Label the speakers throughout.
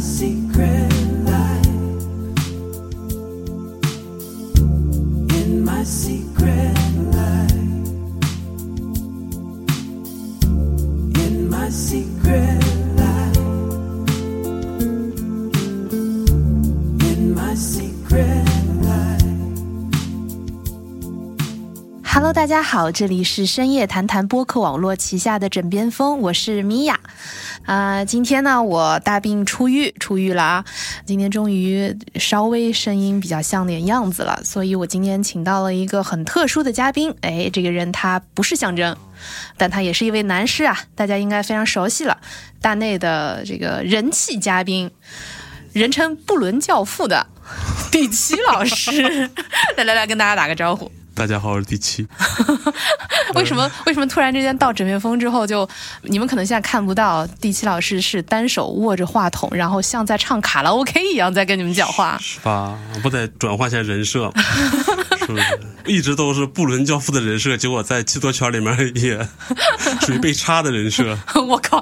Speaker 1: secret life. In my secret life. In my secret life. In my secret life.
Speaker 2: Hello，大家好，这里是深夜谈谈播客网络旗下的枕边风，我是米娅。啊、今天呢，我大病初愈，出狱了啊！今天终于呃稍微声音比较像点样子了，所以我今天请到了一个很特殊的嘉宾。哎，这个人他不是象征，但他也是一位男士啊，大家应该非常熟悉了，大内的这个人气嘉宾，人称“不伦教父”的第七老师， 来来来，跟大家打个招呼。
Speaker 3: 大家好，我是第七。
Speaker 2: 为什么为什么突然之间到枕边风之后就，你们可能现在看不到，第七老师是单手握着话筒，然后像在唱卡拉 OK 一样在跟你们讲话。
Speaker 3: 是吧？我不得转换一下人设吗？是不是？一直都是不伦教父的人设，结果在七多圈里面也属于被插的 人设，
Speaker 2: 我靠，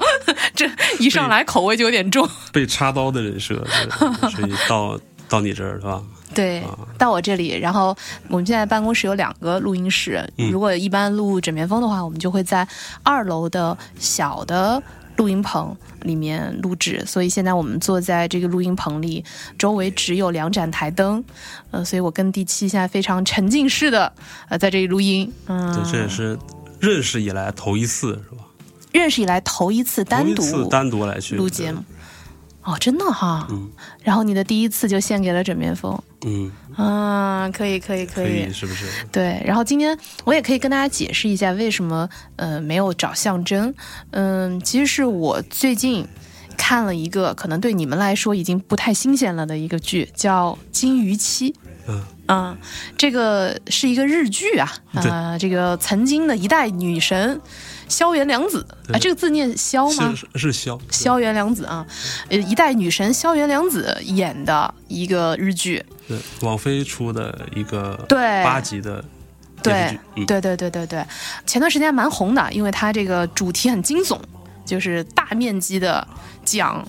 Speaker 2: 这一上来口味就有点重。
Speaker 3: 被插刀的人设，对所以到 到你这儿是吧？
Speaker 2: 对，
Speaker 3: 啊
Speaker 2: 到我这里，然后我们现在办公室有两个录音室。
Speaker 3: 嗯
Speaker 2: 如果一般录枕边风的话，我们就会在二楼的小的录音棚里面录制。所以现在我们坐在这个录音棚里，周围只有两盏台灯，呃，所以我跟第七现在非常沉浸式的呃在这里录音。嗯、
Speaker 3: 对，这也是认识以来头一次是吧？
Speaker 2: 认识以来头一次单
Speaker 3: 头一次
Speaker 2: 独
Speaker 3: 单独来去
Speaker 2: 录
Speaker 3: 对
Speaker 2: 节目。哦，真的哈，然后你的第一次就献给了枕边风，
Speaker 3: 嗯，
Speaker 2: 嗯，可以可以可
Speaker 3: 可
Speaker 2: 以
Speaker 3: 以，是不是？
Speaker 2: 对，然后今天我也可以跟大家解释一下为什么呃没有找象征，嗯、其实是我最近看了一个可能对你们来说已经不太新鲜了的一个剧，叫《金鱼妻》。
Speaker 3: 嗯
Speaker 2: 嗯，这个是一个日剧啊，啊、
Speaker 3: 对
Speaker 2: 这个曾经的一代女神萧元良子，啊、
Speaker 3: 对
Speaker 2: 这个字念萧吗？
Speaker 3: 是是肖
Speaker 2: 萧元良子啊，呃，一代女神萧元良子演的一个日剧，
Speaker 3: 对，网飞出的一个
Speaker 2: 对
Speaker 3: 八集的电
Speaker 2: 对
Speaker 3: 视剧，嗯，
Speaker 2: 对对对对对，前段时间还蛮红的，因为它这个主题很惊悚，就是大面积的讲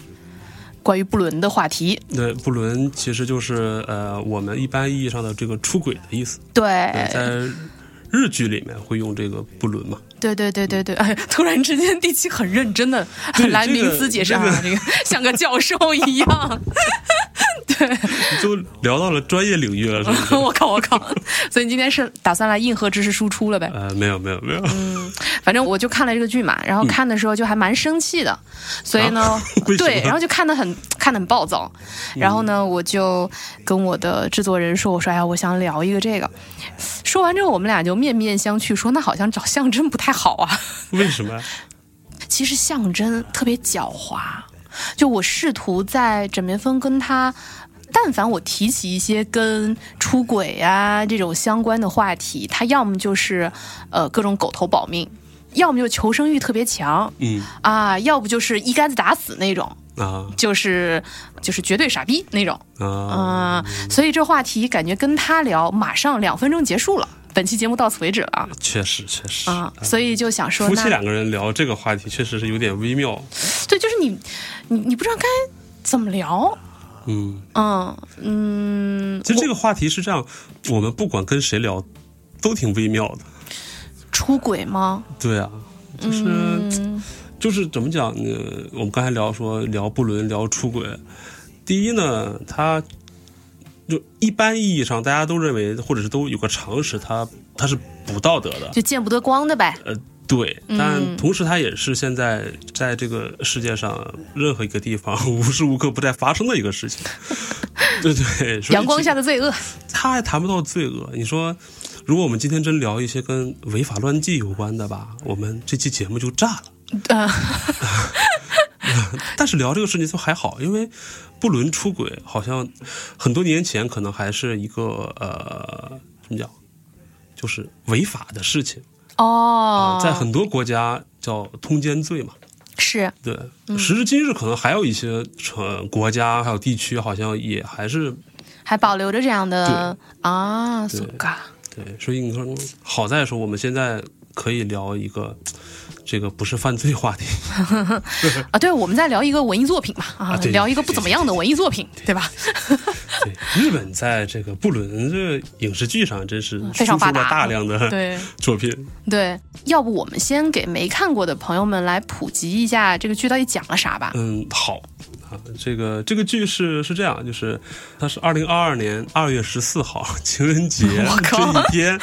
Speaker 2: 关于不伦的话题。
Speaker 3: 那不伦其实就是呃我们一般意义上的这个出轨的意思。
Speaker 2: 对，
Speaker 3: 对在日剧里面会用这个不伦嘛？
Speaker 2: 对对对对对，哎， 突然之间第七很认真的
Speaker 3: 对
Speaker 2: 来
Speaker 3: 嗯 这个
Speaker 2: 名词解释啊，这个 像个教授一样。
Speaker 3: 都聊到了专业领域了，是 不是？
Speaker 2: 我靠我靠！所以你今天是打算来硬核知识输出了呗？
Speaker 3: 呃，没有没有没有，
Speaker 2: 反正我就看了这个剧嘛，然后看的时候就还蛮生气的，所以呢，
Speaker 3: 嗯啊 为什么嗯
Speaker 2: 对，然后就看得很看得很暴躁，然后呢，我就跟我的制作人说，我说哎呀，我想聊一个这个。说完之后，我们俩就面面相觑，说那好像找象征不太好啊。
Speaker 3: 为什么呀？
Speaker 2: 其实象征特别狡猾，就我试图在枕边风跟他。但凡我提起一些跟出轨啊这种相关的话题，他要么就是呃各种狗头保命，要么就求生欲特别强
Speaker 3: 嗯
Speaker 2: 啊，要不就是一竿子打死那种，
Speaker 3: 啊
Speaker 2: 就是就是绝对傻逼那种。
Speaker 3: 啊，
Speaker 2: 嗯，所以这话题感觉跟他聊，马上两分钟结束了，本期节目到此为止了
Speaker 3: 确实确实
Speaker 2: 啊，所以就想说，
Speaker 3: 嗯夫妻
Speaker 2: 那
Speaker 3: 两个人聊这个话题，确实是有点微妙。
Speaker 2: 对，就是你你你不知道该怎么聊，
Speaker 3: 嗯，
Speaker 2: 嗯嗯，
Speaker 3: 其实这个话题是这样，我们不管跟谁聊，都挺微妙的。
Speaker 2: 出轨吗？
Speaker 3: 对啊，就是、
Speaker 2: 嗯
Speaker 3: 就是怎么讲呢？我们刚才聊说聊不伦，聊出轨。第一呢，他就一般意义上大家都认为，或者是都有个常识，他他是不道德的。
Speaker 2: 就见不得光的呗。
Speaker 3: 呃，对，
Speaker 2: 嗯
Speaker 3: 但同时它也是现在在这个世界上任何一个地方 无时无刻不在发生的一个事情。 对对，所以
Speaker 2: 阳光
Speaker 3: 这
Speaker 2: 下的 罪恶，
Speaker 3: 他还谈不到罪恶。你说，如果我们今天真聊一些跟违法乱纪有关的吧，我们这期节目就炸了。
Speaker 2: 呃，
Speaker 3: 但是聊这个事情就还好，因为不伦出轨好像很多年前可能还是一个呃怎么讲，就是违法的事情啊、
Speaker 2: 哦，
Speaker 3: 在很多国家叫通奸罪嘛。
Speaker 2: 是
Speaker 3: 对，时至今日，可能还有一些呃国家还有地区，好像也还是
Speaker 2: 还保留着这样的啊，苏嘎。
Speaker 3: 对，所以你说，嗯好在说我们现在可以聊一个这个不是犯罪 话题，
Speaker 2: 啊，对，我们在聊一个文艺作品嘛，啊，
Speaker 3: 啊对
Speaker 2: 聊一个不怎么样的文艺作品，对吧？
Speaker 3: 对，日本在这个布伦这影视剧上真是
Speaker 2: 嗯非常
Speaker 3: 输出
Speaker 2: 发
Speaker 3: 了
Speaker 2: 达
Speaker 3: 大量的
Speaker 2: 对
Speaker 3: 作品。
Speaker 2: 对，要不我们先给没看过的朋友们来普及一下这个剧到底讲了啥吧？
Speaker 3: 嗯，好啊，这个这个剧是是这样，就是它是二零二二年二月十四号情人节
Speaker 2: 我
Speaker 3: 这
Speaker 2: 靠
Speaker 3: 一天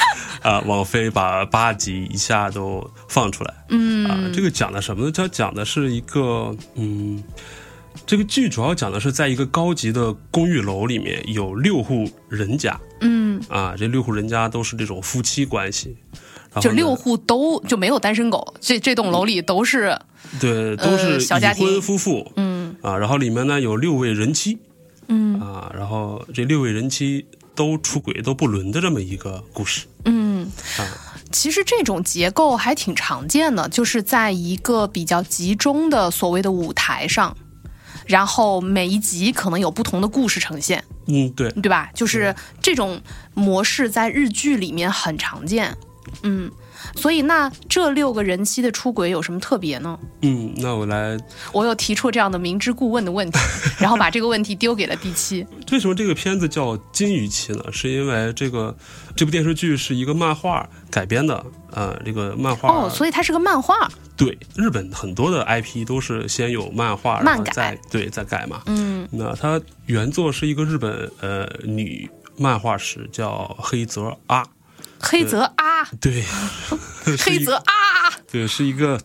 Speaker 3: 啊，网飞把八集一下都放出来。嗯啊，这个讲的什么呢？它讲的是一个嗯。这个剧主要讲的是，在一个高级的公寓楼里面，有六户人家
Speaker 2: 嗯，
Speaker 3: 啊，这六户人家都是这种夫妻关系，然后
Speaker 2: 就
Speaker 3: 呢
Speaker 2: 六户都就没有单身狗，这这栋楼里都是
Speaker 3: 对，都是
Speaker 2: 呃小家
Speaker 3: 已
Speaker 2: 庭
Speaker 3: 婚夫妇，嗯啊，然后里面呢有六位人妻，嗯啊，然后这六位人妻都出轨都不伦的这么一个故事，
Speaker 2: 嗯
Speaker 3: 啊。
Speaker 2: 其实这种结构还挺常见的，就是在一个比较集中的所谓的舞台上，然后每一集可能有不同的故事呈现，
Speaker 3: 嗯，对，
Speaker 2: 对吧？就是这种模式在日剧里面很常见，嗯。所以，那这六个人妻的出轨有什么特别呢？
Speaker 3: 嗯，那我来，
Speaker 2: 我有提出这样的明知故问的 问题，然后把这个问题丢给了第七。
Speaker 3: 为什么这个片子叫《金鱼期》呢？是因为这个这部电视剧是一个漫画改编的，呃，这个漫画
Speaker 2: 哦，所以它是个漫画，
Speaker 3: 对日本很多的 IP 都是先有漫画，然
Speaker 2: 漫
Speaker 3: 后
Speaker 2: 改
Speaker 3: 再对再改嘛，
Speaker 2: 嗯，
Speaker 3: 那它原作是一个日本呃女漫画师叫黑泽啊，
Speaker 2: 黑泽啊，
Speaker 3: 对，是
Speaker 2: 黑
Speaker 3: 一
Speaker 2: 泽啊，
Speaker 3: 对是一个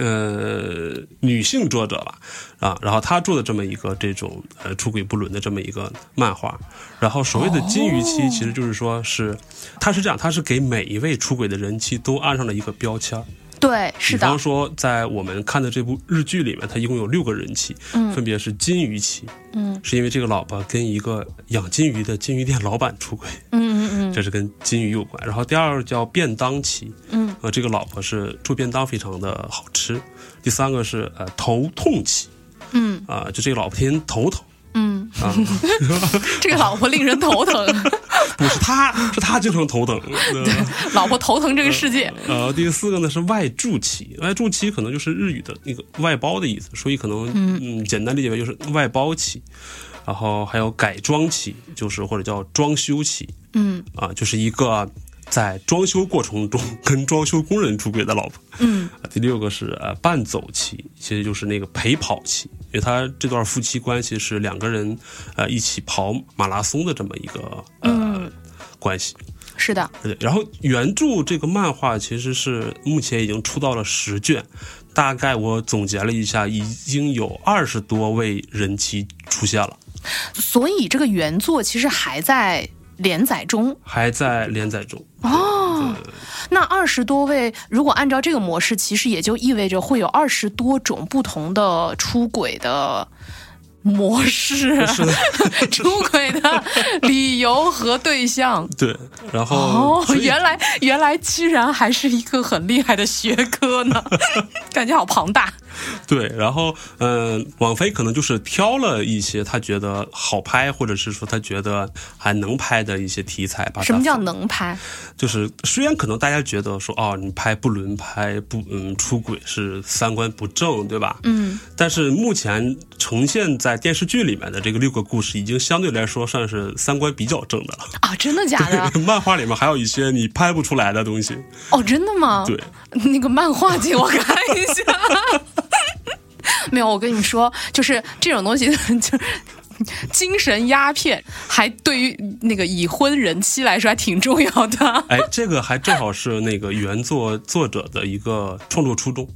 Speaker 3: 呃女性作者吧啊，然后她做的这么一个这种呃出轨不伦的这么一个漫画，然后所谓的金鱼期其实就是说是，它是这样，它是给每一位出轨的人妻都按上了一个标签儿。
Speaker 2: 对，是
Speaker 3: 比
Speaker 2: 的
Speaker 3: 方，说，在我们看的这部日剧里面，它一共有六个人妻，分别是金鱼妻，
Speaker 2: 嗯，
Speaker 3: 是因为这个老婆跟一个养金鱼的金鱼店老板出轨，
Speaker 2: 嗯嗯嗯。
Speaker 3: 这是跟金鱼有关。然后第二个叫便当妻，
Speaker 2: 嗯，
Speaker 3: 呃，这个老婆是做便当非常的好吃。第三个是呃头痛妻，
Speaker 2: 嗯
Speaker 3: 啊、就这个老婆天天头疼
Speaker 2: 嗯，
Speaker 3: 啊，
Speaker 2: 这个老婆令人头疼，
Speaker 3: 不是她，是她经常头疼。呃
Speaker 2: 老婆头疼这个世界。
Speaker 3: 然后呃第四个呢是外住期，外住期可能就是日语的那个外包的意思，所以可能嗯简单理解为就是外包期。然后还有改装期，就是或者叫装修期
Speaker 2: 嗯
Speaker 3: 啊，就是一个在装修过程中跟装修工人出轨的老婆。
Speaker 2: 嗯
Speaker 3: 啊第六个是呃伴走期，其实就是那个陪跑期，因为他这段夫妻关系是两个人呃一起跑马拉松的这么一个呃、
Speaker 2: 嗯，
Speaker 3: 关系。
Speaker 2: 是的，
Speaker 3: 对，然后原著这个漫画其实是目前已经出到了十卷，大概我总结了一下，已经有二十多位人妻出现了，
Speaker 2: 所以这个原作其实还在连载中。
Speaker 3: 还在连载中。
Speaker 2: 哦
Speaker 3: 对
Speaker 2: 那二十多位，如果按照这个模式，其实也就意味着会有二十多种不同的出轨的。模式、 出轨的理由和对象
Speaker 3: 对，然后
Speaker 2: 哦，
Speaker 3: 所以
Speaker 2: 原来原来居然还是一个很厉害的学科呢， 感觉好庞大。
Speaker 3: 对，然后嗯、网飞可能就是挑了一些他觉得好拍，或者是说他觉得还能拍的一些题材，把它
Speaker 2: 什么叫
Speaker 3: 放
Speaker 2: 能拍？
Speaker 3: 就是虽然可能大家觉得说哦，你拍不伦拍不嗯出轨是三观不正，对吧？
Speaker 2: 嗯，
Speaker 3: 但是目前呈现在电视剧里面的这个六个故事，已经相对来说算是三观比较正的了。
Speaker 2: 啊，真的假 的？
Speaker 3: 漫画里面还有一些你拍不出来的东西，
Speaker 2: 哦，真的吗？
Speaker 3: 对，
Speaker 2: 那个漫画借我看一下。 没有，我跟你说，就是这种东西， 就是精神鸦片，还对于那个已婚人妻来说还挺重要的。
Speaker 3: 哎，这个还正好是那个原作作者的一个创作初衷。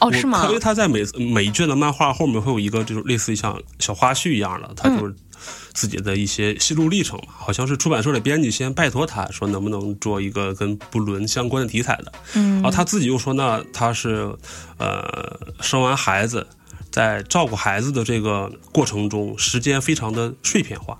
Speaker 2: 哦，是吗
Speaker 3: 他因？为他在每每一卷的漫画后面会有一个这种类似于像小花絮一样的，他就是
Speaker 2: 嗯
Speaker 3: 自己的一些心路历程嘛。好像是出版社的编辑先拜托他说能不能做一个跟不伦相关的题材的，嗯，然后他自己又说那他是呃生完孩子，在照顾孩子的这个过程中，时间非常的碎片化。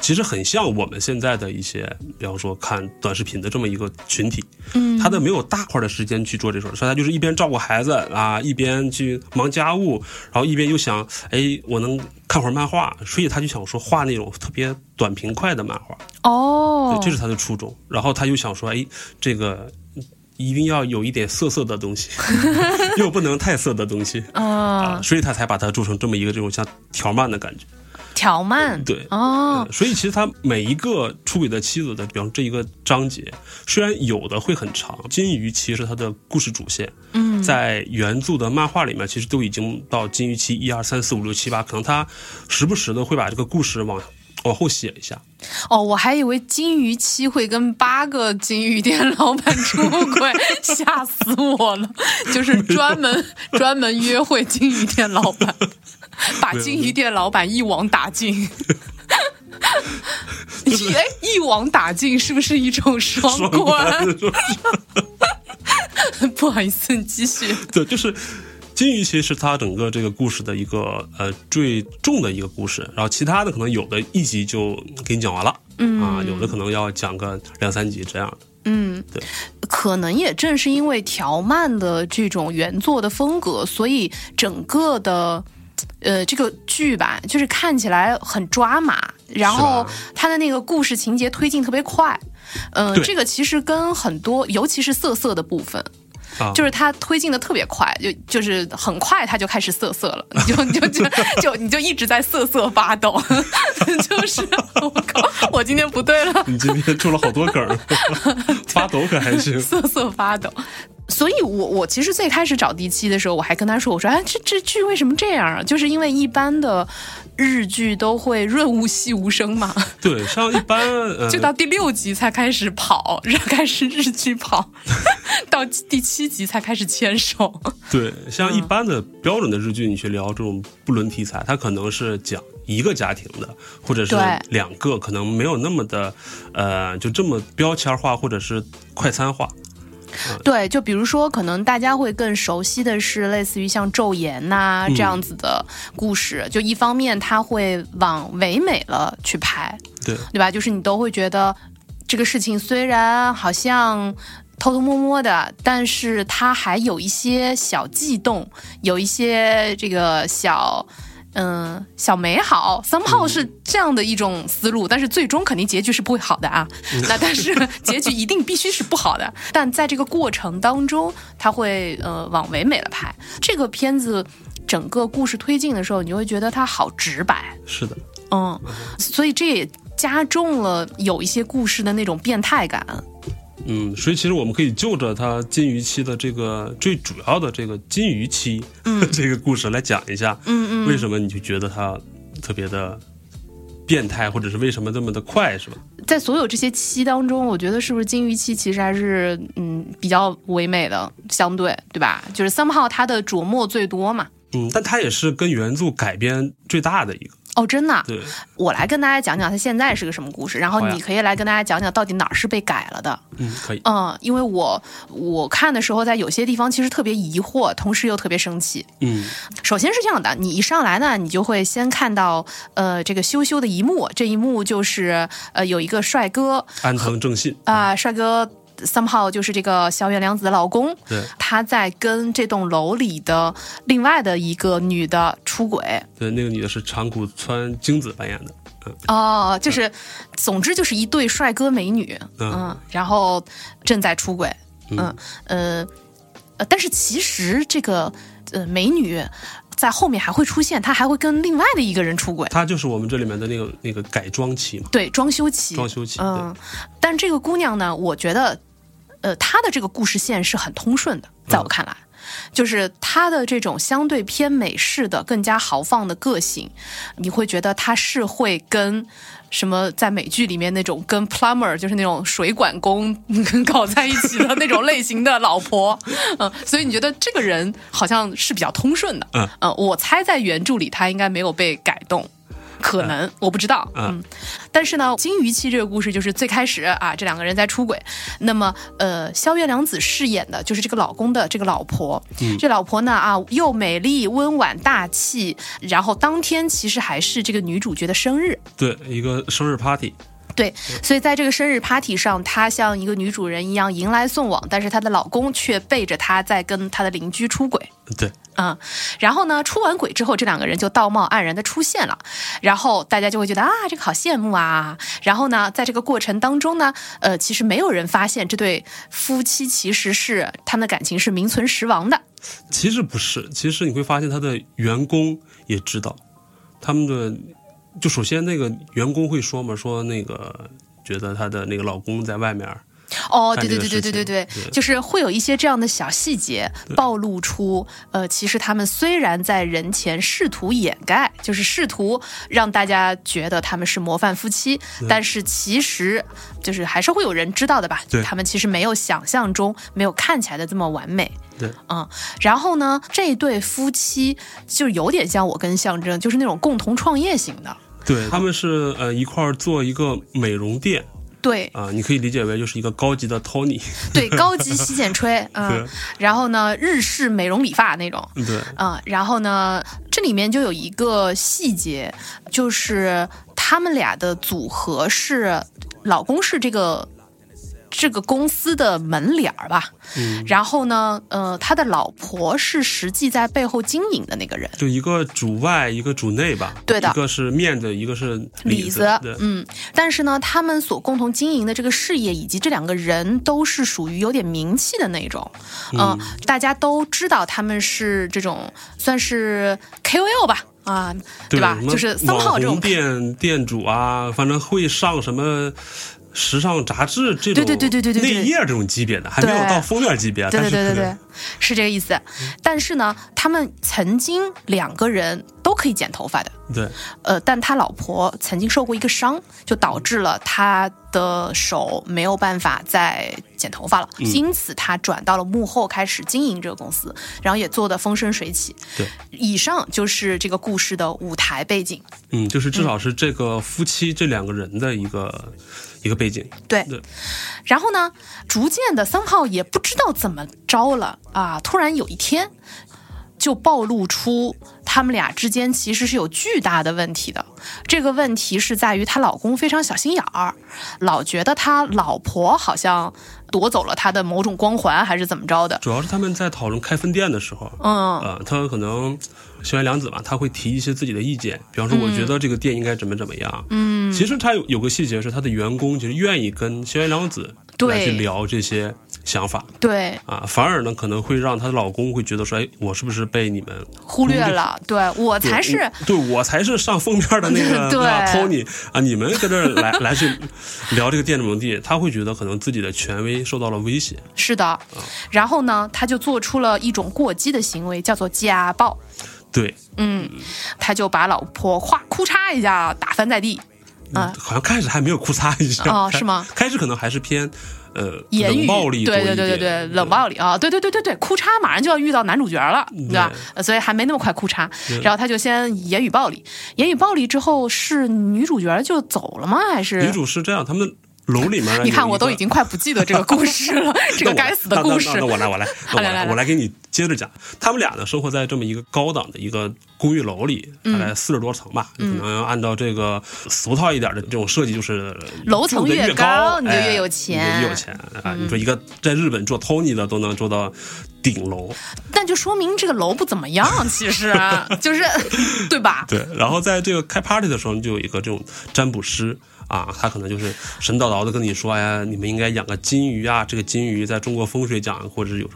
Speaker 3: 其实很像我们现在的一些，比方说看短视频的这么一个群体，嗯，他的没有大块的时间去做这种事，所以他就是一边照顾孩子啊，一边去忙家务，然后一边又想，哎，我能看会儿漫画，所以他就想说画那种特别短平快的漫画，
Speaker 2: 哦
Speaker 3: 对，，这是他的初衷。然后他又想说，哎，这个一定要有一点色色的 东西，又不能太色的东西啊，
Speaker 2: 啊，
Speaker 3: 所以他才把它做成这么一个这种像条漫的感觉。
Speaker 2: 条漫，
Speaker 3: 对
Speaker 2: 哦，
Speaker 3: 所以其实他每一个出轨的妻子的，比方这一个章节，虽然有的会很长，金鱼其实它的故事主线，嗯，在原著的漫画里面，其实都已经到金鱼期一二三四五六七八，可能他时不时的会把这个故事往往后写一下，
Speaker 2: 哦，我还以为金鱼期会跟八个金鱼店老板出 轨，吓死我了！就是专 门专门约会金鱼店老板，把金鱼店老板一网打尽。 哎，一网打尽是不是一种双关？
Speaker 3: 是吧
Speaker 2: 不好意思，你继续。
Speaker 3: 对，就是金鱼其实是它整个这个故事的一个呃最重的一个故事，然后其他的可能有的一集就给你讲完了，嗯啊，有的可能要讲个两三集这样的。
Speaker 2: 可能也正是因为条漫的这种原作的风格，所以整个的。呃，这个剧吧，就是看起来很抓马，然后
Speaker 3: 是吧啊
Speaker 2: 它的那个故事情节推进特别快。嗯、
Speaker 3: 对
Speaker 2: 这个其实跟很多，尤其是色色的部分，
Speaker 3: 啊
Speaker 2: 就是它推进的特别快，就就是很快它就开始色色了，你就你就就就你就一直在瑟瑟发抖， 就是我靠，我今天不对了，
Speaker 3: 你今天出了好多梗儿，发抖可还 行。
Speaker 2: 瑟瑟发抖。所以我，我其实最开始找第七的时候，我还跟他说：“我说，哎，这这剧为什么这样啊？就是因为一般的日剧都会润物细无声嘛，
Speaker 3: 对，像一般呃，
Speaker 2: 就到第六集才开始跑， 然后开始日剧跑， 到第七集才开始牵手。
Speaker 3: 对像
Speaker 2: 嗯
Speaker 3: 一般的标准的日剧，你去聊这种不伦题材，它可能是讲一个家庭的，或者是
Speaker 2: 对
Speaker 3: 两个，可能没有那么的呃，就这么标签化或者是快餐化。
Speaker 2: 对，就比如说，可能大家会更熟悉的是类似于像《昼颜》呐这样子的故事，就一方面它会往唯美了去拍，
Speaker 3: 对，
Speaker 2: 对吧？就是你都会觉得这个事情虽然好像偷偷摸摸的，但是它还有一些小悸动，有一些这个小。嗯，小美好，somehow 是这样的一种思路，但是最终肯定结局是不会好的啊。 那但是结局一定必须是不好的，但在这个过程当中，它会呃往唯美了拍。这个片子整个故事推进的时候，你就会觉得它好直白，
Speaker 3: 是的，
Speaker 2: 嗯，所以这也加重了有一些故事的那种变态感。
Speaker 3: 嗯，所以其实我们可以就着它金鱼期的这个最主要的这个金鱼期、 这个故事来讲一下，嗯嗯嗯，为什么你就觉得它特别的变态，或者是为什么这么的快，是吧？
Speaker 2: 在所有这些期当中，我觉得是不是金鱼期其实还是嗯比较唯美的，相对对吧？就是 somehow 它的琢磨最多嘛。
Speaker 3: 嗯，但它也是跟原著改编最大的一个，
Speaker 2: 哦，真的啊，
Speaker 3: 对，
Speaker 2: 我来跟大家讲讲它现在是个什么故事，然后
Speaker 3: 好呀
Speaker 2: 你可以来跟大家讲讲到底哪儿是被改了的。
Speaker 3: 嗯，可以，
Speaker 2: 嗯，因为我我看的时候，在有些地方其实特别疑惑，同时又特别生气。
Speaker 3: 嗯，
Speaker 2: 首先是这样的，你一上来呢，你就会先看到呃这个羞羞的一幕，这一幕就是呃有一个帅哥
Speaker 3: 安藤正信，
Speaker 2: 啊、帅哥 somehow 就是这个小野良子的老公，
Speaker 3: 对
Speaker 2: 他在跟这栋楼里的另外的一个女的出轨
Speaker 3: 对，那个女的是长谷川京子扮演的，
Speaker 2: 哦、就是总之就是一对帅哥美女，
Speaker 3: 嗯
Speaker 2: 然后正在出轨，
Speaker 3: 嗯
Speaker 2: 嗯呃呃，但是其实这个呃美女。在后面还会出现，她还会跟另外的一个人出轨，
Speaker 3: 她就是我们这里面的那个那个改装期嘛，
Speaker 2: 对，装修期，
Speaker 3: 装修期，
Speaker 2: 嗯，但这个姑娘呢，我觉得，呃，她的这个故事线是很通顺的，在我
Speaker 3: 嗯
Speaker 2: 看来，就是她的这种相对偏美式的、更加豪放的个性，你会觉得她是会跟。什么在美剧里面那种跟 plumber 就是那种水管工搞在一起的那种类型的老婆，嗯，所以你觉得这个人好像是比较通顺的，
Speaker 3: 嗯
Speaker 2: 呃我猜在原著里他应该没有被改动，可能、我不知道，
Speaker 3: 嗯
Speaker 2: 嗯，但是呢，金鱼期这个故事就是最开始啊，这两个人在出轨。那么，呃，萧月良子饰演的就是这个老公的这个老婆。这老婆呢啊，又美丽、温婉、大气，然后当天其实还是这个女主角的生日。
Speaker 3: 对，一个生日 party，
Speaker 2: 对，所以在这个生日 party 上，她像一个女主人一样迎来送往，但是她的老公却背着她在跟她的邻居出轨。
Speaker 3: 对，
Speaker 2: 嗯，然后呢，出完轨之后，这两个人就道貌岸然的出现了，然后大家就会觉得啊，这个好羡慕啊。然后呢，在这个过程当中呢，呃，其实没有人发现这对夫妻其实是他们的感情是名存实亡的。
Speaker 3: 其实不是，其实你会发现他的员工也知道，他们的就首先那个员工会说嘛，说那个觉得她的那个老公在外面儿，
Speaker 2: 哦，对对
Speaker 3: 干这个
Speaker 2: 对对
Speaker 3: 事
Speaker 2: 对对
Speaker 3: 情
Speaker 2: 对
Speaker 3: 对，
Speaker 2: 就是会有一些这样的小细节暴露出，呃，其实他们虽然在人前试图掩盖，就是试图让大家觉得他们是模范夫妻，但是其实就是还是会有人知道的吧
Speaker 3: 对，
Speaker 2: 他们其实没有想象中没有看起来的这么完美。
Speaker 3: 对，
Speaker 2: 嗯，然后呢，这对夫妻就有点像我跟象征，就是那种共同创业型的，
Speaker 3: 对他们是呃一块儿做一个美容店
Speaker 2: 对，
Speaker 3: 啊、你可以理解为就是一个高级的 Tony，
Speaker 2: 对，高级洗剪吹，嗯
Speaker 3: 对，
Speaker 2: 然后呢，日式美容理发那种，
Speaker 3: 对，
Speaker 2: 嗯，然后呢，这里面就有一个细节，就是他们俩的组合是，老公是这个。这个公司的门脸儿吧，
Speaker 3: 嗯
Speaker 2: 然后呢，呃，他的老婆是实际在背后经营的那个人，
Speaker 3: 就一个主外，一个主内吧，
Speaker 2: 对的
Speaker 3: 一个是面子，一个是
Speaker 2: 李
Speaker 3: 子
Speaker 2: 子，
Speaker 3: 对，
Speaker 2: 嗯，但是呢，他们所共同经营的这个事业，以及这两个人都是属于有点名气的那种，嗯、大家都知道他们是这种算是 KOL 吧，啊，
Speaker 3: 对
Speaker 2: 吧
Speaker 3: 什？么
Speaker 2: 就是三
Speaker 3: 网
Speaker 2: 号这种。
Speaker 3: 红店店主啊，反正会上什么。时尚杂志这
Speaker 2: 对
Speaker 3: 种
Speaker 2: 对对对对对对
Speaker 3: 内页这种级别的，还没有
Speaker 2: 对
Speaker 3: 到封面级别，
Speaker 2: 对对
Speaker 3: 但是
Speaker 2: 对对
Speaker 3: 可
Speaker 2: 对
Speaker 3: 能，
Speaker 2: 是这个意思。但是呢，他们曾经两个人都可以剪头发的，
Speaker 3: 对
Speaker 2: 呃，但他老婆曾经受过一个伤，就导致了他的手没有办法再剪头发了，
Speaker 3: 嗯
Speaker 2: 因此他转到了幕后开始经营这个公司，然后也做得风生水起。
Speaker 3: 对，
Speaker 2: 以上就是这个故事的舞台背景。
Speaker 3: 嗯，就是至少是这个夫妻这两个人的一个、一个背景，
Speaker 2: 对，
Speaker 3: 对
Speaker 2: 然后呢，逐渐的三号也不知道怎么着了啊，突然有一天就暴露出他们俩之间其实是有巨大的问题的。这个问题是在于她老公非常小心眼儿，老觉得他老婆好像夺走了他的某种光环，还是怎么着的。
Speaker 3: 主要是他们在讨论开分店的时候，
Speaker 2: 嗯，
Speaker 3: 呃，他可能小原良子嘛，他会提一些自己的意见，比方说，我觉得这个店应该怎么怎么样。嗯，其实他有有个细节是，他的员工其实愿意跟小原良子
Speaker 2: 对
Speaker 3: 来去聊这些想法
Speaker 2: 对，
Speaker 3: 啊，反而呢可能会让她的老公会觉得说，哎，我是不是被你们
Speaker 2: 忽略了，对嗯我
Speaker 3: 对
Speaker 2: 才是。
Speaker 3: 我对我才是上封面的那 个
Speaker 2: 对
Speaker 3: 吧 Tony 啊，你们跟这儿来 来去聊这个店的名地，他会觉得可能自己的权威受到了威胁。
Speaker 2: 是的，然后呢，他就做出了一种过激的行为，叫做家暴。
Speaker 3: 对，
Speaker 2: 他就把老婆哗哭嚓一下打翻在地，啊
Speaker 3: 好像开始还没有哭嚓一下
Speaker 2: 哦是吗？
Speaker 3: 开开始可能还是偏呃
Speaker 2: 言语
Speaker 3: 冷暴力多
Speaker 2: 对
Speaker 3: 一
Speaker 2: 对
Speaker 3: 点，
Speaker 2: 对对对，冷暴力啊，对对对对对，哭嚓马上就要遇到男主角了，对吧？呃所以还没那么快哭嚓，然后他就先言语暴力，言语暴力之后是女主角就走了吗？还是
Speaker 3: 女主是这样，他们楼里面啊
Speaker 2: 你看
Speaker 3: 有一
Speaker 2: 我都
Speaker 3: 个
Speaker 2: 已经快不记得这个故事 了，这
Speaker 3: 那
Speaker 2: 个
Speaker 3: 我
Speaker 2: 该死的故事
Speaker 3: 那那那我来， 我来，那我
Speaker 2: 来来来
Speaker 3: 我来给你接着讲。他们俩呢，生活在这么一个高档的一个公寓楼里，大
Speaker 2: 嗯
Speaker 3: 概四十多层吧。可能按照这个俗套一点的这种设计，就是
Speaker 2: 楼层
Speaker 3: 住得
Speaker 2: 越
Speaker 3: 越
Speaker 2: 高你就
Speaker 3: 哎
Speaker 2: 越有
Speaker 3: 你就
Speaker 2: 钱嗯
Speaker 3: 越有钱啊！你说一个在日本做 Tony 的都能做到顶楼，
Speaker 2: 但就说明这个楼不怎么样，其实啊就是 对吧？
Speaker 3: 对，然后在这个开 party 的时候，就有一个这种占卜师啊，他可能就是神叨叨的跟你说，哎呀，你们应该养个金鱼啊，这个金鱼在中国风水讲或者是有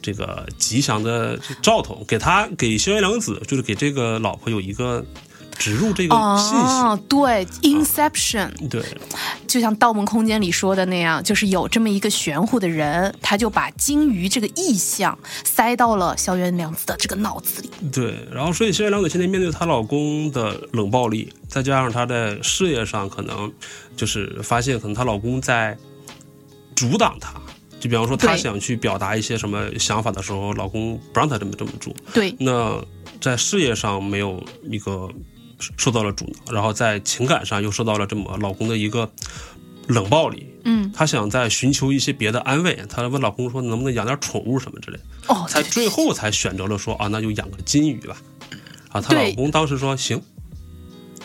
Speaker 3: 这个吉祥的兆头，给他给萧元良子，就是给这个老婆有一个植入这个信息。
Speaker 2: 哦，对，《Inception》
Speaker 3: 对，
Speaker 2: 就像《盗梦空间》里说的那样，就是有这么一个玄乎的人，他就把金鱼这个意象塞到了萧元良子的这个脑子里。
Speaker 3: 对，然后所以萧元良子现在面对她老公的冷暴力，再加上她在事业上可能就是发现可能她老公在阻挡她，就比方说她
Speaker 2: 对
Speaker 3: 想去表达一些什么想法的时候，老公不让她这么这么做，
Speaker 2: 对，
Speaker 3: 那在事业上没有一个受到了阻挠，然后在情感上又受到了这么老公的一个冷暴力。
Speaker 2: 嗯，
Speaker 3: 她想再寻求一些别的安慰，她问老公说能不能养点宠物什么之类的。
Speaker 2: 哦，
Speaker 3: 才最后才选择了说啊，那就养个金鱼吧。啊，她
Speaker 2: 对
Speaker 3: 老公当时说行，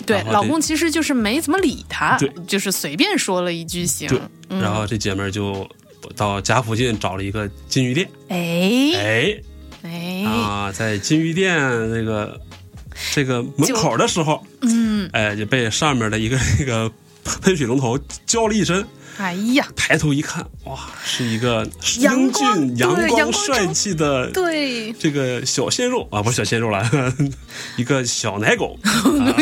Speaker 2: 对
Speaker 3: 然，后
Speaker 2: 老
Speaker 3: 这
Speaker 2: 公其实就是没怎么理她
Speaker 3: 对，
Speaker 2: 就是随便说了一句行
Speaker 3: 对。然后这姐们儿就到家附近找了一个金鱼店，
Speaker 2: 哎
Speaker 3: 哎
Speaker 2: 哎，
Speaker 3: 啊，在金鱼店这个这个门口的时候，
Speaker 2: 嗯，
Speaker 3: 哎，就被上面的一个 那个喷水龙头浇了一身。
Speaker 2: 哎呀，
Speaker 3: 抬头一看，哇，是一个英
Speaker 2: 阳光
Speaker 3: 俊、
Speaker 2: 对
Speaker 3: 阳
Speaker 2: 阳光
Speaker 3: 帅
Speaker 2: 中
Speaker 3: 气的
Speaker 2: 对，
Speaker 3: 这个小鲜肉啊，不是小鲜肉了， 呵呵一个小奶狗，啊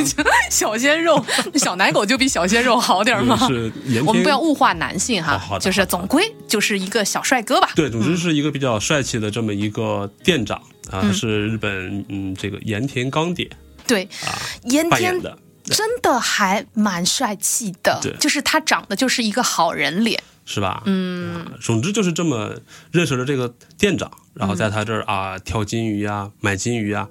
Speaker 2: 小鲜肉， 小奶狗就比小鲜肉好点儿吗？
Speaker 3: 是盐
Speaker 2: 我们不要
Speaker 3: 天。
Speaker 2: 物化男性
Speaker 3: 哦
Speaker 2: 哈
Speaker 3: 好，的
Speaker 2: 就是总归就是一个小帅哥吧。
Speaker 3: 对，总之是一个比较帅气的这么一个店长啊，他是日本嗯这个盐田刚典
Speaker 2: 对，
Speaker 3: 啊
Speaker 2: 盐
Speaker 3: 扮演
Speaker 2: 田
Speaker 3: 的，
Speaker 2: 真的还蛮帅气的
Speaker 3: 对，
Speaker 2: 就是他长得就是一个好人脸。
Speaker 3: 是吧？嗯、总之就是这么认识了这个店长，然后在他这儿啊挑金鱼啊，买金鱼啊，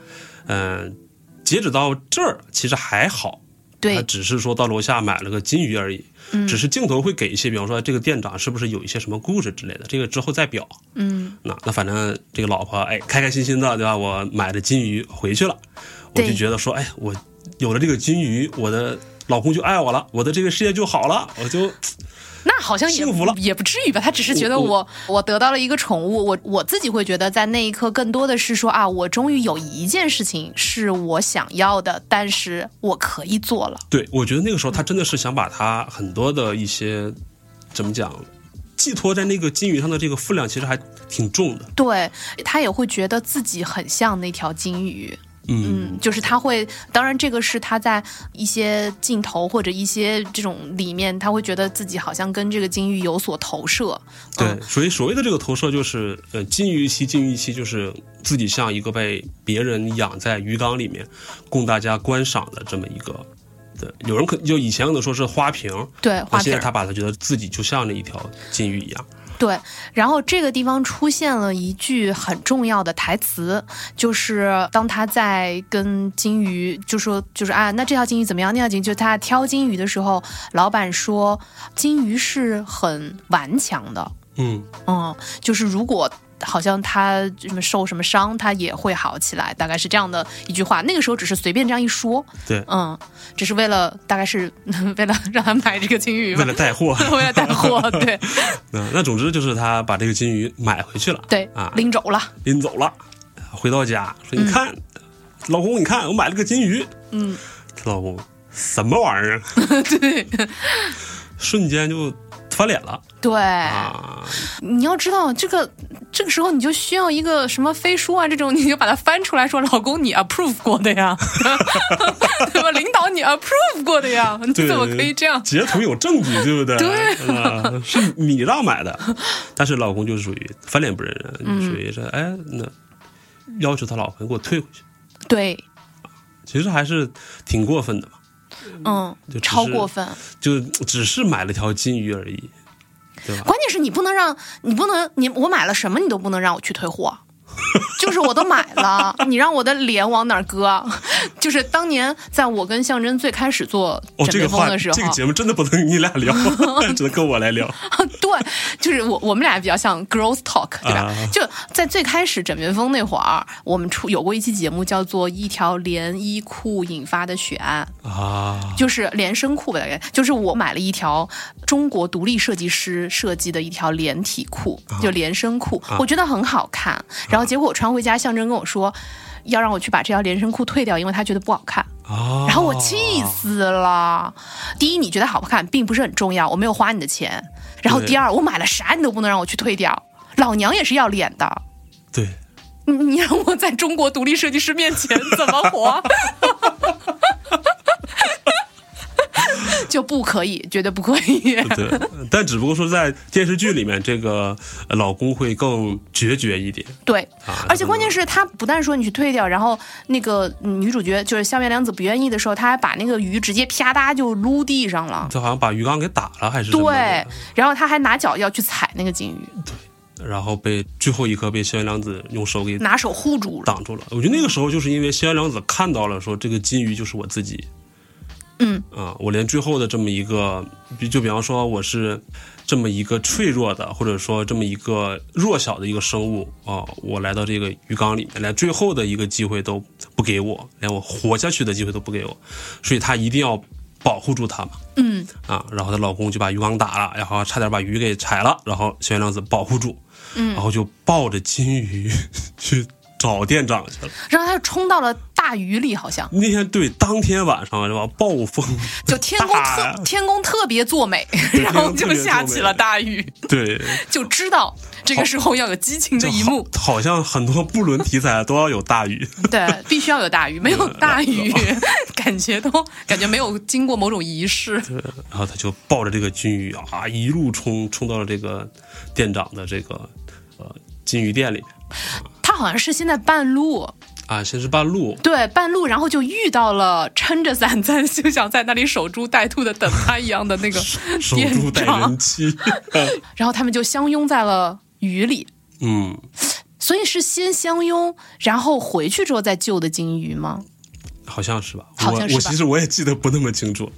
Speaker 3: 嗯、截止到这儿其实还好，他
Speaker 2: 对，嗯
Speaker 3: 只是说到楼下买了个金鱼而已，只是镜头会给一些，比方说这个店长是不是有一些什么故事之类的，这个之后再表。
Speaker 2: 嗯，
Speaker 3: 那那反正这个老婆哎，开开心心的对吧？我买了金鱼回去了，我
Speaker 2: 对
Speaker 3: 就觉得说哎，我有了这个金鱼，我的老公就爱我了，我的这个事业就好了，我就
Speaker 2: 那好像也
Speaker 3: 幸福了
Speaker 2: 也不至于吧？他只是觉得
Speaker 3: 我
Speaker 2: 我我得到了一个宠物，我我自己会觉得在那一刻更多的是说啊，我终于有一件事情是我想要的，但是我可以做了。
Speaker 3: 对我觉得那个时候他真的是想把他很多的一些怎么讲，寄托在那个金鱼上的这个分量其实还挺重的，
Speaker 2: 对他也会觉得自己很像那条金鱼。
Speaker 3: 嗯
Speaker 2: 嗯，就是他会，当然这个是他在一些镜头或者一些这种里面，他会觉得自己好像跟这个金鱼有所投射。
Speaker 3: 对
Speaker 2: 嗯，
Speaker 3: 所以所谓的这个投射就是，呃，金鱼期，金鱼期就是自己像一个被别人养在鱼缸里面供大家观赏的这么一个，对，有人可就以前可能说是花瓶，
Speaker 2: 对，
Speaker 3: 那
Speaker 2: 花瓶
Speaker 3: 现在
Speaker 2: 儿。
Speaker 3: 他把它觉得自己就像那一条金鱼一样，
Speaker 2: 对，然后这个地方出现了一句很重要的台词，就是当他在跟金鱼就说，就是啊，那这条金鱼怎么样？那条金鱼就他挑金鱼的时候，老板说金鱼是很顽强的，
Speaker 3: 嗯，
Speaker 2: 嗯，就是如果好像他什么受什么伤，他也会好起来，大概是这样的一句话。那个时候只是随便这样一说，
Speaker 3: 对，
Speaker 2: 嗯，只是为了大概是 为了让他买这个金鱼吧
Speaker 3: 嗯为了带 货，
Speaker 2: 为了带 货，对
Speaker 3: 嗯，那总之就是他把这个金鱼买回去了，
Speaker 2: 对
Speaker 3: 啊，
Speaker 2: 拎走了，
Speaker 3: 拎走了，回到家说你看，老公你看我买了个金鱼，
Speaker 2: 嗯，
Speaker 3: 她老公什么玩意儿，啊
Speaker 2: 对
Speaker 3: 瞬间就翻脸了
Speaker 2: 对、
Speaker 3: 啊。
Speaker 2: 你要知道这个。这个时候你就需要一个什么飞书啊这种，你就把它翻出来说，老公你 approve 过的呀， 对吧？领导你 approve 过的呀，你
Speaker 3: 对，
Speaker 2: 怎么可以这样？
Speaker 3: 截图有证据，对不对？对、啊，是你让买的，但是老公就是属于翻脸不认人，就属于
Speaker 2: 嗯
Speaker 3: 是哎，那要求他老婆给我退回去，
Speaker 2: 对，
Speaker 3: 其实还是挺过分的嘛，
Speaker 2: 嗯
Speaker 3: 就，只
Speaker 2: 超
Speaker 3: 是
Speaker 2: 过分。
Speaker 3: 就只是买了条金鱼而已，对吧？
Speaker 2: 关键是你不能让你不能你我买了什么你都不能让我去退货， 就是我都买了， 你让我的脸往哪儿搁？ 就是当年在我跟象征最开始做枕
Speaker 3: 哦，这
Speaker 2: 边
Speaker 3: 个
Speaker 2: 风
Speaker 3: 话，
Speaker 2: 的时候，
Speaker 3: 这个节目真的不能你俩聊， 只能跟我 来聊。
Speaker 2: 对，就是我我们俩比较像 girls talk，对吧？
Speaker 3: 啊
Speaker 2: 就在最开始枕边风那会儿，我们出有过一期节目叫做《一条连衣裤引发的血案》，
Speaker 3: 啊，
Speaker 2: 就是连身裤吧，大概就是我买了一条中国独立设计师设计的一条连体裤，就连身裤，我觉得很好看。然后结果我穿回家，象征跟我说。要让我去把这条连身裤退掉，因为他觉得不好看。
Speaker 3: 啊
Speaker 2: 然后我气死了。第一，你觉得好不好看并不是很重要，我没有花你的钱。然后
Speaker 3: 对
Speaker 2: 第二，我买了啥你都不能让我去退掉，老娘也是要脸的。
Speaker 3: 对，
Speaker 2: 你你让我在中国独立设计师面前怎么活？就不可以，绝对不可 以。
Speaker 3: 对，但只不过说在电视剧里面，这个呃老公会更决绝一点
Speaker 2: 对，
Speaker 3: 啊。
Speaker 2: 而且关键是他不但说你去退掉，然后那个嗯女主角就是校园凉子不愿意的时候，他还把那个鱼直接啪嗒就撸地上了。
Speaker 3: 他好像把鱼缸给打了还是什么
Speaker 2: 对
Speaker 3: 的，
Speaker 2: 然后他还拿脚要去踩那个金鱼，
Speaker 3: 然后被最后一刻被萧元良子用手给
Speaker 2: 拿手护
Speaker 3: 哦
Speaker 2: 住了。
Speaker 3: 挡住了。我觉得那个时候就是因为萧元良子看到了说这个金鱼就是我自己，
Speaker 2: 嗯
Speaker 3: 啊，我连最后的这么一个，比就比方说我是这么一个脆弱的，或者说这么一个弱小的一个生物啊，我来到这个鱼缸里面，连最后的一个机会都不给我，连我活下去的机会都不给我，所以她一定要保护住它嘛。
Speaker 2: 嗯
Speaker 3: 啊，然后她老公就把鱼缸打了，然后差点把鱼给踩了，然后小月亮子保护住，
Speaker 2: 嗯
Speaker 3: 然后就抱着金鱼 去找店长去了。
Speaker 2: 然后他就冲到了大雨里，好像
Speaker 3: 那天对，当天晚上是吧？暴风，
Speaker 2: 就天公
Speaker 3: 大
Speaker 2: 特天公特别作美，然后就下起了大雨，
Speaker 3: 对，
Speaker 2: 就知道这个时候要有激情的
Speaker 3: 这
Speaker 2: 一幕，
Speaker 3: 好，好像很多布伦题材都要有大雨。
Speaker 2: 对，必须要有大雨，没有
Speaker 3: 嗯
Speaker 2: 大雨，
Speaker 3: 哦
Speaker 2: 感觉都感觉没有经过某种仪式，
Speaker 3: 对 然后他就抱着这个金鱼啊，一路冲冲到了这个店长的这个呃金鱼店里面
Speaker 2: 他好像是现在半路，
Speaker 3: 啊，先是半路，
Speaker 2: 对，半路然后就遇到了撑着伞在 就想在那里守株待兔的等他一样的那个
Speaker 3: 守株
Speaker 2: 店
Speaker 3: 待
Speaker 2: 长
Speaker 3: 人，妻，
Speaker 2: 然后他们就相拥在了雨里。
Speaker 3: 嗯，
Speaker 2: 所以是先相拥，然后回去之后再救的金鱼吗？
Speaker 3: 好像是吧？
Speaker 2: 好像是吧
Speaker 3: 我我其实我也记得不那么清楚，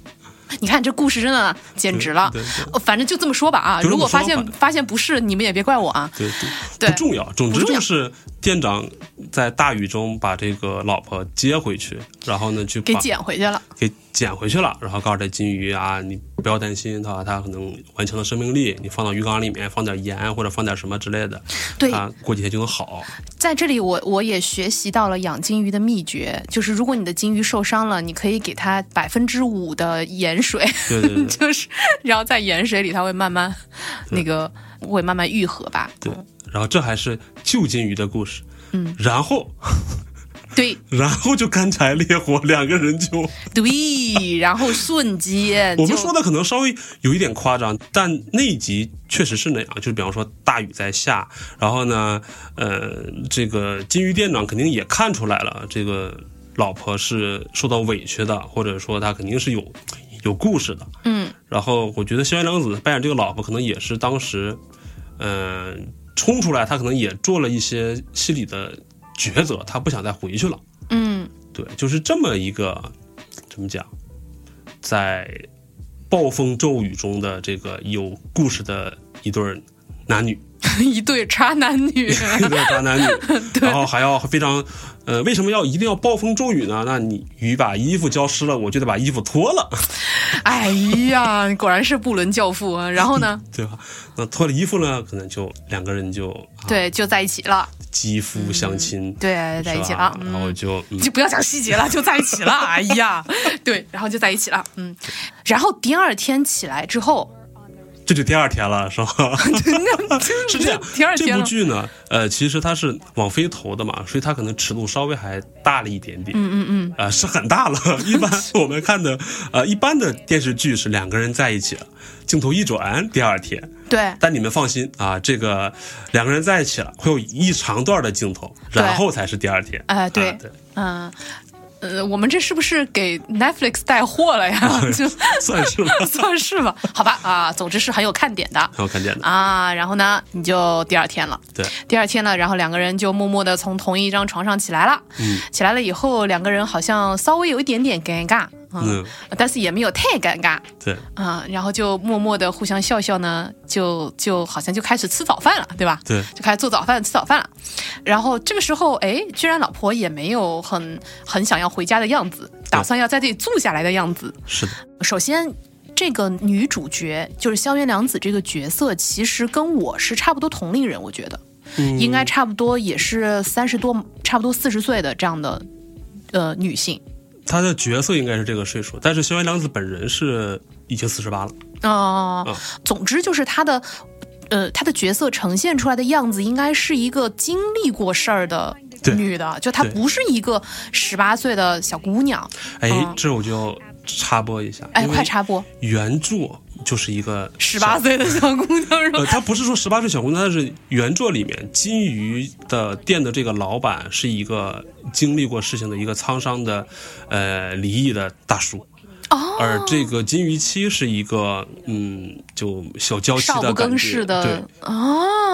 Speaker 2: 你看这故事真的简直了
Speaker 3: 对对对。
Speaker 2: 哦反正就这么说吧啊，
Speaker 3: 就这么
Speaker 2: 如果发
Speaker 3: 说
Speaker 2: 现
Speaker 3: 吧
Speaker 2: 发现不是，你们也别怪我啊。
Speaker 3: 对
Speaker 2: 对
Speaker 3: 不重要。总之
Speaker 2: 不重要
Speaker 3: 就是店长在大雨中把这个老婆接回去，然后呢去
Speaker 2: 给
Speaker 3: 把
Speaker 2: 捡回去了，
Speaker 3: 给捡回去了，然后告诉这金鱼啊，你不要担心它，它可能顽强的生命力，你放到鱼缸里面，放点盐或者放点什么之类的，
Speaker 2: 对
Speaker 3: 它过几天就能好。
Speaker 2: 在这里我我也学习到了养金鱼的秘诀，就是如果你的金鱼受伤了，你可以给它百分之五的盐水，
Speaker 3: 对对对
Speaker 2: 就是然后在盐水里它会慢慢那个会慢慢愈合吧。
Speaker 3: 对，然后这还是救金鱼的故事。嗯，然后，
Speaker 2: 对
Speaker 3: 然后就干柴烈火，两个人就，
Speaker 2: 对，然后瞬间
Speaker 3: 我
Speaker 2: 就
Speaker 3: 们说的可能稍微有一点夸张，但那一集确实是那样。就是比方说大雨在下，然后呢，呃，这个金鱼店长肯定也看出来了，这个老婆是受到委屈的，或者说她肯定是有 有故事的。
Speaker 2: 嗯，
Speaker 3: 然后我觉得萧炎良子扮演这个老婆，可能也是当时，嗯、冲出来，她可能也做了一些心理的抉择，她不想再回去了。
Speaker 2: 嗯
Speaker 3: 对，就是这么一个怎么讲，在暴风骤雨中的这个有故事的一对儿男女，
Speaker 2: 一对渣男女。
Speaker 3: 一对儿大 男女，然后还要非常呃，为什么要一定要暴风骤雨呢？那你雨把衣服浇湿了，我就得把衣服脱了，
Speaker 2: 哎呀，果然是布伦教父。啊！ 然后呢，
Speaker 3: 对吧？那脱了衣服呢，可能就两个人就、啊、
Speaker 2: 对，就在一起了，
Speaker 3: 肌肤相亲，
Speaker 2: 嗯对，在一起
Speaker 3: 是
Speaker 2: 了
Speaker 3: 吧，？然后
Speaker 2: 嗯。
Speaker 3: 就、嗯
Speaker 2: 就不要讲细节了，就在一起 了。哎呀，对，然后就在一起了，嗯。然后第二天起来之后，
Speaker 3: 这就第二天了，是吧？
Speaker 2: 那，
Speaker 3: 是这样
Speaker 2: 第二
Speaker 3: 这
Speaker 2: 天
Speaker 3: 部
Speaker 2: 了，
Speaker 3: 剧呢，呃，其实它是网飞投的嘛，所以它可能尺度稍微还大了一点点。嗯嗯嗯。啊、是很大了。 一般我们看的，呃，一般的电视剧是两个人在一起了，镜头一转，第二天。
Speaker 2: 对
Speaker 3: 但你们放心啊，这个两个人在一起了，会有一长段的镜头，然后才是第二天。
Speaker 2: 哎对
Speaker 3: 啊对，
Speaker 2: 嗯。呃，我们这是不是给 Netflix 带货了呀？ 就
Speaker 3: 算是吧。
Speaker 2: 算是吧，好吧啊，总之是很有看点的
Speaker 3: 很有看点的，
Speaker 2: 啊。然后呢，你就第二天了，
Speaker 3: 对，
Speaker 2: 第二天呢，然后两个人就默默的从同一张床上起来了。
Speaker 3: 嗯
Speaker 2: 起来了以后，两个人好像稍微有一点点尴尬，嗯，
Speaker 3: 嗯
Speaker 2: 但是也没有太尴尬
Speaker 3: 对，
Speaker 2: 啊、然后就默默的互相笑笑呢，就就好像就开始吃早饭了，对吧？
Speaker 3: 对
Speaker 2: 就开始做早饭吃早饭了。然后这个时候，哎，居然老婆也没有很很想要回家的样子，打算要在这里住下来的样子。
Speaker 3: 是的，
Speaker 2: 首先。这个女主角就是萧元良子这个角色，其实跟我是差不多同龄人，我觉得，
Speaker 3: 嗯
Speaker 2: 应该差不多也是三十多，差不多四十岁的这样的呃女性。
Speaker 3: 他的角色应该是这个岁数，但是萧炎良子本人是已经四十八了，
Speaker 2: 哦、
Speaker 3: 嗯
Speaker 2: 总之就是她的。呃，她的角色呈现出来的样子，应该是一个经历过事儿的
Speaker 3: 对
Speaker 2: 女的，就她
Speaker 3: 对
Speaker 2: 不是一个十八岁的小姑娘。
Speaker 3: 哎
Speaker 2: 嗯，
Speaker 3: 这我就插播一下，
Speaker 2: 哎，
Speaker 3: 因为
Speaker 2: 快插播，
Speaker 3: 原著就是一个
Speaker 2: 十八
Speaker 3: 小。
Speaker 2: 岁的小姑娘是吧？
Speaker 3: 呃，他不是说十八岁小姑娘，但是原作里面金鱼的店的这个老板是一个经历过事情的一个沧桑的，呃，离异的大叔，
Speaker 2: 哦，
Speaker 3: 而这个金鱼妻是一个嗯，就小娇妻
Speaker 2: 少
Speaker 3: 的
Speaker 2: 不
Speaker 3: 感
Speaker 2: 更
Speaker 3: 觉，
Speaker 2: 事
Speaker 3: 对
Speaker 2: 的，哦，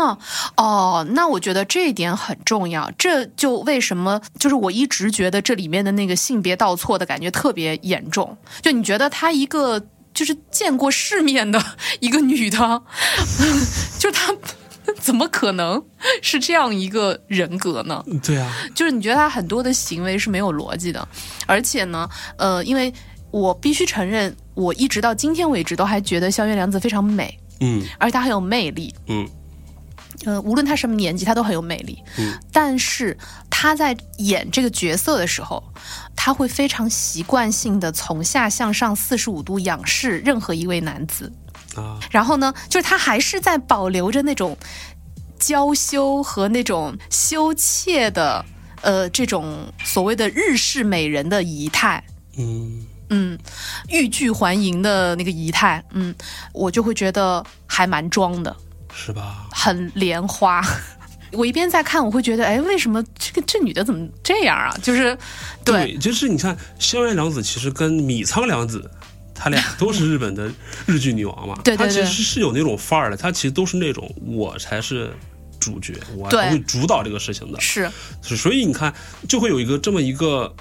Speaker 2: 哦哦，那我觉得这一点很重要，这就为什么就是我一直觉得这里面的那个性别倒错的感觉特别严重。就你觉得她一个就是见过世面的 一个女的， 就她 怎么可能是这样一个人格呢？
Speaker 3: 对啊，
Speaker 2: 就是你觉得他很多的行为是没有逻辑的，而且呢，呃，因为我必须承认，我一直到今天为止都还觉得萧月良子非常美，
Speaker 3: 嗯
Speaker 2: 而且她很有魅力。
Speaker 3: 嗯
Speaker 2: 呃，无论她什么年纪，她都很有魅力。
Speaker 3: 嗯
Speaker 2: 但是她在演这个角色的时候，她会非常习惯性的从下向上四十五度仰视任何一位男子，
Speaker 3: 啊，
Speaker 2: 然后呢，就是她还是在保留着那种娇羞和那种羞怯的，呃，这种所谓的日式美人的仪态。
Speaker 3: 嗯
Speaker 2: 嗯，欲拒还迎的那个仪态，嗯，我就会觉得还蛮装的，
Speaker 3: 是吧？
Speaker 2: 很莲花。 我一边在看，我会觉得，哎，为什么这个这女的怎么这样啊？就是，对，
Speaker 3: 就是你看萧原良子其实跟米仓凉子。她俩都是日本的日剧女王嘛，
Speaker 2: 对对
Speaker 3: 她其
Speaker 2: 对
Speaker 3: 实是有那种范儿的，她其实都是那种我才是主角，我
Speaker 2: 对
Speaker 3: 才会主导这个事情的，
Speaker 2: 是
Speaker 3: 是所以你看就会有一个这么一个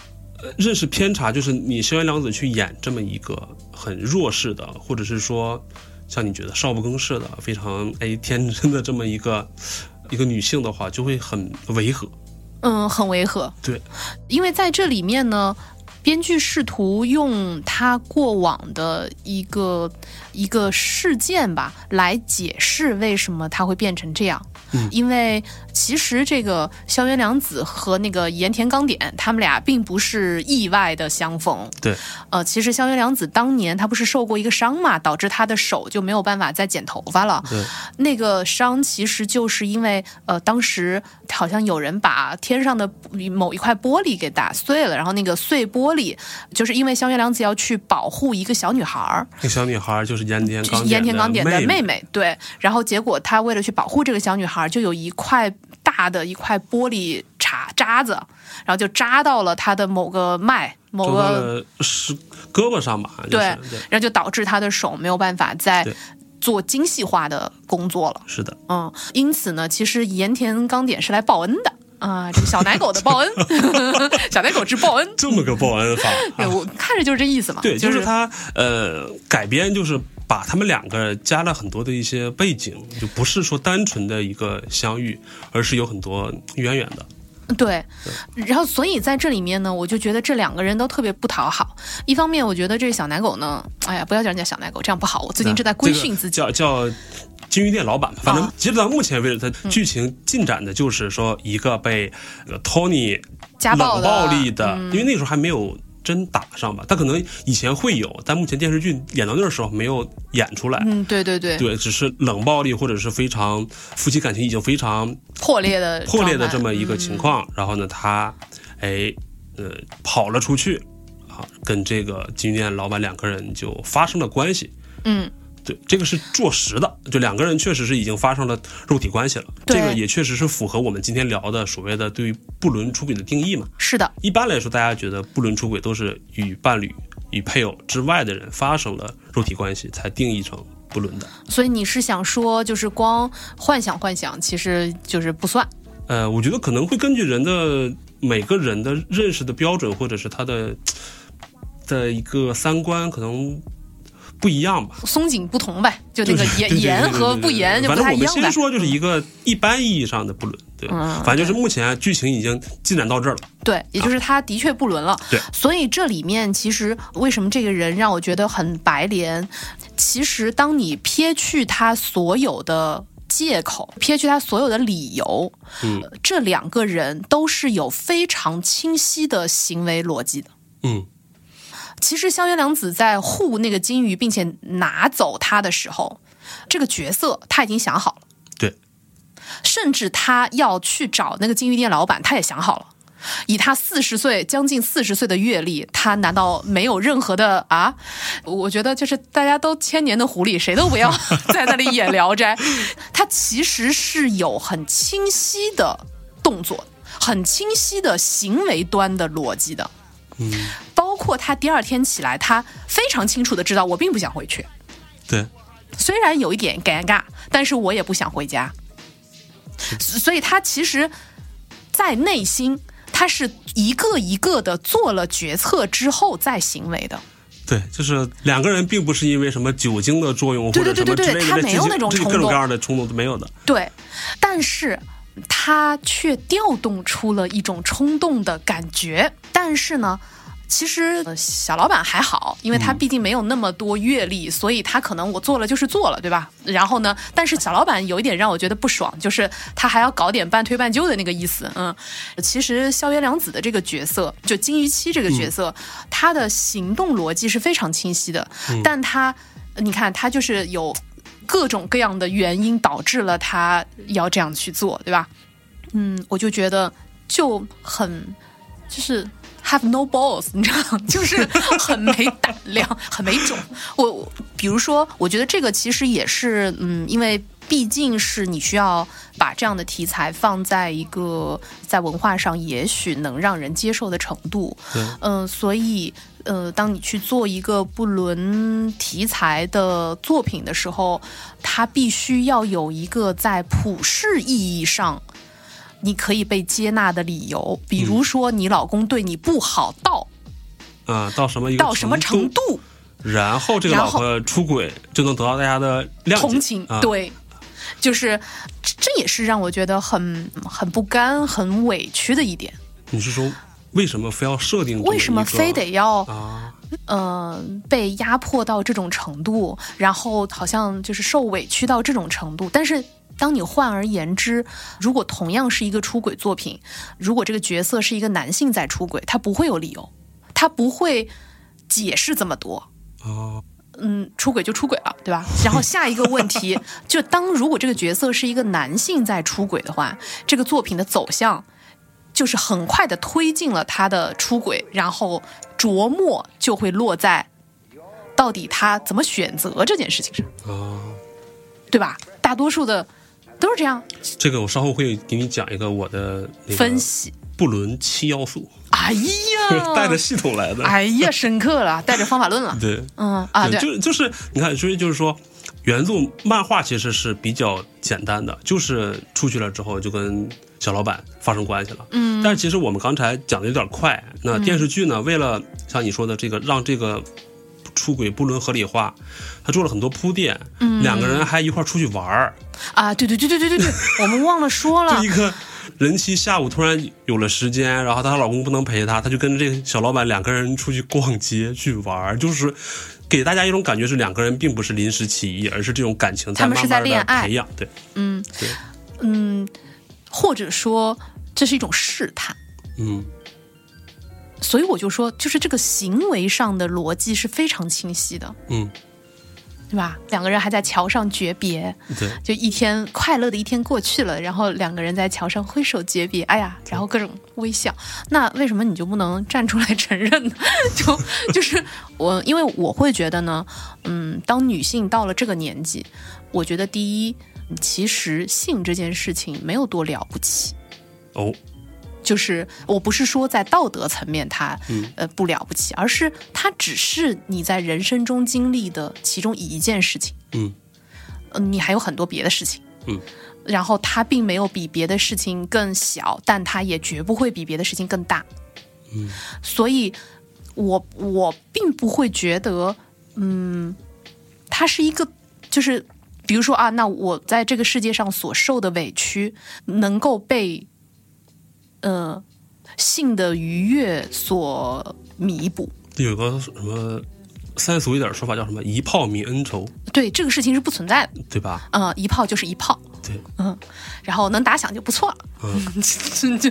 Speaker 3: 呃认识偏差，就是你萧原良子去演这么一个很弱势的，或者是说像你觉得少不更事的，非常哎天真的这么一个一个女性的话，就会很违和。
Speaker 2: 嗯，很违和。
Speaker 3: 对，
Speaker 2: 因为在这里面呢，编剧试图用他过往的一个一个事件吧，来解释为什么他会变成这样。
Speaker 3: 嗯
Speaker 2: 因为其实这个萧原良子和那个盐田刚典，他们俩并不是意外的相逢。
Speaker 3: 对，
Speaker 2: 呃，其实萧原良子当年她不是受过一个伤嘛，导致她的手就没有办法再剪头发了。
Speaker 3: 对，
Speaker 2: 那个伤其实就是因为呃，当时好像有人把天上的某一块玻璃给打碎了，然后那个碎玻璃就是因为香月良子要去保护一个小女孩儿，
Speaker 3: 那小女孩就是盐田
Speaker 2: 就是
Speaker 3: 刚
Speaker 2: 盐田刚典
Speaker 3: 典
Speaker 2: 的妹
Speaker 3: 妹，
Speaker 2: 妹，对，然后结果她为了去保护这个小女孩儿，就有一块大的一块玻璃碴渣子，然后就扎到了她的某个脉。某
Speaker 3: 就
Speaker 2: 个
Speaker 3: 到了是胳膊上吧？就是
Speaker 2: 对
Speaker 3: 对，
Speaker 2: 然后就导致他的手没有办法再
Speaker 3: 对
Speaker 2: 做精细化的工作了。
Speaker 3: 是的，
Speaker 2: 嗯，因此呢，其实盐田刚典是来报恩的啊、这个小奶狗的报恩， 小奶狗之报恩，
Speaker 3: 这么个报恩 法。
Speaker 2: 对我看着就是这意思嘛。
Speaker 3: 对，
Speaker 2: 就
Speaker 3: 就是他呃改编，就是把他们两个加了很多的一些背景，就不是说单纯的一个相遇，而是有很多渊源的。
Speaker 2: 对，然后所以在这里面呢，我就觉得这两个人都特别不讨好。一方面，我觉得这小奶狗呢，哎呀，不要叫人家小奶狗，这样不好。我最近正在规训自己。
Speaker 3: 这个叫叫金鱼店老板吧，反正
Speaker 2: 啊嗯
Speaker 3: 截止到目前为止，它剧情进展的就是说一个被呃 Tony
Speaker 2: 家暴
Speaker 3: 冷
Speaker 2: 的嗯
Speaker 3: 暴力的，因为那时候还没有。真打上吧，他可能以前会有，但目前电视剧演到那时候没有演出来。
Speaker 2: 嗯，对对对，
Speaker 3: 对，只是冷暴力或者是非常夫妻感情已经非常
Speaker 2: 破裂的
Speaker 3: 破裂
Speaker 2: 状
Speaker 3: 的
Speaker 2: 态
Speaker 3: 这么一个情况，然后呢，他哎呃跑了出去啊，跟这个金鱼店老板两个人就发生了关系。
Speaker 2: 嗯，
Speaker 3: 对，这个是坐实的，就两个人确实是已经发生了肉体关系了。这
Speaker 2: 对
Speaker 3: 个也确实是符合我们今天聊的所谓的对于不伦出轨的定义嘛。
Speaker 2: 是的，
Speaker 3: 一般来说，大家觉得不伦出轨都是与伴侣、与配偶之外的人发生了肉体关系才定义成不伦的。
Speaker 2: 所以你是想说，就是光幻想幻想，其实就是不算。
Speaker 3: 呃，我觉得可能会根据人的每个人的认识的标准，或者是他的的一个三观可能不一样吧。
Speaker 2: 松紧不同呗，就那个
Speaker 3: 对对
Speaker 2: 严
Speaker 3: 对
Speaker 2: 严
Speaker 3: 对对
Speaker 2: 和
Speaker 3: 对
Speaker 2: 不
Speaker 3: 对
Speaker 2: 严就
Speaker 3: 反
Speaker 2: 不
Speaker 3: 正
Speaker 2: 太
Speaker 3: 我
Speaker 2: 一
Speaker 3: 们
Speaker 2: 样呗
Speaker 3: 先。说就是一个一般意义上的不伦，对，
Speaker 2: 嗯
Speaker 3: 反正就是目前剧情已经进展到这儿了，
Speaker 2: 对，也就是他的确不伦了。
Speaker 3: 对
Speaker 2: 所以这里面其实为什么这个人让我觉得很白莲？其实当你撇去他所有的借口，撇去他所有的理由，
Speaker 3: 嗯
Speaker 2: 这两个人都是有非常清晰的行为逻辑的。
Speaker 3: 嗯，
Speaker 2: 其实香原良子在护那个金鱼，并且拿走它的时候，这个角色他已经想好了，
Speaker 3: 对，
Speaker 2: 甚至他要去找那个金鱼店老板，他也想好了。以他四十岁，将近四十岁的阅历，他难道没有任何的啊？我觉得就是大家都千年的狐狸，谁都不要 在那里演《聊斋》。他其实是有很清晰的动作，很清晰的行为端的逻辑的。包括他第二天起来，他非常清楚的知道我并不想回去，
Speaker 3: 对，
Speaker 2: 虽然有一点尴尬，但是我也不想回家。所以他其实，在内心他是一个一个的做了决策之后再行为的。
Speaker 3: 对，就是两个人并不是因为什么酒精的作用或
Speaker 2: 对
Speaker 3: 者
Speaker 2: 对
Speaker 3: 什
Speaker 2: 对
Speaker 3: 么之
Speaker 2: 对
Speaker 3: 类
Speaker 2: 对
Speaker 3: 的，
Speaker 2: 他没有
Speaker 3: 这
Speaker 2: 那种
Speaker 3: 这
Speaker 2: 冲
Speaker 3: 各种
Speaker 2: 动
Speaker 3: 各样的冲动都没有的。
Speaker 2: 对，但是他却调动出了一种冲动的感觉。但是呢，其实呃小老板还好，因为他毕竟没有那么多阅历，所以他可能我做了就是做了，对吧？然后呢，但是小老板有一点让我觉得不爽，就是他还要搞点半推半就的那个意思。嗯，其实萧约良子的这个角色，就金鱼妻这个角色，他的行动逻辑是非常清晰的，但他。你看，他就是有各种各样的原因导致了他要这样去做，对吧？嗯，我就觉得就很就是 have no balls，你知道吗， 就是很没胆量，很没种。我我比如说，我觉得这个其实也是，嗯，因为毕竟是你需要把这样的题材放在一个在文化上也许能让人接受的程度，
Speaker 3: 对
Speaker 2: 嗯、所以。呃，当你去做一个不伦题材的作品的时候，它必须要有一个在普世意义上你可以被接纳的理由，
Speaker 3: 嗯
Speaker 2: 比如说你老公对你不好到、
Speaker 3: 啊，到什么一个
Speaker 2: 到什么程
Speaker 3: 度，
Speaker 2: 度，
Speaker 3: 然后这个
Speaker 2: 然
Speaker 3: 老
Speaker 2: 后
Speaker 3: 婆出轨就能得到大家的谅解
Speaker 2: 同情，
Speaker 3: 啊、，
Speaker 2: 对，就是这这也是让我觉得很很不甘、很委屈的一点。
Speaker 3: 你是说为什么非要设定这
Speaker 2: 为什么
Speaker 3: 一个
Speaker 2: 非得要
Speaker 3: 啊？
Speaker 2: 呃被压迫到这种程度，然后好像就是受委屈到这种程度。但是，当你换而言之，如果同样是一个出轨作品，如果这个角色是一个男性在出轨，他不会有理由，他不会解释这么多。
Speaker 3: 哦，
Speaker 2: 嗯，出轨就出轨了，对吧？然后下一个问题就当如果这个角色是一个男性在出轨的话，这个作品的走向就是很快的推进了他的出轨，然后琢磨就会落在到底他怎么选择这件事情上，
Speaker 3: 哦，
Speaker 2: 对吧？大多数的都是这样
Speaker 3: 这个我稍后会给你讲一个我的那个
Speaker 2: 分析。
Speaker 3: 不伦七要素，
Speaker 2: 哎
Speaker 3: 带着
Speaker 2: 呀，
Speaker 3: 系统来的。
Speaker 2: 哎呀，深刻了，带着方法论 了。
Speaker 3: 对，
Speaker 2: 嗯啊，对，
Speaker 3: 就就是你看，所以就是说，原著漫画其实是比较简单的，就是出去了之后就跟小老板发生关系了。嗯，但是其实我们刚才讲的有点快。那
Speaker 2: 嗯
Speaker 3: 电视剧呢，为了像你说的这个，让这个出轨不伦合理化，他做了很多铺垫。嗯，两个人还一块儿出去玩儿，
Speaker 2: 啊，对对对对对对对，我们忘了说了
Speaker 3: 就一，个人妻下午突然有了时间，然后她老公不能陪她，她就跟这个小老板两个人出去逛街去玩儿，就是给大家一种感觉是两个人并不是临时起意，而是这种感情
Speaker 2: 他
Speaker 3: 慢
Speaker 2: 们是
Speaker 3: 慢
Speaker 2: 在
Speaker 3: 的
Speaker 2: 恋爱
Speaker 3: 培养。对，
Speaker 2: 嗯
Speaker 3: 对，
Speaker 2: 嗯，或者说这是一种试探。
Speaker 3: 嗯，
Speaker 2: 所以我就说，就是这个行为上的逻辑是非常清晰的，
Speaker 3: 嗯，
Speaker 2: 对吧？两个人还在桥上诀别，
Speaker 3: 嗯对，
Speaker 2: 就一天快乐的一天过去了，然后两个人在桥上挥手诀别，哎呀，然后各种微笑。那为什么你就不能站出来承认呢？ 就就是我，因为我会觉得呢，嗯，当女性到了这个年纪，我觉得第一，嗯其实性这件事情没有多了不起，
Speaker 3: 哦，
Speaker 2: 就是我不是说在道德层面它、呃不了不起，而是它只是你在人生中经历的其中一件事情。
Speaker 3: 嗯，
Speaker 2: 嗯、你还有很多别的事情。
Speaker 3: 嗯，
Speaker 2: 然后它并没有比别的事情更小，但它也绝不会比别的事情更大。嗯，所以我我并不会觉得，嗯，它是一个就是。比如说啊，那我在这个世界上所受的委屈，能够被呃性的愉悦所弥补。
Speaker 3: 有个什么三俗一点的说法叫什么“一炮泯恩仇
Speaker 2: 对这个事情是不存在的，”，
Speaker 3: 对吧？
Speaker 2: 呃，一炮就是一炮，
Speaker 3: 对，
Speaker 2: 嗯，然后能打响就不错了，嗯， 就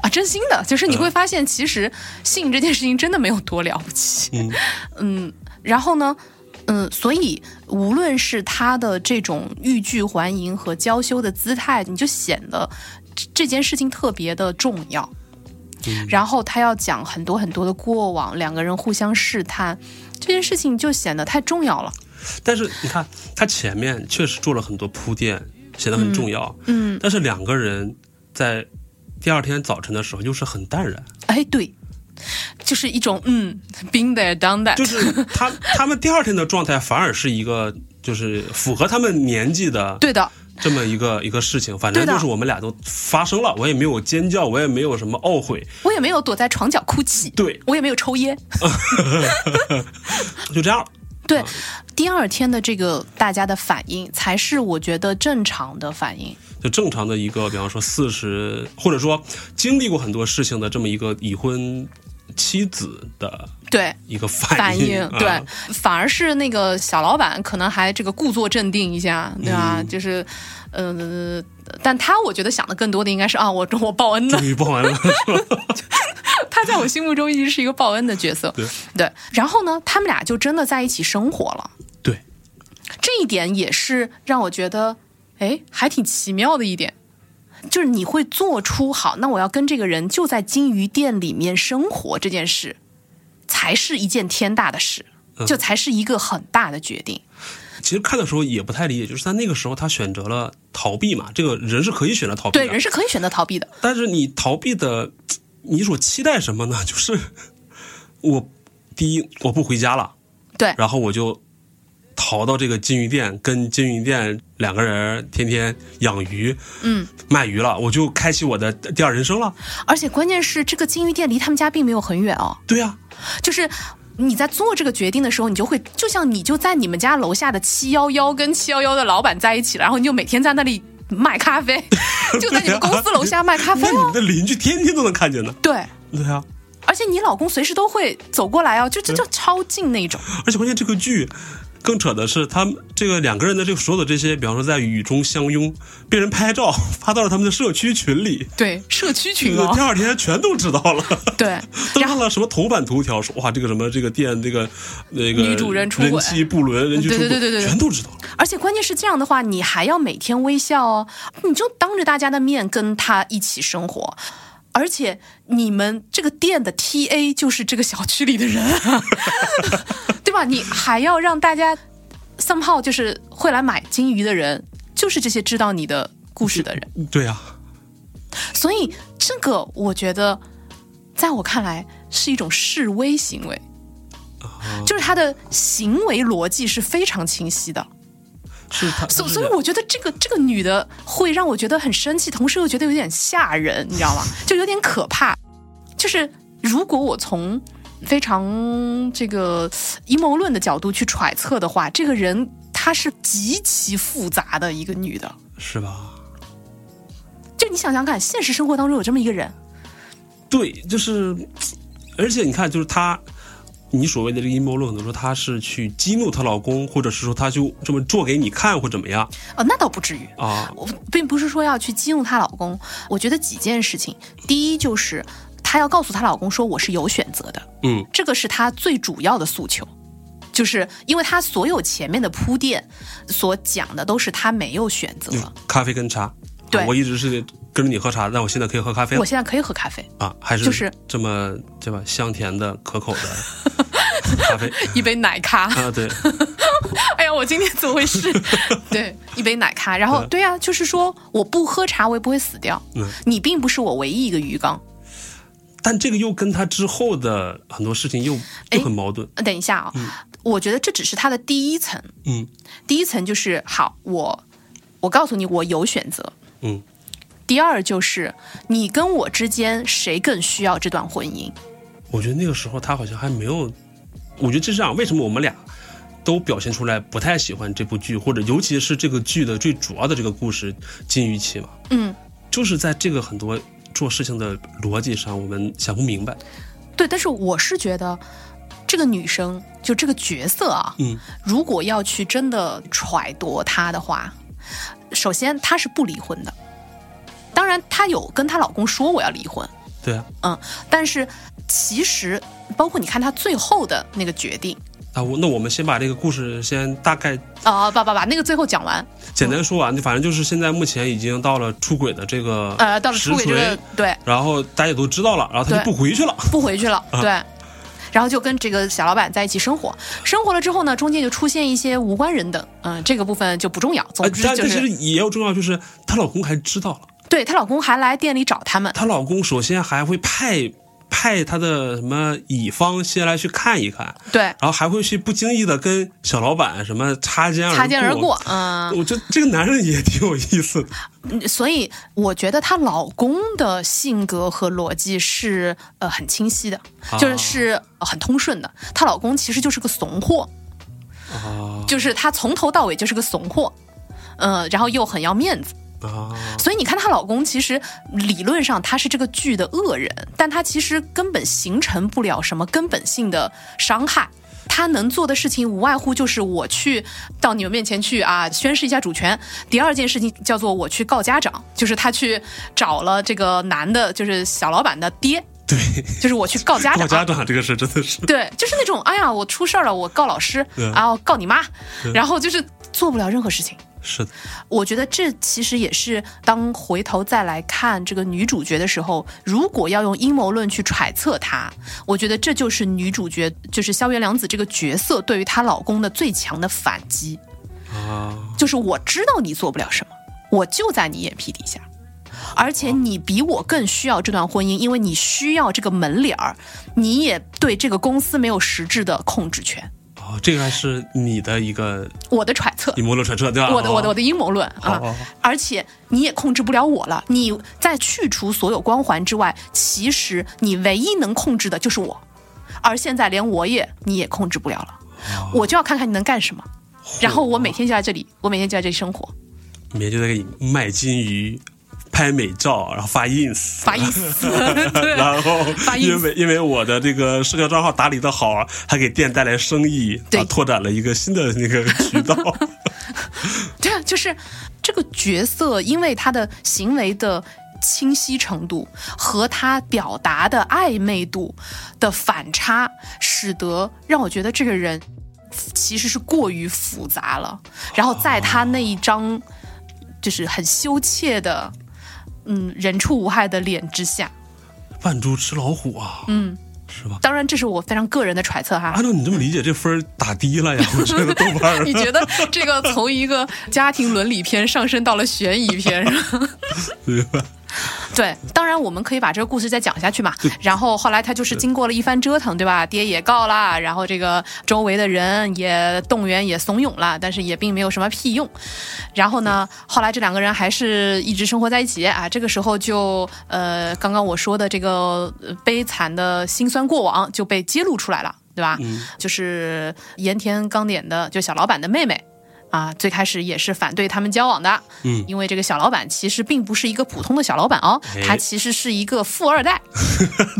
Speaker 2: 啊，真心的，就是你会发现，其实性这件事情真的没有多了不起，
Speaker 3: 嗯
Speaker 2: 嗯，然后呢，嗯，所以无论是他的这种欲拒还迎和娇羞的姿态，你就显得这这件事情特别的重要。然后他要讲很多很多的过往，两个人互相试探，这件事情就显得太重要了。
Speaker 3: 但是你看，他前面确实做了很多铺垫，显得很重要。嗯，但是两个人在第二天早晨的时候又是很淡 然。
Speaker 2: 哎，对，就是一种嗯，been there done that，
Speaker 3: 就是他他们第二天的状态反而是一个就是符合他们年纪的
Speaker 2: 对的，
Speaker 3: 这么一个一个事情。反正
Speaker 2: 对的
Speaker 3: 就是我们俩都发生了，我也没有尖叫，我也没有什么懊悔，
Speaker 2: 我也没有躲在床角哭泣，
Speaker 3: 对，
Speaker 2: 我也没有抽烟。
Speaker 3: 就这样了。
Speaker 2: 对，第二天的这个大家的反应才是我觉得正常的反应。
Speaker 3: 就正常的一个，比方说四十，或者说经历过很多事情的这么一个已婚妻子的
Speaker 2: 对，
Speaker 3: 一个反
Speaker 2: 反应，嗯
Speaker 3: 啊
Speaker 2: 对，反而是那个小老板可能还这个故作镇定一下，对吧？就是，呃，但他我觉得想的更多的应该是啊，我我报恩了
Speaker 3: 终，于报完了，
Speaker 2: 他在我心目中一直是一个报恩的角色，
Speaker 3: 对
Speaker 2: 对。然后呢，他们俩就真的在一起生活了，
Speaker 3: 对，
Speaker 2: 这一点也是让我觉得，哎，还挺奇妙的一点。就是你会做出好，那我要跟这个人就在金鱼店里面生活这件事，才是一件天大的事，
Speaker 3: 嗯
Speaker 2: 就才是一个很大的决定。
Speaker 3: 其实看的时候也不太理解，就是在那个时候他选择了逃避嘛，这个人是可以选择逃避
Speaker 2: 对，
Speaker 3: 的，
Speaker 2: 人是可以选择逃避的，
Speaker 3: 但是你逃避的，你所期待什么呢？ 就是我第一我不回家了，
Speaker 2: 对
Speaker 3: 然后我就逃到这个金鱼店，跟金鱼店两个人天天养鱼，嗯，卖鱼了，我就开启我的第二人生了。
Speaker 2: 而且关键是这个金鱼店离他们家并没有很远哦，
Speaker 3: 对啊呀、
Speaker 2: 就是。你在做这个决定的时候，你就会就像你就在你们家楼下的七幺幺跟七幺幺的老板在一起了，然后你就每天在那里卖咖啡， 就在你们公司楼下卖咖啡
Speaker 3: 那你们
Speaker 2: 哦。
Speaker 3: 的邻居天天都能看见的。
Speaker 2: 对，
Speaker 3: 对啊，
Speaker 2: 而且你老公随时都会走过来哦，就就就超近那种。
Speaker 3: 而且关键这个剧。更扯的是，他们这个两个人的这个所有的这些，比方说在雨中相拥，被人拍照发到了他们的社区群里，
Speaker 2: 对，社区
Speaker 3: 这
Speaker 2: 群
Speaker 3: 个
Speaker 2: 哦
Speaker 3: 第。二天全都知道 了。
Speaker 2: 对，
Speaker 3: 登上了什么头版头条，说哇，这个什么这个店这个那个
Speaker 2: 女主人出轨
Speaker 3: 人妻不伦，人妻出
Speaker 2: 对
Speaker 3: 轨，
Speaker 2: 对对对对
Speaker 3: 全都知道了。
Speaker 2: 而且关键是这样的话，你还要每天微笑哦，你就当着大家的面跟他一起生活。而且你们这个店的 TA 就是这个小区里的人， 对吧？你还要让大家 somehow 就是会来买金鱼的人，就是这些知道你的故事的人。
Speaker 3: 对呀、
Speaker 2: 所以这个我觉得，在我看来是一种示威行为，就是他的行为逻辑是非常清晰的。
Speaker 3: 是他，
Speaker 2: 所
Speaker 3: 是
Speaker 2: 所以我觉得这个这个女的会让我觉得很生气，同时又觉得有点吓人，你知道吗？ 就有点可怕。就是如果我从非常这个阴谋论的角度去揣测的话，这个人她是极其复杂的一个女的。
Speaker 3: 是吧？
Speaker 2: 就你想想看，现实生活当中有这么一个人，
Speaker 3: 对，就是，而且你看，就是他。你所谓的这个阴谋论，很多说她是去激怒她老公，或者是说她就这么做给你看，或怎么样
Speaker 2: 呃，那倒不至于。
Speaker 3: 啊？
Speaker 2: 我并不是说要去激怒她老公，我觉得几件事情，第一就是她要告诉她老公说我是有选择的，
Speaker 3: 嗯，
Speaker 2: 这个是她最主要的诉求，就是因为她所有前面的铺垫所讲的都是她没有选择，
Speaker 3: 嗯咖啡跟茶，啊
Speaker 2: 对
Speaker 3: 我一直是跟着你喝茶，但我现在可以喝咖啡了
Speaker 2: 我现在可以喝咖啡，
Speaker 3: 啊，还是
Speaker 2: 就是
Speaker 3: 这么对吧？香甜的、可口的咖啡
Speaker 2: 一杯奶咖。
Speaker 3: 啊，对，
Speaker 2: 哎呀，我今天怎么回 事？对，一杯奶咖。然后，对呀、就是说我不喝茶，我也不会死掉。
Speaker 3: 嗯
Speaker 2: 你并不是我唯一一个鱼缸。
Speaker 3: 但这个又跟他之后的很多事情又
Speaker 2: 哎
Speaker 3: 又很矛盾。
Speaker 2: 呃等一下啊、我觉得这只是他的第一层。
Speaker 3: 嗯
Speaker 2: 第一层就是好，我我告诉你，我有选择。
Speaker 3: 嗯，
Speaker 2: 第二就是你跟我之间谁更需要这段婚姻？
Speaker 3: 我觉得那个时候他好像还没有，我觉得这是这样。为什么我们俩都表现出来不太喜欢这部剧，或者尤其是这个剧的最主要的这个故事金鱼期嘛？
Speaker 2: 嗯，
Speaker 3: 就是在这个很多做事情的逻辑上，我们想不明白。
Speaker 2: 对，但是我是觉得这个女生就这个角色啊，
Speaker 3: 嗯，
Speaker 2: 如果要去真的揣度她的话，首先她是不离婚的，当然她有跟她老公说我要离婚，
Speaker 3: 对啊，
Speaker 2: 嗯，但是其实包括你看她最后的那个决定
Speaker 3: 啊，我那我们先把这个故事先大概
Speaker 2: 啊，把把把那个最后讲完，
Speaker 3: 简单说完。反正就是现在目前已经到了出轨的这个
Speaker 2: 呃，到了
Speaker 3: 啊实
Speaker 2: 出轨这 个
Speaker 3: 锤
Speaker 2: 对。
Speaker 3: 然后大家也都知道了，然后他就
Speaker 2: 对
Speaker 3: 不回去了。
Speaker 2: 不回去了，
Speaker 3: 啊
Speaker 2: 对。然后就跟这个小老板在一起生活，生活了之后呢，中间就出现一些无关人等，嗯、这个部分就不重要。
Speaker 3: 呃
Speaker 2: 总之
Speaker 3: 但
Speaker 2: 就
Speaker 3: 但其
Speaker 2: 是，
Speaker 3: 实也有重要，就是她老公还知道了，
Speaker 2: 对她老公还来店里找他们，
Speaker 3: 她老公首先还会派派他的什么乙方先来去看一看，
Speaker 2: 对，
Speaker 3: 然后还会去不经意的跟小老板什么擦肩而
Speaker 2: 擦肩而过，嗯。
Speaker 3: 我觉得这个男人也挺有意思的，
Speaker 2: 所以我觉得她老公的性格和逻辑是呃很清晰的，就是是呃很通顺的。她老公其实就是个怂货，
Speaker 3: 啊
Speaker 2: 就是他从头到尾就是个怂货，嗯、然后又很要面子。
Speaker 3: 啊，
Speaker 2: 所以你看，她老公其实理论上他是这个剧的恶人，但他其实根本形成不了什么根本性的伤害。他能做的事情无外乎就是我去到你们面前去啊宣示一下主权。第二件事情叫做我去告家长，就是他去找了这个男的，就是小老板的爹，
Speaker 3: 对，
Speaker 2: 就是我去告家 长。
Speaker 3: 告家长这个事真的是，
Speaker 2: 对，就是那种哎呀，我出事儿了，我告老师，
Speaker 3: 嗯
Speaker 2: 然后告你妈，
Speaker 3: 嗯
Speaker 2: 然后就是做不了任何事情。
Speaker 3: 是的，
Speaker 2: 我觉得这其实也是当回头再来看这个女主角的时候，如果要用阴谋论去揣测她，我觉得这就是女主角，就是萧元良子这个角色对于她老公的最强的反击，
Speaker 3: 啊，
Speaker 2: 就是我知道你做不了什么，我就在你眼皮底下。而且你比我更需要这段婚姻，因为你需要这个门脸儿，你也对这个公司没有实质的控制权。
Speaker 3: 哦，这个还是你的一个
Speaker 2: 我的揣测，
Speaker 3: 阴谋论揣测，对吧？
Speaker 2: 我的我的我
Speaker 3: 的，
Speaker 2: 的阴谋论
Speaker 3: 好
Speaker 2: 啊！
Speaker 3: 好好
Speaker 2: 而且你也控制不了我了。你在去除所有光环之外，其实你唯一能控制的就是我，而现在连我也你也控制不了了。
Speaker 3: 哦
Speaker 2: 我就要看看你能干什么，然后我每天就在这里，我每天就在这里生活，
Speaker 3: 里面就在给你卖金鱼。拍美照，然后发 ins，
Speaker 2: 发意 思。
Speaker 3: 然后
Speaker 2: 发 ins
Speaker 3: 因为因为我的这个社交账号打理的好，还给店带来生意，
Speaker 2: 对
Speaker 3: 啊，拓展了一个新的那个渠 道。
Speaker 2: 对啊， 就是这个角色，因为他的行为的清晰程度和他表达的暧昧度的反差，使得让我觉得这个人其实是过于复杂了。然后在他那一张就是很羞怯的，嗯，人畜无害的脸之下，
Speaker 3: 扮猪吃老虎啊，嗯，是吧？
Speaker 2: 当然这是我非常个人的揣测哈。
Speaker 3: 按照你这么理解，这分儿打低了呀？ 我觉得豆瓣儿
Speaker 2: 你觉得这个从一个家庭伦理片上升到了悬疑片， 是吧？
Speaker 3: 对吧？
Speaker 2: 对，当然我们可以把这个故事再讲下去嘛。然后后来他就是经过了一番折腾，对吧？爹也告啦，然后这个周围的人也动员也怂恿啦，但是也并没有什么屁用。然后呢，后来这两个人还是一直生活在一起啊。这个时候就呃，刚刚我说的这个呃悲惨的辛酸过往就被揭露出来了，对吧？就是盐田刚典的，就小老板的妹妹。啊，最开始也是反对他们交往的，
Speaker 3: 嗯
Speaker 2: 因为这个小老板其实并不是一个普通的小老板哦，
Speaker 3: 哎
Speaker 2: 他其实是一个富二 代，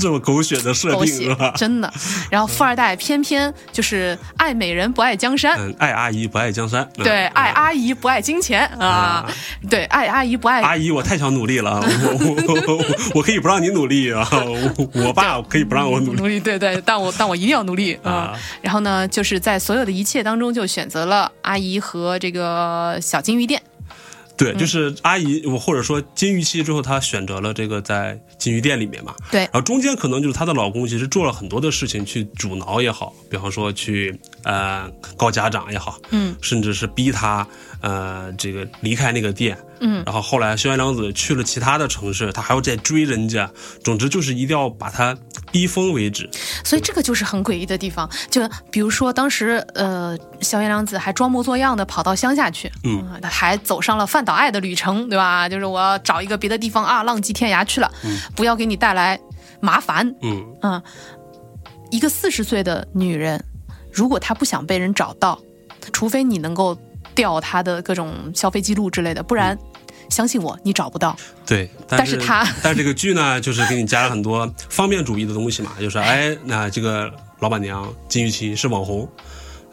Speaker 3: 这么狗血的设
Speaker 2: 狗
Speaker 3: 定
Speaker 2: 血
Speaker 3: 是 吧？
Speaker 2: 真的。然后富二代偏偏就是爱美人不爱江山，
Speaker 3: 嗯，爱阿姨不爱江山。嗯
Speaker 2: 对，爱阿姨不爱金钱啊
Speaker 3: 啊，
Speaker 2: 对，爱阿姨不
Speaker 3: 阿
Speaker 2: 爱。
Speaker 3: 姨，我太想努力了，我我我我可以不让你努力啊，我我爸可以不让我努力
Speaker 2: 努力，对对，但我但我一定要努力啊！
Speaker 3: 啊
Speaker 2: 然后呢，就是在所有的一切当中，就选择了阿姨和这个小金鱼店。
Speaker 3: 对，
Speaker 2: 嗯
Speaker 3: 就是阿姨，我或者说金鱼期之后，她选择了这个在金鱼店里面嘛。
Speaker 2: 对
Speaker 3: 然后中间可能就是她的老公其实做了很多的事情去阻挠也好，比方说去呃告家长也好，
Speaker 2: 嗯，
Speaker 3: 甚至是逼她呃这个离开那个店，嗯。然后后来萧元良子去了其他的城市，她还要再追人家，总之就是一定要把她逼疯为止。
Speaker 2: 所以这个就是很诡异的地方。就比如说当时，呃，小野良子还装模作样的跑到乡下去，
Speaker 3: 嗯
Speaker 2: 啊，她还走上了饭岛爱的旅程，对吧？就是我要找一个别的地方啊，浪迹天涯去了，不要给你带来麻烦。
Speaker 3: 嗯，
Speaker 2: 嗯，一个四十岁的女人，如果她不想被人找到，除非你能够调她的各种消费记录之类的，不然。相信我，你找不到。
Speaker 3: 对，但
Speaker 2: 但是他
Speaker 3: 但是这个剧呢，就是给你加了很多方便主义的东西嘛，就是哎，那这个老板娘金玉琪是网红。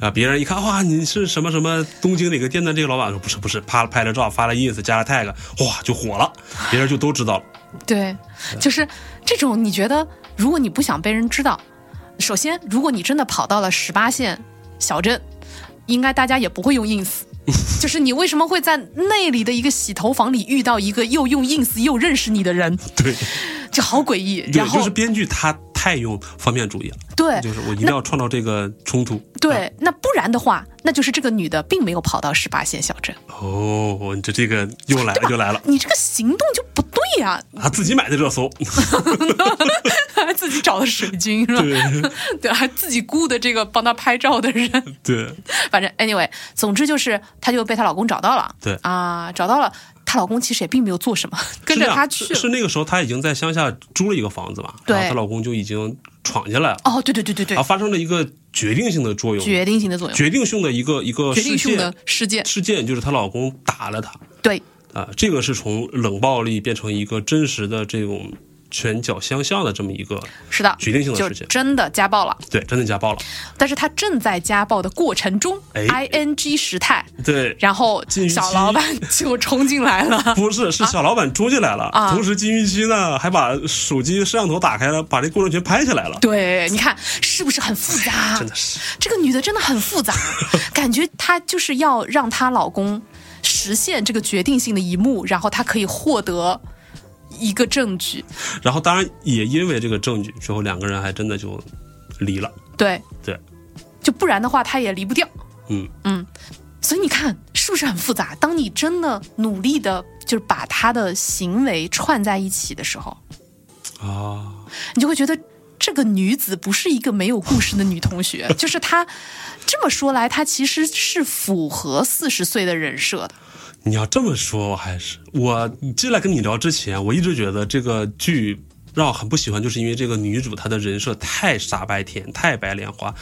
Speaker 3: 啊！别人一看，哇，你是什么什么东京哪个店的这个老板？说不是不是，啪了拍了照，发了 ins，加了 tag，哇，就火 了，别人就都知道了。
Speaker 2: 对，就是这种。你觉得，如果你不想被人知道，首先，如果你真的跑到了十八线小镇，应该大家也不会用 ins。就是你为什么会在那里的一个洗头房里遇到一个又用 ins 又认识你的人，
Speaker 3: 对，
Speaker 2: 就好诡异。然
Speaker 3: 对，
Speaker 2: 后、
Speaker 3: 就是编剧他太用方便主义了，
Speaker 2: 对
Speaker 3: 就是嗯我一定要创造这个冲突。
Speaker 2: 对，那不然的话，那就是这个女的并没有跑到十八线小镇，
Speaker 3: 哦，你这这个又来了又来了，
Speaker 2: 你这个行动就不对呀、
Speaker 3: 啊，自己买的热搜，
Speaker 2: 啊，自己找的水军是吧？
Speaker 3: 对
Speaker 2: 对，还自己雇的这个帮她拍照的人，
Speaker 3: 对
Speaker 2: 反正 anyway，总之就是她就被她老公找到了。
Speaker 3: 对
Speaker 2: 啊，找到了，她老公其实也并没有做什么，跟着她去
Speaker 3: 是这样是是
Speaker 2: 了。
Speaker 3: 那个时候她已经在乡下租了一个房子嘛，
Speaker 2: 对
Speaker 3: 然后她老公就已经闯进来了，
Speaker 2: 哦，对对对对对
Speaker 3: 然后，发生了一个决定性的作用，
Speaker 2: 决定性的作用，
Speaker 3: 啊决定性的一个一个
Speaker 2: 决定
Speaker 3: 事
Speaker 2: 性
Speaker 3: 件
Speaker 2: 的事件，
Speaker 3: 事件就是她老公打了她
Speaker 2: 对
Speaker 3: 啊，这个是从冷暴力变成一个真实的这种拳脚相向的这么一个
Speaker 2: 是的，
Speaker 3: 决定性的
Speaker 2: 就
Speaker 3: 事情，
Speaker 2: 真的家暴了。
Speaker 3: 对，真的家暴了，
Speaker 2: 但是她正在家暴的过程中
Speaker 3: 哎
Speaker 2: ，ing 时态，
Speaker 3: 对。
Speaker 2: 然后
Speaker 3: 禁欲
Speaker 2: 小
Speaker 3: 期
Speaker 2: 老板 就冲进来 了。
Speaker 3: 不是，是小老板冲进来了，
Speaker 2: 啊
Speaker 3: 同时金鱼期呢还把手机摄像头打开了，把这过程全拍下来了，
Speaker 2: 对，你看是不是很复杂？
Speaker 3: 真的是
Speaker 2: 这个女的真的很复杂，感觉她就是要让她老公实现这个决定性的一幕，然后她可以获得一个证据。
Speaker 3: 然后当然也因为这个证据，最后两个人还真的就离了。
Speaker 2: 对
Speaker 3: 对，
Speaker 2: 就不然的话，她也离不掉。
Speaker 3: 嗯
Speaker 2: 嗯，所以你看是不是很复杂？当你真的努力的，就是把她的行为串在一起的时候，
Speaker 3: 啊，
Speaker 2: 你就会觉得这个女子不是一个没有故事的女同学，就是她这么说来，她其实是符合四十岁的人设的。
Speaker 3: 你要这么说，我还是我进来跟你聊之前，我一直觉得这个剧让我很不喜欢，就是因为这个女主她的人设太傻白甜、太白莲花、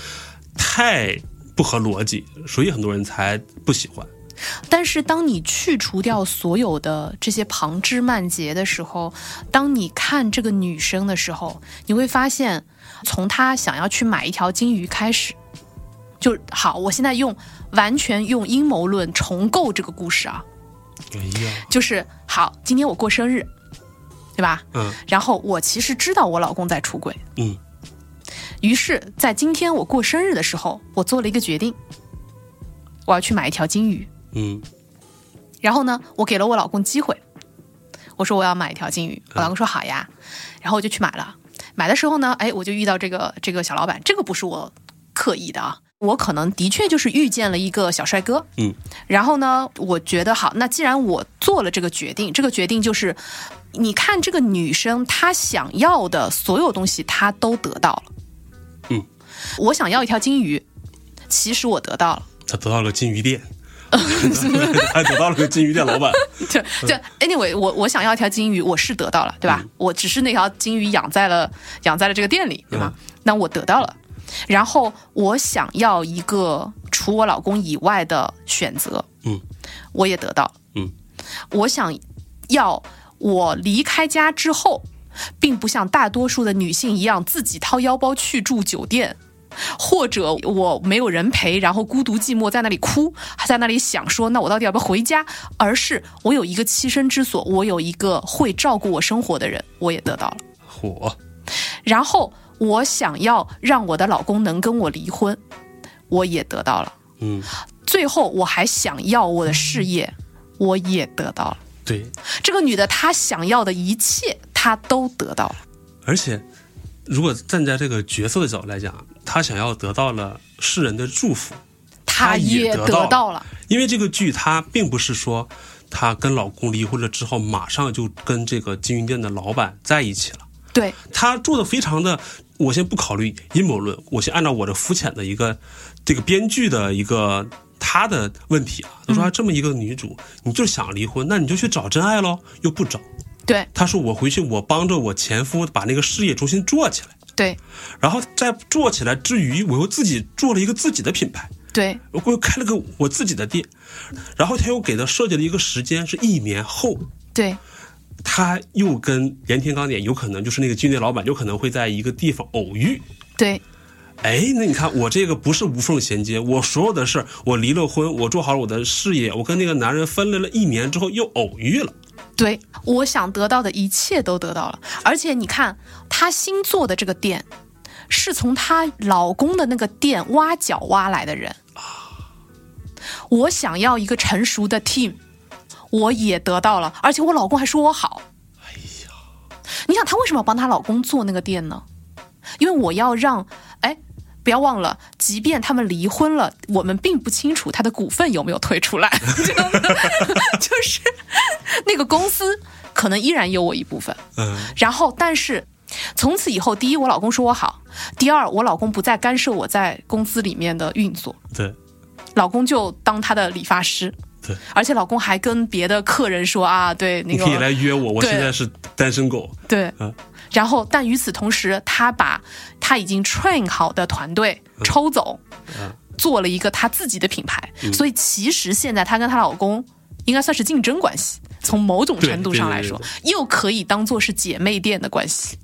Speaker 3: 太不合逻辑，所以很多人才不喜欢。
Speaker 2: 但是当你去除掉所有的这些旁枝蔓节的时候，当你看这个女生的时候，你会发现，从她想要去买一条金鱼开始，就好。我现在用完全用阴谋论重构这个故事啊，
Speaker 3: 哎呀，
Speaker 2: 就是好，今天我过生日，对吧？
Speaker 3: 嗯
Speaker 2: 然后我其实知道我老公在出轨，
Speaker 3: 嗯，
Speaker 2: 于是，在今天我过生日的时候，我做了一个决定，我要去买一条金鱼。
Speaker 3: 嗯，
Speaker 2: 然后呢，我给了我老公机会，我说我要买一条金
Speaker 3: 嗯
Speaker 2: 鱼，我老公说好呀，然后我就去买了。买的时候呢，哎，我就遇到这个这个小老板，这个不是我刻意的啊，我可能的确就是遇见了一个小帅哥，
Speaker 3: 嗯，
Speaker 2: 然后呢，我觉得好，那既然我做了这个决定，这个决定就是，你看这个女生她想要的所有东西她都得到了，
Speaker 3: 嗯，
Speaker 2: 我想要一条金鱼，其实我得到了。
Speaker 3: 她得到了金鱼 店，还得到了个金鱼店老板。
Speaker 2: 就
Speaker 3: 嗯
Speaker 2: 就 anyway，我我想要一条金鱼，我是得到了，对吧？我只是那条金鱼养在了养在了这个店里，对吧？
Speaker 3: 嗯
Speaker 2: 那我得到了，然后我想要一个除我老公以外的选择，
Speaker 3: 嗯，
Speaker 2: 我也得到了，
Speaker 3: 嗯，
Speaker 2: 我想要我离开家之后，并不像大多数的女性一样自己掏腰包去住酒店。或者我没有人陪，然后孤独寂寞在那里哭，还在那里想说，那我到底要不要回家？而是我有一个栖身之所，我有一个会照顾我生活的人，我也得到了。
Speaker 3: 火，
Speaker 2: 然后我想要让我的老公能跟我离婚，我也得到了。
Speaker 3: 嗯，
Speaker 2: 最后我还想要我的事业，我也得到了。
Speaker 3: 对，
Speaker 2: 这个女的她想要的一切，她都得到了。
Speaker 3: 而且，如果站在这个角色的角度来讲，他想要得到了世人的祝福，
Speaker 2: 她
Speaker 3: 她也
Speaker 2: 也
Speaker 3: 得
Speaker 2: 得
Speaker 3: 到
Speaker 2: 到了，
Speaker 3: 因为这个剧它并不是说她跟老公离婚了之后马上就跟这个金鱼店的老板在一起了，
Speaker 2: 对，
Speaker 3: 她做的非常的，我先不考虑阴谋论，我先按照我的肤浅的一个这个编剧的一个。她的问题啊，他说、啊这么一个女主，你就想离婚，那你就去找真爱喽，又不找。
Speaker 2: 对，
Speaker 3: 她说我回去，我帮着我前夫把那个事业重新做起来。
Speaker 2: 对，
Speaker 3: 然后在做起来之余，我又自己做了一个自己的品牌，
Speaker 2: 对，
Speaker 3: 我又开了个我自己的店，然后他又给他设计了一个时间是一年后，
Speaker 2: 对，
Speaker 3: 他又跟盐田刚典有可能就是那个军店老板有可能会在一个地方偶遇。
Speaker 2: 对，
Speaker 3: 哎，那你看我这个不是无缝衔接，我所有的事儿，我离了婚，我做好了我的事业，我跟那个男人分了了一年之后又偶遇了，
Speaker 2: 对，我想得到的一切都得到了，而且你看，她新做的这个店，是从她老公的那个店挖角挖来的人。我想要一个成熟的 team，我也得到了，而且我老公还说我好。哎呀，你想她为什么要帮她老公做那个店呢？因为我要让，哎，不要忘了，即便他们离婚了，我们并不清楚他的股份有没有退出来， 你知道吗就是那个公司可能依然有我一部分。
Speaker 3: 嗯，
Speaker 2: 然后，但是从此以后，第一，我老公说我好；第二，我老公不再干涉我在公司里面的运作，
Speaker 3: 对，
Speaker 2: 老公就当他的理发师。
Speaker 3: 对，
Speaker 2: 而且老公还跟别的客人说啊，对那
Speaker 3: 你
Speaker 2: 个
Speaker 3: 可以来约我，我
Speaker 2: 对
Speaker 3: 现在是单身狗。
Speaker 2: 对
Speaker 3: 嗯，
Speaker 2: 然后但与此同时，他把他已经 train 好的团队抽走
Speaker 3: 嗯，
Speaker 2: 做了一个他自己的品牌。所以其实现在她跟她老公应该算是竞争关系，从某种程度上来说
Speaker 3: 对，
Speaker 2: 又可以当做是姐妹店的关系。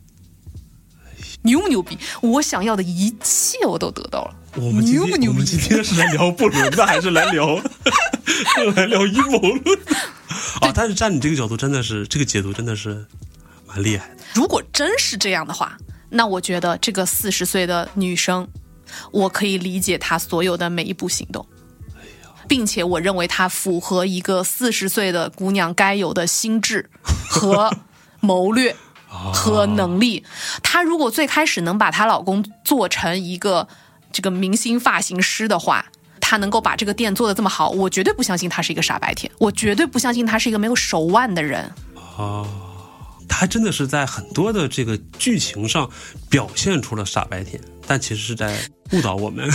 Speaker 2: 牛不牛逼？我想要的一切我都得到了。
Speaker 3: 我们今
Speaker 2: 牛不
Speaker 3: 天
Speaker 2: 牛
Speaker 3: 我们
Speaker 2: 逼
Speaker 3: 今天是来聊不伦的，还是来 聊来聊阴谋论的？啊，但是站你这个角度，真的是这个解读真的是蛮厉害的。
Speaker 2: 如果真是这样的话，那我觉得这个四十岁的女生，我可以理解她所有的每一步行动，并且我认为她符合一个四十岁的姑娘该有的心智和谋略。和能力，她如果最开始能把她老公做成一个这个明星发型师的话，她能够把这个店做得这么好，我绝对不相信她是一个傻白甜，我绝对不相信她是一个没有手腕的人。
Speaker 3: 他真的是在很多的这个剧情上表现出了傻白甜，但其实是在误导我 们。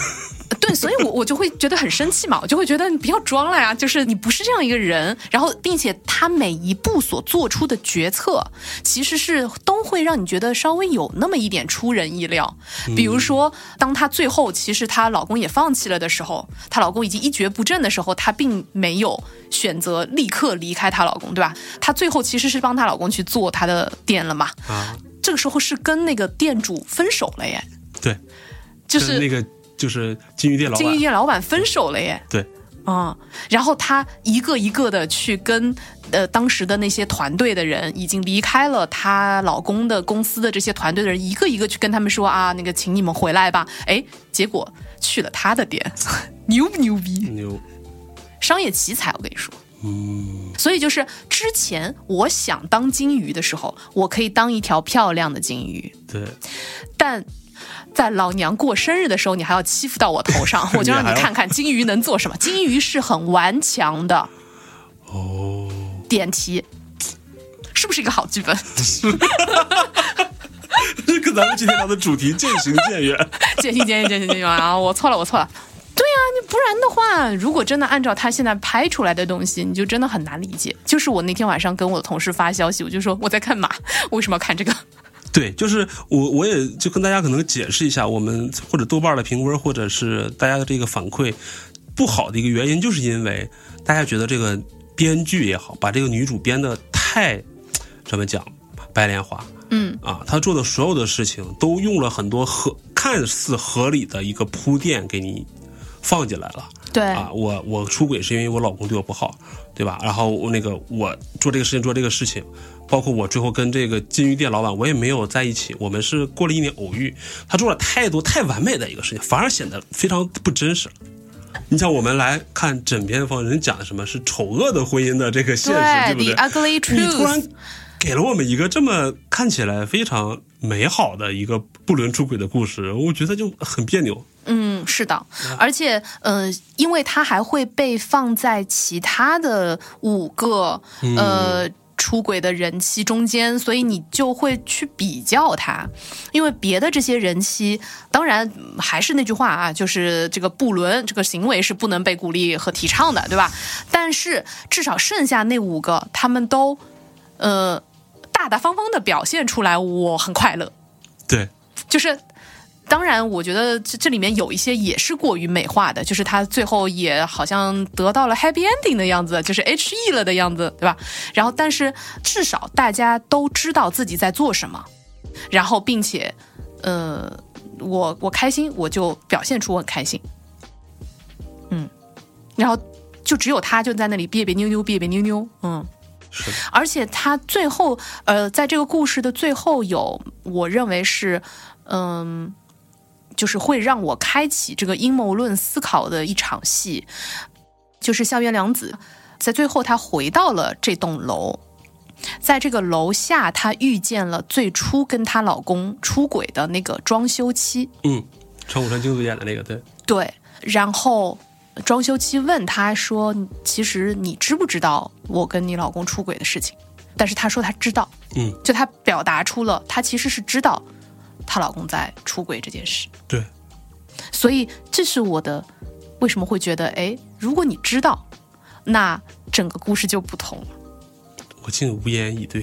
Speaker 2: 对，所以我我就会觉得很生气嘛，我就会觉得你不要装了呀，就是你不是这样一个人。然后，并且他每一步所做出的决策，其实是都会让你觉得稍微有那么一点出人意料。
Speaker 3: 嗯
Speaker 2: 比如说，当她最后其实她老公也放弃了的时候，她老公已经一蹶不振的时候，她并没有选择立刻离开她老公，对吧？她最后其实是帮她老公去做她的店了嘛。
Speaker 3: 啊，
Speaker 2: 这个时候是跟那个店主分手了耶，
Speaker 3: 对，
Speaker 2: 就
Speaker 3: 跟那
Speaker 2: 是
Speaker 3: 个就是金鱼店老
Speaker 2: 金
Speaker 3: 板
Speaker 2: 鱼，店老板分手了耶。
Speaker 3: 对，
Speaker 2: 啊、然后他一个一个的去跟呃当时的那些团队的人，已经离开了她老公的公司的这些团队的人，一个一个去跟他们说啊，那个请你们回来吧。哎，结果去了他的店， 牛不牛逼？
Speaker 3: 牛，
Speaker 2: 商业奇才，我跟你说。
Speaker 3: 嗯，
Speaker 2: 所以就是之前我想当金鱼的时候，我可以当一条漂亮的金鱼，
Speaker 3: 对，
Speaker 2: 但。在老娘过生日的时候，你还要欺负到我头 上，我就让
Speaker 3: 你还
Speaker 2: 你
Speaker 3: 要
Speaker 2: 看看金鱼能做什么。金鱼是很顽强的，
Speaker 3: 哦，
Speaker 2: 点题，是不是一个好剧 本？
Speaker 3: 这跟咱们今天聊的主题渐行渐远。
Speaker 2: 解析解析解析解析啊！我错了，我错了。对呀、你不然的话，如果真的按照他现在拍出来的东西，你就真的很难理解。就是我那天晚上跟我的同事发消息，我就说我在看马，为什么要看这个？
Speaker 3: 对，就是我，我也就跟大家可能解释一下，我们或者豆瓣的评分，或者是大家的这个反馈不好的一个原因，就是因为大家觉得这个编剧也好，把这个女主编的太怎么讲白莲花，
Speaker 2: 嗯
Speaker 3: 啊，她做的所有的事情都用了很多合看似合理的一个铺垫给你放进来了。
Speaker 2: 对
Speaker 3: 啊，我我出轨是因为我老公对我不好，对吧？然后我那个我做这个事情做这个事情，包括我最后跟这个金鱼店老板，我也没有在一起，我们是过了一年偶遇。他做了太多太完美的一个事情，反而显得非常不真实了。你像我们来看枕边风，人讲的什么是丑恶的婚姻的这个现实，对不对？
Speaker 2: ，The Ugly
Speaker 3: 你突然
Speaker 2: Truth，
Speaker 3: 给了我们一个这么看起来非常美好的一个不伦出轨的故事，我觉得就很别扭。
Speaker 2: 嗯，是的，而且呃，因为它还会被放在其他的五个呃。出轨的人妻中间，所以你就会去比较他，因为别的这些人妻，当然嗯还是那句话啊，就是这个不伦这个行为是不能被鼓励和提倡的，对吧？但是至少剩下那五个，他们都呃大大方方的表现出来，我很快乐，
Speaker 3: 对，
Speaker 2: 就是。当然，我觉得这这里面有一些也是过于美化的，就是他最后也好像得到了 happy ending 的样子，就是 H E 了的样子，对吧？然后，但是至少大家都知道自己在做什么，然后并且，呃，我我开心，我就表现出我很开心，嗯，然后就只有他就在那里别别扭扭，别别扭扭，嗯，
Speaker 3: 是的，
Speaker 2: 而且他最后，呃，在这个故事的最后有，我认为是，嗯，就是会让我开启这个阴谋论思考的一场戏，就是校园良子在最后他回到了这栋楼。在这个楼下，她遇见了最初跟她老公出轨的那个装修妻。
Speaker 3: 嗯，陈武川京子演的那个，对，
Speaker 2: 对，然后装修期问他说：“其实你知不知道我跟你老公出轨的事情？”但是她说她知道，
Speaker 3: 嗯，
Speaker 2: 就她表达出了她其实是知道她老公在出轨这件事，
Speaker 3: 对，
Speaker 2: 所以这是我的为什么会觉得，哎，如果你知道，那整个故事就不同了。
Speaker 3: 我竟无言以对。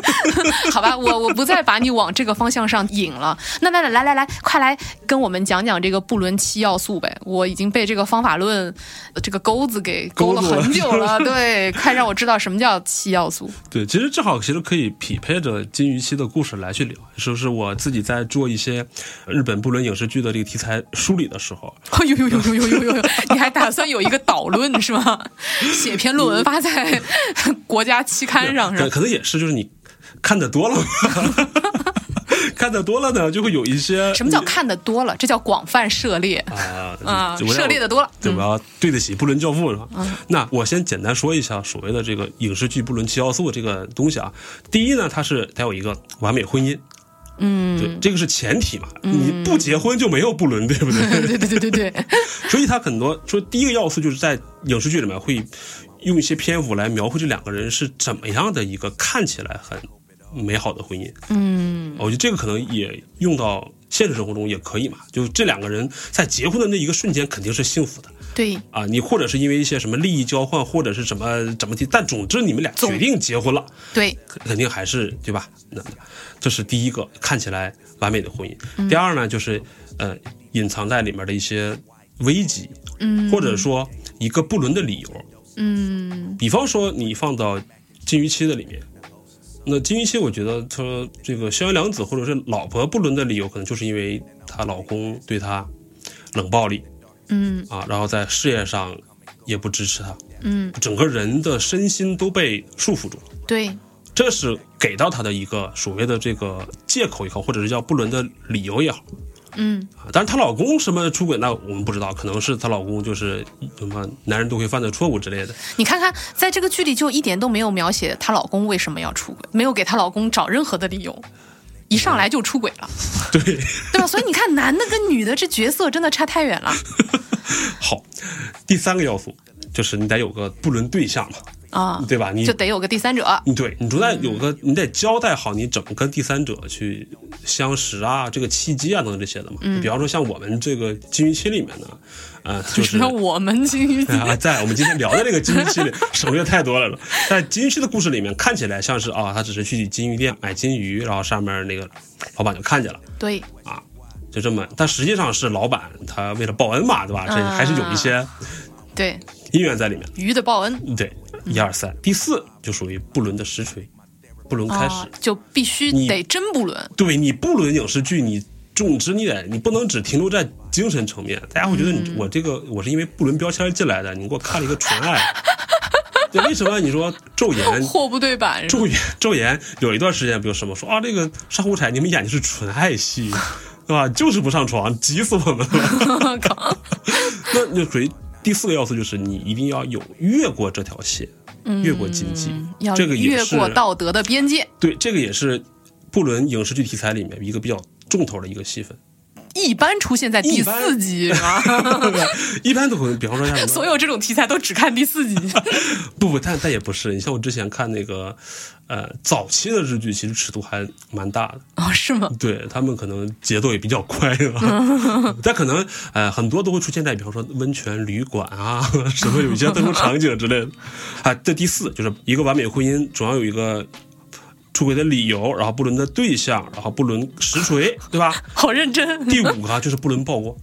Speaker 2: 好吧，我我不再把你往这个方向上引了。那那来来来，快来跟我们讲讲这个布伦七要素呗！我已经被这个方法论呃这个钩子给勾了
Speaker 3: 勾住了
Speaker 2: 很久了。对，快让我知道什么叫七要素。
Speaker 3: 对，其实正好其实可以匹配着金鱼期的故事来去聊，就是我自己在做一些日本不伦影视剧的这个题材梳理的时候，
Speaker 2: 哎呦呦呦呦呦呦呦！你还打算有一个导论是吗？写篇论文发在国家期刊上是
Speaker 3: 可
Speaker 2: 吧？
Speaker 3: 可能也是就是你看的多了嘛， 看的多了呢，就会有一些
Speaker 2: 什么叫看的多了？这叫广泛涉猎。
Speaker 3: 啊
Speaker 2: 啊
Speaker 3: 我要
Speaker 2: 涉猎得 多了
Speaker 3: 对，
Speaker 2: 嗯
Speaker 3: 我要对得起不伦教父是吧？那我先简单说一下所谓的这个影视剧不伦七要素这个东西啊。第一呢，它是得有一个完美婚姻。嗯，对，这个是前提嘛，你不结婚就没有不伦，对不对？
Speaker 2: 对对对对对，
Speaker 3: 所以它很多说第一个要素就是在影视剧里面会用一些篇幅来描绘这两个人是怎么样的一个看起来很美好的婚姻。嗯，我觉得这个可能也用到现实生活中也可以嘛，就这两个人在结婚的那一个瞬间肯定是幸福的。
Speaker 2: 对，
Speaker 3: 啊，你或者是因为一些什么利益交换，或者是什么怎么地，但总之你们俩决定结婚了，
Speaker 2: 对，
Speaker 3: 肯肯定还是对吧？那这是第一个看起来完美的婚姻。第二呢，就是呃，隐藏在里面的一些危机，嗯，或者说一个不伦的理由，嗯，比方说你放到金鱼期的里面。那金鱼期，我觉得他这个逍遥良子或者是老婆不伦的理由，可能就是因为她老公对她冷暴力，
Speaker 2: 嗯
Speaker 3: 啊，然后在事业上也不支持他，
Speaker 2: 嗯，
Speaker 3: 整个人的身心都被束缚住了。
Speaker 2: 对，
Speaker 3: 这是给到他的一个所谓的这个借口也好，或者是叫不伦的理由也好
Speaker 2: 嗯
Speaker 3: 啊。但是她老公什么出轨，那我们不知道，可能是她老公就是什么男人都会犯的错误之类的。
Speaker 2: 你看看，在这个剧里就一点都没有描写她老公为什么要出轨，没有给她老公找任何的理由，一上来就出轨了，
Speaker 3: 对，
Speaker 2: 对吧？所以你看，男的跟女的这角色真的差太远了
Speaker 3: 好，第三个要素就是你得有个不伦对象嘛，
Speaker 2: 啊，
Speaker 3: 对吧？你
Speaker 2: 就得有个第三者。
Speaker 3: 嗯，对你总得有个，你得交代好你怎么跟第三者去相识啊，这个契机啊等等这些的嘛。
Speaker 2: 嗯
Speaker 3: 比方说像我们这个金鱼期里面呢，啊、就是
Speaker 2: 什么我 们金鱼姬
Speaker 3: 啊，在我们今天聊的这个金鱼期 里省略太多了了。在金鱼期的故事里面，看起来像是啊，他只是去金鱼店买金鱼，然后上面那个老板就看见了。啊
Speaker 2: 对，
Speaker 3: 就这么，但实际上是老板他为了报恩嘛，对吧？这
Speaker 2: 啊
Speaker 3: 还是有一些
Speaker 2: 对，
Speaker 3: 因缘在里面。
Speaker 2: 鱼的报恩
Speaker 3: 对，
Speaker 2: 嗯
Speaker 3: 一二三，第四就属于不伦的实锤，不伦开始。
Speaker 2: 啊，就必须
Speaker 3: 你
Speaker 2: 得真不伦。
Speaker 3: 对你不论影视剧，你总之你得你不能只停留在精神层面，大家会觉得你、
Speaker 2: 嗯
Speaker 3: 我这个我是因为不伦标签进来的，你给我看了一个纯 爱。对，为什么你说昼颜？
Speaker 2: 货不对版是吧
Speaker 3: 昼颜昼颜有一段时间不就什么说啊，这个沙狐柴你们演的是纯爱戏，对吧？就是不上床，急死我们了。
Speaker 2: 靠
Speaker 3: 那就属于第四个要素，就是你一定要有越过这条线，越过禁忌，
Speaker 2: 嗯要
Speaker 3: 这个也
Speaker 2: 越
Speaker 3: 是
Speaker 2: 过道德的边界，
Speaker 3: 对，这个也是不伦影视剧题材里面一个比较重头的一个戏份。
Speaker 2: 一般出现在第
Speaker 3: 一般
Speaker 2: 四集是吧？
Speaker 3: 一般都可能，比方说像什 么，
Speaker 2: 所有这种题材都只看第四集。
Speaker 3: 不不，但但也不是。你像我之前看那个，呃，早期的日剧，其实尺度还蛮大的，
Speaker 2: 哦，是吗？
Speaker 3: 对他们可能节奏也比较快吧。但可能呃，很多都会出现在比方说温泉旅馆啊，什么有一些特殊场景之类的。啊，这第四就是一个完美婚姻，总要有一个。出轨的理由，然后不伦的对象，然后不伦实锤，对吧？
Speaker 2: 好认真。
Speaker 3: 第五个啊就是不伦 曝光，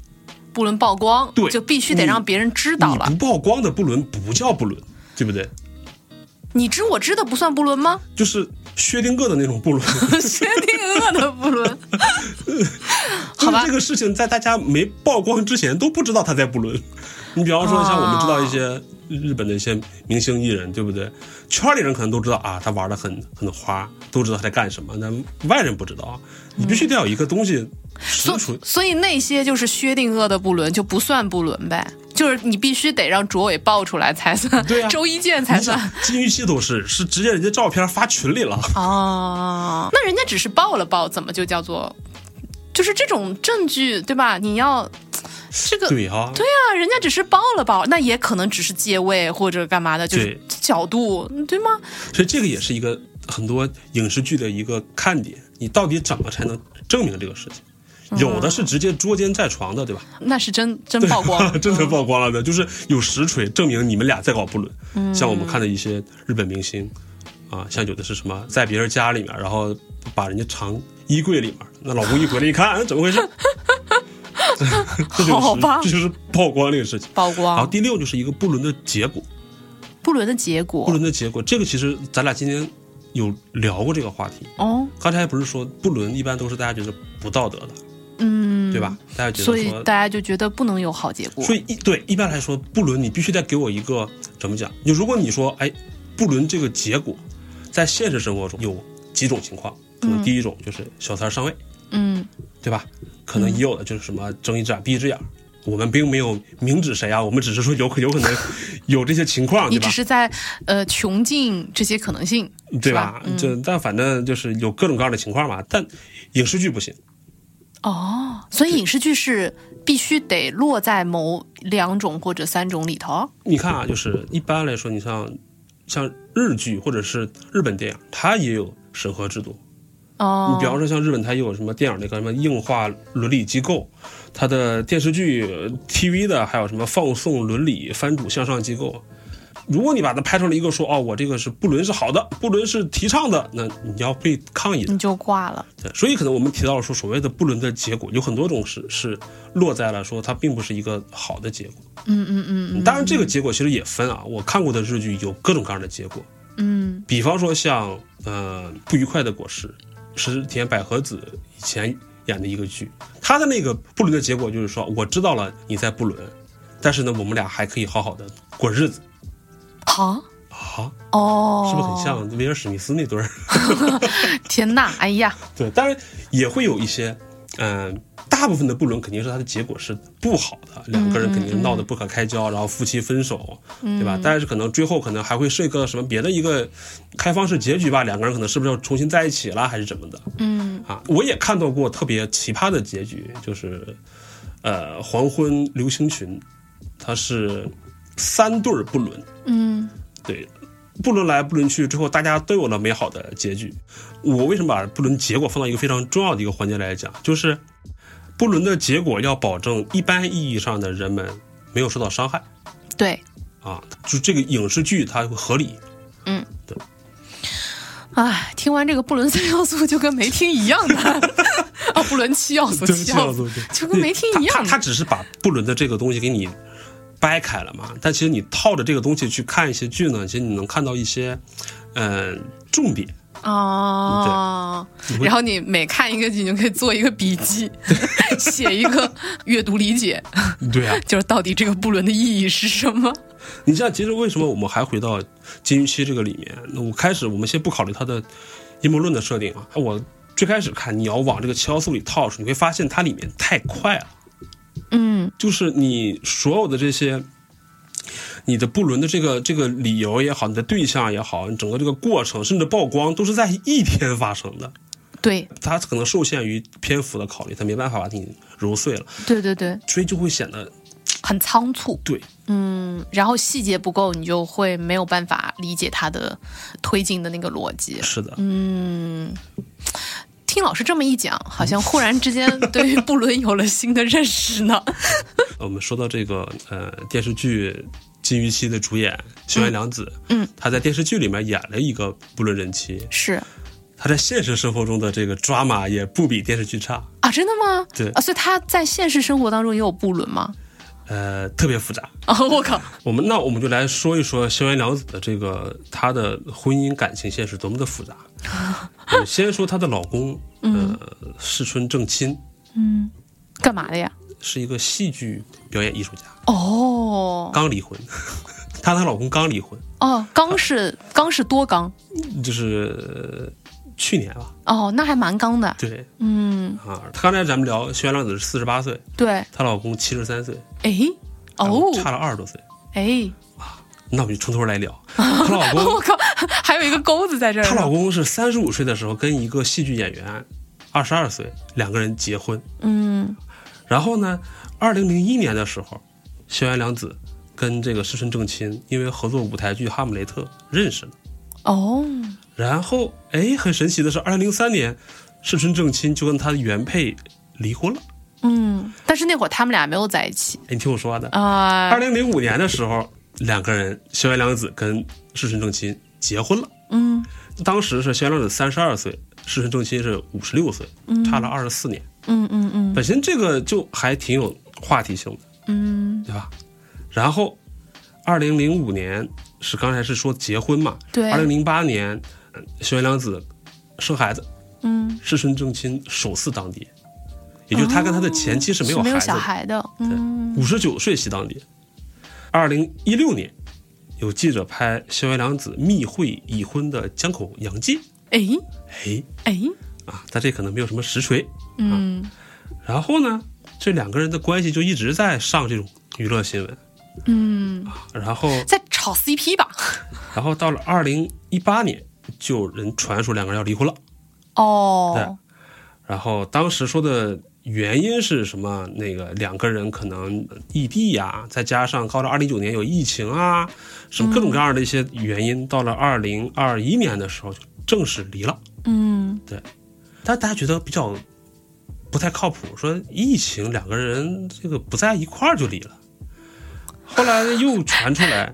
Speaker 2: 不能曝光，
Speaker 3: 对
Speaker 2: 就必须得
Speaker 3: 你
Speaker 2: 让别人知道了
Speaker 3: 你。不曝光的不伦不叫不伦，对不对？
Speaker 2: 你知我知的不算不伦 吗？
Speaker 3: 就是薛定谔的那种 不伦，
Speaker 2: 薛定谔的不伦，
Speaker 3: 就
Speaker 2: 好
Speaker 3: 是
Speaker 2: 吧
Speaker 3: 这个事情在大家没曝光之前都不知道他在不伦。 你比方说，像我们知道一些日本的一些明星艺人，对不对？圈里人可能都知道啊，他玩的很很花，都知道他在干什么，但外人不知道。啊你必须得有一个东西实
Speaker 2: 嗯所
Speaker 3: 锤。
Speaker 2: 所以那些就是薛定谔的不伦就不算不伦呗，就是你必须得让卓伟爆出来才算，
Speaker 3: 对啊
Speaker 2: 周一见才
Speaker 3: 你想
Speaker 2: 算。，
Speaker 3: 金鱼系都是是直接人家照片发群里了，
Speaker 2: 哦，那人家只是爆了爆，怎么就叫做？就是这种证据对吧？你要这个
Speaker 3: 对啊，
Speaker 2: 对啊，人家只是爆了爆，那也可能只是借位或者干嘛的，就是
Speaker 3: 对
Speaker 2: 角度对吗？
Speaker 3: 所以这个也是一个很多影视剧的一个看点。你到底怎么才能证明这个事情？有的是直接捉奸在床的，对吧？
Speaker 2: 那是真真曝光嗯了，
Speaker 3: 真的曝光了的，就是有实锤证明你们俩在搞不伦。像我们看的一些日本明星，啊，像有的是什么在别人家里面，然后把人家藏衣柜里面，那老公一回来一看，哎怎么 回事？这就是
Speaker 2: 好吧
Speaker 3: 这就是曝光这个事情。
Speaker 2: 曝
Speaker 3: 然后
Speaker 2: 光
Speaker 3: 第六就是一个不伦的结果，
Speaker 2: 不伦的结
Speaker 3: 不
Speaker 2: 果
Speaker 3: 伦的结果，这个其实咱俩今天有聊过这个话题。
Speaker 2: 哦，
Speaker 3: 刚才不是说不伦一般都是大家觉得不道德的，
Speaker 2: 嗯，
Speaker 3: 对吧？？大家觉得
Speaker 2: 所以
Speaker 3: 说
Speaker 2: 大家就觉得不能有好结果，
Speaker 3: 所以一对一般来说，不伦你必须得给我一个怎么讲？你如果你说哎，不伦这个结果，在现实生活中有几种情况，可能第一种就是小三上位，
Speaker 2: 嗯
Speaker 3: 对吧？可能也有的就是什么睁一只眼闭一只眼。我们并没有明指谁啊，我们只是说有可有可能有这些情况，
Speaker 2: 你
Speaker 3: 对吧
Speaker 2: 只？是在呃穷尽这些可能性，
Speaker 3: 对
Speaker 2: 是吧
Speaker 3: 吧？？就但反正就是有各种各样的情况嘛。但影视剧不行，
Speaker 2: 哦，所以影视剧是必须得落在某两种或者三种里头。
Speaker 3: 你看啊，就是一般来说，你像像日剧或者是日本电影，它也有审核制度。
Speaker 2: 哦，
Speaker 3: 你比方说像日本，它也有什么电影那个什么硬化伦理机构，它的电视剧、呃 TV 的，还有什么放送伦理番主向上机构。如果你把它拍成了一个说哦，我这个是不伦是好的，不伦是提倡的，那你要被抗议的。
Speaker 2: 你就挂了。
Speaker 3: 对所以可能我们提到说所谓的不伦的结果，有很多种是是落在了说它并不是一个好的结果。
Speaker 2: 嗯嗯嗯
Speaker 3: 当然，这个结果其实也分啊，我看过的日剧有各种各样的结果，
Speaker 2: 嗯
Speaker 3: 比方说像呃不愉快的果实，石田百合子以前演的一个剧，她的那个不伦的结果就是说，我知道了你在不伦，但是呢，我们俩还可以好好的过日子
Speaker 2: 嗯，好
Speaker 3: 啊，
Speaker 2: 哦，
Speaker 3: 是不是很？像威尔史密斯那对儿？
Speaker 2: 天呐，哎呀，
Speaker 3: 对，当然也会有一些，嗯、大部分的不伦肯定是它的结果是不好的，两个人肯定闹得不可开交，然后夫妻分手，对吧？但是可能最后可能还会是一个什么别的一个开放式结局吧，两个人可能是不是要重新在一起了，还是怎么的？
Speaker 2: 嗯
Speaker 3: 啊，我也看到过特别奇葩的结局，就是呃，黄昏流星群，它是三对儿不伦，
Speaker 2: 嗯，
Speaker 3: 对，不伦来不伦去，最后大家都有了美好的结局。我为什么把不伦结果放到一个非常重要的一个环节来讲？就是不伦的结果要保证一般意义上的人们没有受到伤害
Speaker 2: 对，
Speaker 3: 啊，就这个影视剧它合理。
Speaker 2: 哎，听完这个不伦三要素就跟没听一 样的，啊，不伦七要素，七要素，就跟没听一
Speaker 3: 他
Speaker 2: 样
Speaker 3: 他他只是把不伦的这个东西给你掰开了嘛，但其实你套着这个东西去看一些剧呢，其实你能看到一些嗯、呃重点。
Speaker 2: 啊。
Speaker 3: 你会
Speaker 2: 然后你每看一个剧，你就可以做一个笔记， 写一个阅读理解，
Speaker 3: 对啊，
Speaker 2: 就是到底这个不伦的意义是什么？
Speaker 3: 你像其实为什么我们还回到金鱼期这个里面？那我开始我们先不考虑它的阴谋论的设定啊，我最开始看你要往这个七要素里套的时候，你会发现它里面太快了，
Speaker 2: 嗯
Speaker 3: 就是你所有的这些。你的不伦的这个这个理由也好，你的对象也好，你整个这个过程甚至曝光都是在一天发生的，，
Speaker 2: 对
Speaker 3: 它可能受限于篇幅的考虑，它没办法把你揉碎了，
Speaker 2: 对对对，
Speaker 3: 所以就会显得
Speaker 2: 很仓促，
Speaker 3: 对
Speaker 2: 嗯，然后细节不够，你就会没有办法理解它的推进的那个逻辑。
Speaker 3: 是的，
Speaker 2: 听老师这么一讲，好像忽然之间对于布伦有了新的认识呢。
Speaker 3: 我们说到这个呃电视剧《金鱼期》的主演熊原良子，
Speaker 2: 嗯，
Speaker 3: 她在电视剧里面演了一个不伦人妻，
Speaker 2: 是
Speaker 3: 她在现实生活中的这个抓马也不比电视剧差，
Speaker 2: 啊，真的吗？
Speaker 3: 对
Speaker 2: 啊，所以他在现实生活当中也有布伦吗？
Speaker 3: 呃，特别复杂。
Speaker 2: 啊，我靠，
Speaker 3: 我们那我们就来说一说熊原良子的这个她的婚姻感情线是多么 的复杂。呃先说她的老公，呃，
Speaker 2: 嗯
Speaker 3: 世春正亲
Speaker 2: 干嘛的呀？
Speaker 3: 是一个戏剧表演艺术家，
Speaker 2: 哦
Speaker 3: 刚离婚， 她和她老公刚离婚，
Speaker 2: 哦，刚是刚是多刚
Speaker 3: 就是呃去年吧。
Speaker 2: 哦，那还蛮刚的。
Speaker 3: 对
Speaker 2: 嗯，
Speaker 3: 啊，她刚才咱们聊，轩辕浪子是四十八岁，
Speaker 2: 对，
Speaker 3: 她老公七十三岁，
Speaker 2: 哎，
Speaker 3: 然
Speaker 2: 哦
Speaker 3: 后，差了二十多岁。
Speaker 2: 哎，
Speaker 3: 那我们就从头来聊，她老公，
Speaker 2: 我靠，还有一个钩子在这儿呢。
Speaker 3: 她老公是三十五岁的时候跟一个戏剧演员，二十二岁，两个人结婚。
Speaker 2: 嗯
Speaker 3: 然后呢，二零零一年的时候，轩辕良子跟这个世春正亲因为合作舞台剧《哈姆雷特》认识了。
Speaker 2: 哦，
Speaker 3: 然后，哎，很神奇的是，二零零三年，世春正亲就跟他的原配离婚了。
Speaker 2: 嗯，但是那会儿他们俩没有在一起
Speaker 3: 哎，你听我说完的。
Speaker 2: 啊、
Speaker 3: 二零零五年的时候，两个人萧炎良子跟世春正亲结婚了。
Speaker 2: 嗯，
Speaker 3: 当时是萧炎良子三十二岁，世春正亲是五十六岁，差了二十四年。
Speaker 2: 嗯嗯嗯
Speaker 3: 本身这个就还挺有话题性的，嗯，对吧？然后，二零零五年是刚才是说结婚嘛，
Speaker 2: 对
Speaker 3: 二零零八年，呃萧炎良子生孩子，
Speaker 2: 嗯，
Speaker 3: 世春正亲首次当爹，也就是他跟他的前妻是没有
Speaker 2: 哦是没有
Speaker 3: 孩子
Speaker 2: 小
Speaker 3: 的，
Speaker 2: 孩的，嗯
Speaker 3: 五十九岁喜当爹。二零一六年，有记者拍萧炎良子密会已婚的江口洋介，
Speaker 2: 哎
Speaker 3: 哎
Speaker 2: 哎
Speaker 3: 啊，但这可能没有什么实锤，
Speaker 2: 嗯
Speaker 3: 然后呢，这两个人的关系就一直在上这种娱乐新闻。啊
Speaker 2: 嗯，
Speaker 3: 然后，
Speaker 2: 在炒 CP 吧？
Speaker 3: 然后到了二零一八年，就有人传出两个人要离婚了。
Speaker 2: 哦，
Speaker 3: 然后当时说的原因是什么？那个两个人可能异地呀、再加上到了二零一九年有疫情啊，什么各种各样的一些原因，到了二零二一年的时候就正式离了。
Speaker 2: 嗯
Speaker 3: 但大家觉得比较不太靠谱，说疫情两个人这个不在一块儿就离了。后来又传出来，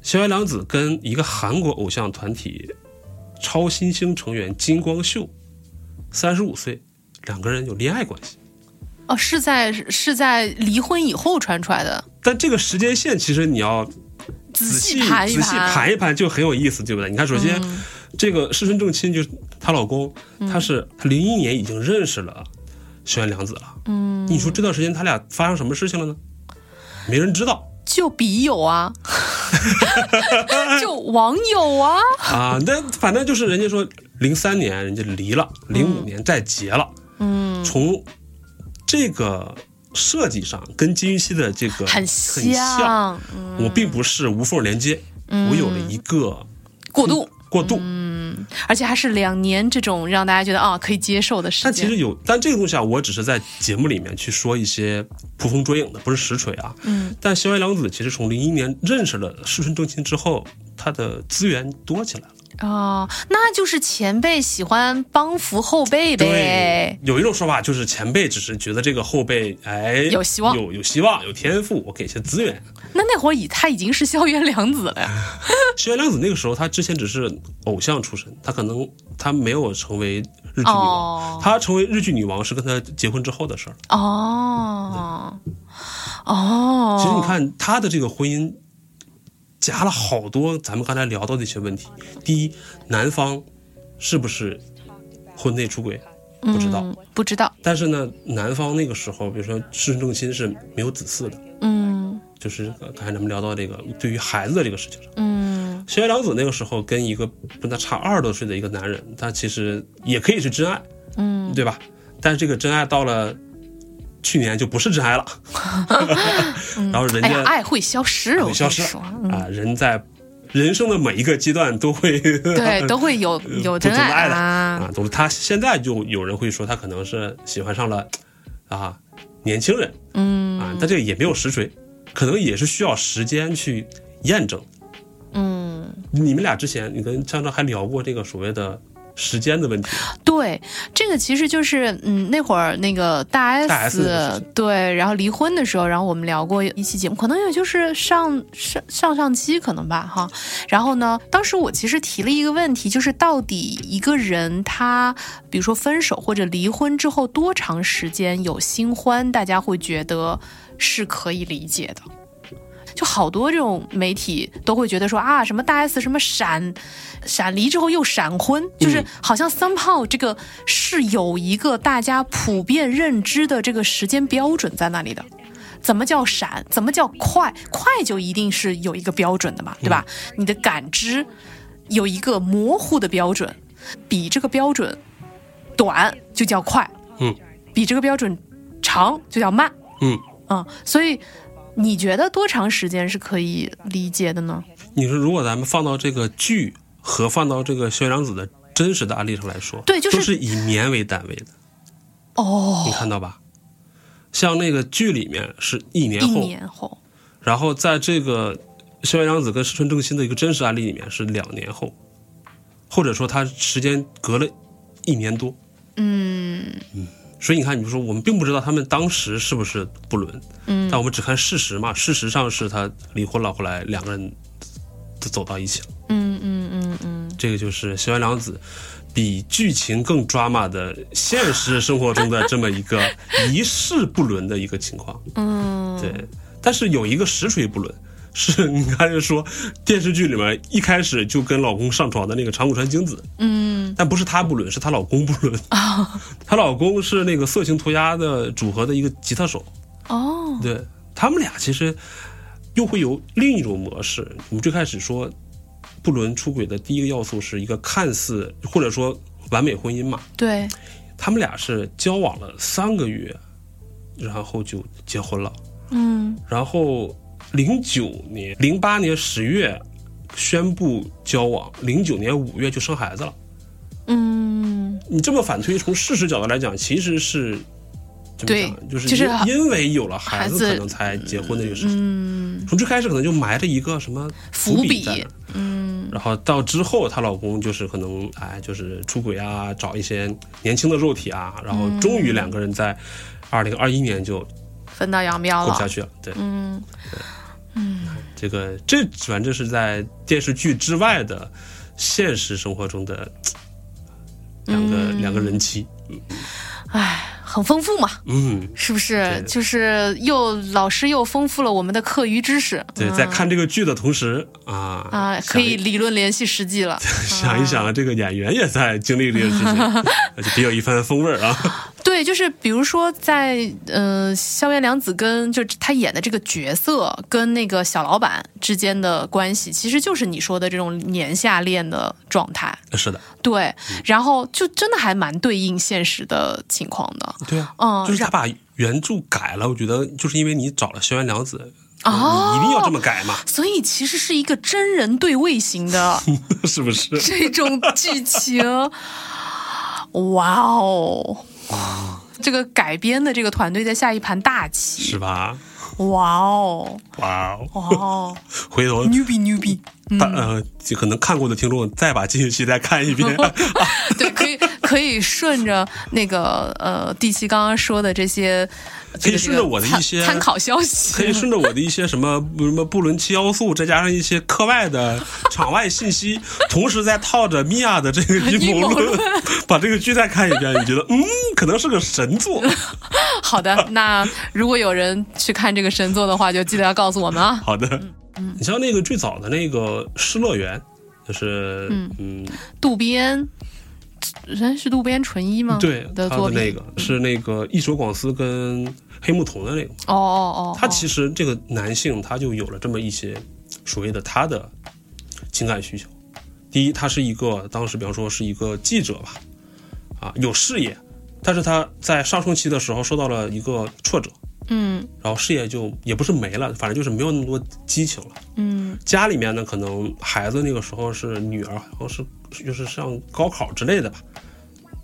Speaker 3: 萧炎良子跟一个韩国偶像团体超新星成员金光秀，三十五岁，两个人有恋爱关系。
Speaker 2: 哦，是在是在离婚以后传出来的，
Speaker 3: 但这个时间线其实你要仔
Speaker 2: 细
Speaker 3: 细
Speaker 2: 盘一
Speaker 3: 仔细盘嗯一盘就很有意思，对不对？你看，首先、这个世春正亲就是她老公，他是他零一年已经认识了轩辕良子了。嗯，你说这段时间他俩发生什么事情了呢？没人知道
Speaker 2: 就笔友 啊，就网友啊，
Speaker 3: 啊。那反正就是人家说零三年人家离了，零五年再结了。嗯，从这个设计上跟金鱼期的这个
Speaker 2: 很
Speaker 3: 很像。
Speaker 2: 像嗯
Speaker 3: 我并不是无缝连接，我有了一个
Speaker 2: 过渡，
Speaker 3: 过渡。
Speaker 2: 而且还是两年这种让大家觉得啊可以接受的时
Speaker 3: 但其
Speaker 2: 间
Speaker 3: 实。有，但这个东西啊，我只是在节目里面去说一些捕风捉影的，不是实锤啊。嗯。但萧炎良子其实从零一年认识了世春正亲之后，他的资源多起来了。
Speaker 2: 哦，那就是前辈喜欢帮扶后辈呗。
Speaker 3: 有一种说法就是前辈只是觉得这个后辈，哎，
Speaker 2: 有希望
Speaker 3: 有有希望，有天赋，我给一些资源。
Speaker 2: 那那会儿已他已经是校园良子了呀。
Speaker 3: 萧炎良子那个时候，她之前只是偶像出身，她可能她没有成为日剧女
Speaker 2: 哦
Speaker 3: 王，她、成为日剧女王是跟她结婚之后的事儿。
Speaker 2: 哦，哦，
Speaker 3: 其实你看她的这个婚姻，夹了好多咱们刚才聊到的一些问题。第一，男方是不是婚内出轨不知道，
Speaker 2: 嗯不知道，
Speaker 3: 但是呢，男方那个时候，比如说世正亲是没有子嗣的，
Speaker 2: 嗯
Speaker 3: 就是呃刚才咱们聊到这个对于孩子的这个事情上，
Speaker 2: 嗯
Speaker 3: 萧炎良子那个时候跟一个跟他差二十多岁的一个男人，他其实也可以是真爱，
Speaker 2: 嗯，
Speaker 3: 对吧？但是这个真爱到了去年就不是真 爱了， 然后人
Speaker 2: 哎呀，
Speaker 3: 家
Speaker 2: 爱会消失，我
Speaker 3: 会
Speaker 2: 跟
Speaker 3: 消
Speaker 2: 你
Speaker 3: 失
Speaker 2: 说，
Speaker 3: 啊，人在人生的每一个阶段都会
Speaker 2: 对，都会 有有
Speaker 3: 不
Speaker 2: 真
Speaker 3: 存在
Speaker 2: 爱
Speaker 3: 的
Speaker 2: 啊
Speaker 3: 啊。。总之，他现在就有人会说他可能是喜欢上了啊年轻人，嗯啊，但这个也没有实锤，可能也是需要时间去验证。
Speaker 2: 嗯，
Speaker 3: 你们俩之前，你跟张张还聊过这个所谓的时间的 问题，
Speaker 2: 对，这个其实就是嗯，那会儿那个大
Speaker 3: 大 S 的事
Speaker 2: S
Speaker 3: 情
Speaker 2: 对，然后离婚的时候，然后我们聊过一期节目，可能也就是上上上上期可能吧哈。然后呢，当时我其实提了一个问题，就是到底一个人他比如说分手或者离婚之后多长时间有新欢，大家会觉得是可以理解的。就好多这种媒体都会觉得说啊，什么大 S 什么闪闪离之后又闪婚，
Speaker 3: 嗯
Speaker 2: 就是好像 somehow 这个是有一个大家普遍认知的这个时间标准在那里的。怎么叫闪？怎么叫快？快就一定是有一个标准的
Speaker 3: 嗯
Speaker 2: 嘛，对吧？你的感知有一个模糊的标准，比这个标准短就叫快，
Speaker 3: 嗯，
Speaker 2: 比这个标准长就叫慢，
Speaker 3: 嗯。
Speaker 2: 嗯，所以你觉得多长时间是可以理解的呢？
Speaker 3: 你说，如果咱们放到这个剧和放到这个萧炎良子的真实的案例上来说，
Speaker 2: 对就是
Speaker 3: 都是以年为单位的，
Speaker 2: 哦，
Speaker 3: 你看到吧？像那个剧里面是一年
Speaker 2: 一
Speaker 3: 后，
Speaker 2: 年后，
Speaker 3: 然后在这个萧炎良子跟石川正心的一个真实案例里面是两年后，或者说他时间隔了一年多。
Speaker 2: 嗯
Speaker 3: 所以你看，你就说我们并不知道他们当时是不是不伦，
Speaker 2: 嗯
Speaker 3: 但我们只看事实嘛。事实上是他离婚了，后来两个人都走到一起了。
Speaker 2: 嗯嗯嗯嗯，
Speaker 3: 这个就是小原良子比剧情更 drama 的现实生活中的这么一个一世不伦的一个情况。
Speaker 2: 嗯，
Speaker 3: 对，但是有一个实锤不伦。 是你刚才说电视剧里面一开始就跟老公上床的那个长谷川京子，
Speaker 2: 嗯
Speaker 3: 但不是她不伦，是她老公不伦。 她老公是那个色情涂鸦的组合的一个吉他手，
Speaker 2: 哦，
Speaker 3: 对他们俩其实又会有另一种模式。我们最开始说，不伦出轨的第一个要素是一个看似或者说完美婚姻嘛，
Speaker 2: 对，
Speaker 3: 他们俩是交往了三个月，然后就结婚了。
Speaker 2: 嗯
Speaker 3: 然后零九年、零八年十月宣布交往，零九年五月就生孩子了。
Speaker 2: 嗯，
Speaker 3: 你这么反推，从事实角度来讲，其实是怎么
Speaker 2: 对
Speaker 3: 讲？就是
Speaker 2: 就是
Speaker 3: 因因为有了孩
Speaker 2: 孩
Speaker 3: 子，
Speaker 2: 子嗯
Speaker 3: 可能才结婚的这个事情。从最开始可能就埋着一个什么
Speaker 2: 伏
Speaker 3: 笔
Speaker 2: 笔
Speaker 3: 在那儿，嗯，然后到之后她老公就是可能哎，就是出轨啊，找一些年轻的肉体啊，然
Speaker 2: 嗯
Speaker 3: 后终于两个人在二零二一年就
Speaker 2: 分道扬镳
Speaker 3: 过不下
Speaker 2: 了，
Speaker 3: 去了。对，
Speaker 2: 啊嗯
Speaker 3: 这个这反正是在电视剧之外的现实生活中的嘖
Speaker 2: 嗯
Speaker 3: 两个、两个人妻。
Speaker 2: 很丰富嘛，
Speaker 3: 嗯，
Speaker 2: 是不是
Speaker 3: 对？
Speaker 2: 就是又老师又丰富了我们的课余知识，
Speaker 3: 对，在看这个剧的同时啊
Speaker 2: 啊，可以啊理论联系实际了。
Speaker 3: 想一想一想，这个演员也在经历这个事情，就别有一番风味儿啊。
Speaker 2: 对，就是比如说在呃，萧元良子跟就他演的这个角色跟那个小老板之间的关系，其实就是你说的这种年下恋的状态。
Speaker 3: 是的，
Speaker 2: 对，
Speaker 3: 嗯
Speaker 2: 然后就真的还蛮对应现实的情况的。
Speaker 3: 对啊，
Speaker 2: 嗯
Speaker 3: 就是他把原著改了，我觉得就是因为你找了萧元良子，
Speaker 2: 哦
Speaker 3: 你一定要这么改嘛，
Speaker 2: 所以其实是一个真人对位型的
Speaker 3: 是不 是？
Speaker 2: 这种剧情，哇哦！这个改编的这个团队在下一盘大棋
Speaker 3: 是，吧？
Speaker 2: 哇哦，
Speaker 3: 哇哦，
Speaker 2: 哇哦，
Speaker 3: 回头
Speaker 2: 牛逼牛逼！嗯
Speaker 3: 大呃，就可能看过的听众再把进去再看一 遍。
Speaker 2: 对，可以可以顺着那个呃，第七刚刚说的这些，
Speaker 3: 可
Speaker 2: 这
Speaker 3: 以
Speaker 2: 个
Speaker 3: 顺着我的一些
Speaker 2: 参参考消
Speaker 3: 可以
Speaker 2: 息，
Speaker 3: 顺着我的一些什么什么布伦七要素，再加上一些课外的场外信息，同时再套着米娅的这个阴谋
Speaker 2: 阴谋
Speaker 3: 论， 把这个剧再看一遍，你觉得嗯，可能是个 神作。
Speaker 2: 好的，那如果有人去看这个神作的话，就记得要告诉我们啊。
Speaker 3: 好的，你像那个最早的那个《失乐园》，就是嗯，
Speaker 2: 渡边，人是渡边淳一吗？
Speaker 3: 对，
Speaker 2: 的
Speaker 3: 他
Speaker 2: 作
Speaker 3: 的
Speaker 2: 品。
Speaker 3: 那个是那个一手广司跟黑木瞳的那个，
Speaker 2: 哦哦哦，
Speaker 3: 他
Speaker 2: 实
Speaker 3: 其实这个男性他就有了这么一些所谓的他的情感需求。第一，他是一个当时比方说是一个记者吧，啊，有事业，但是他在上升期的时候受到了一个挫折，
Speaker 2: 嗯
Speaker 3: 然后事业就也不是没了，反正就是没有那么多激情了。
Speaker 2: 嗯
Speaker 3: 家里面呢，可能孩子那个时候是女儿，好像是就是上高考之类的吧。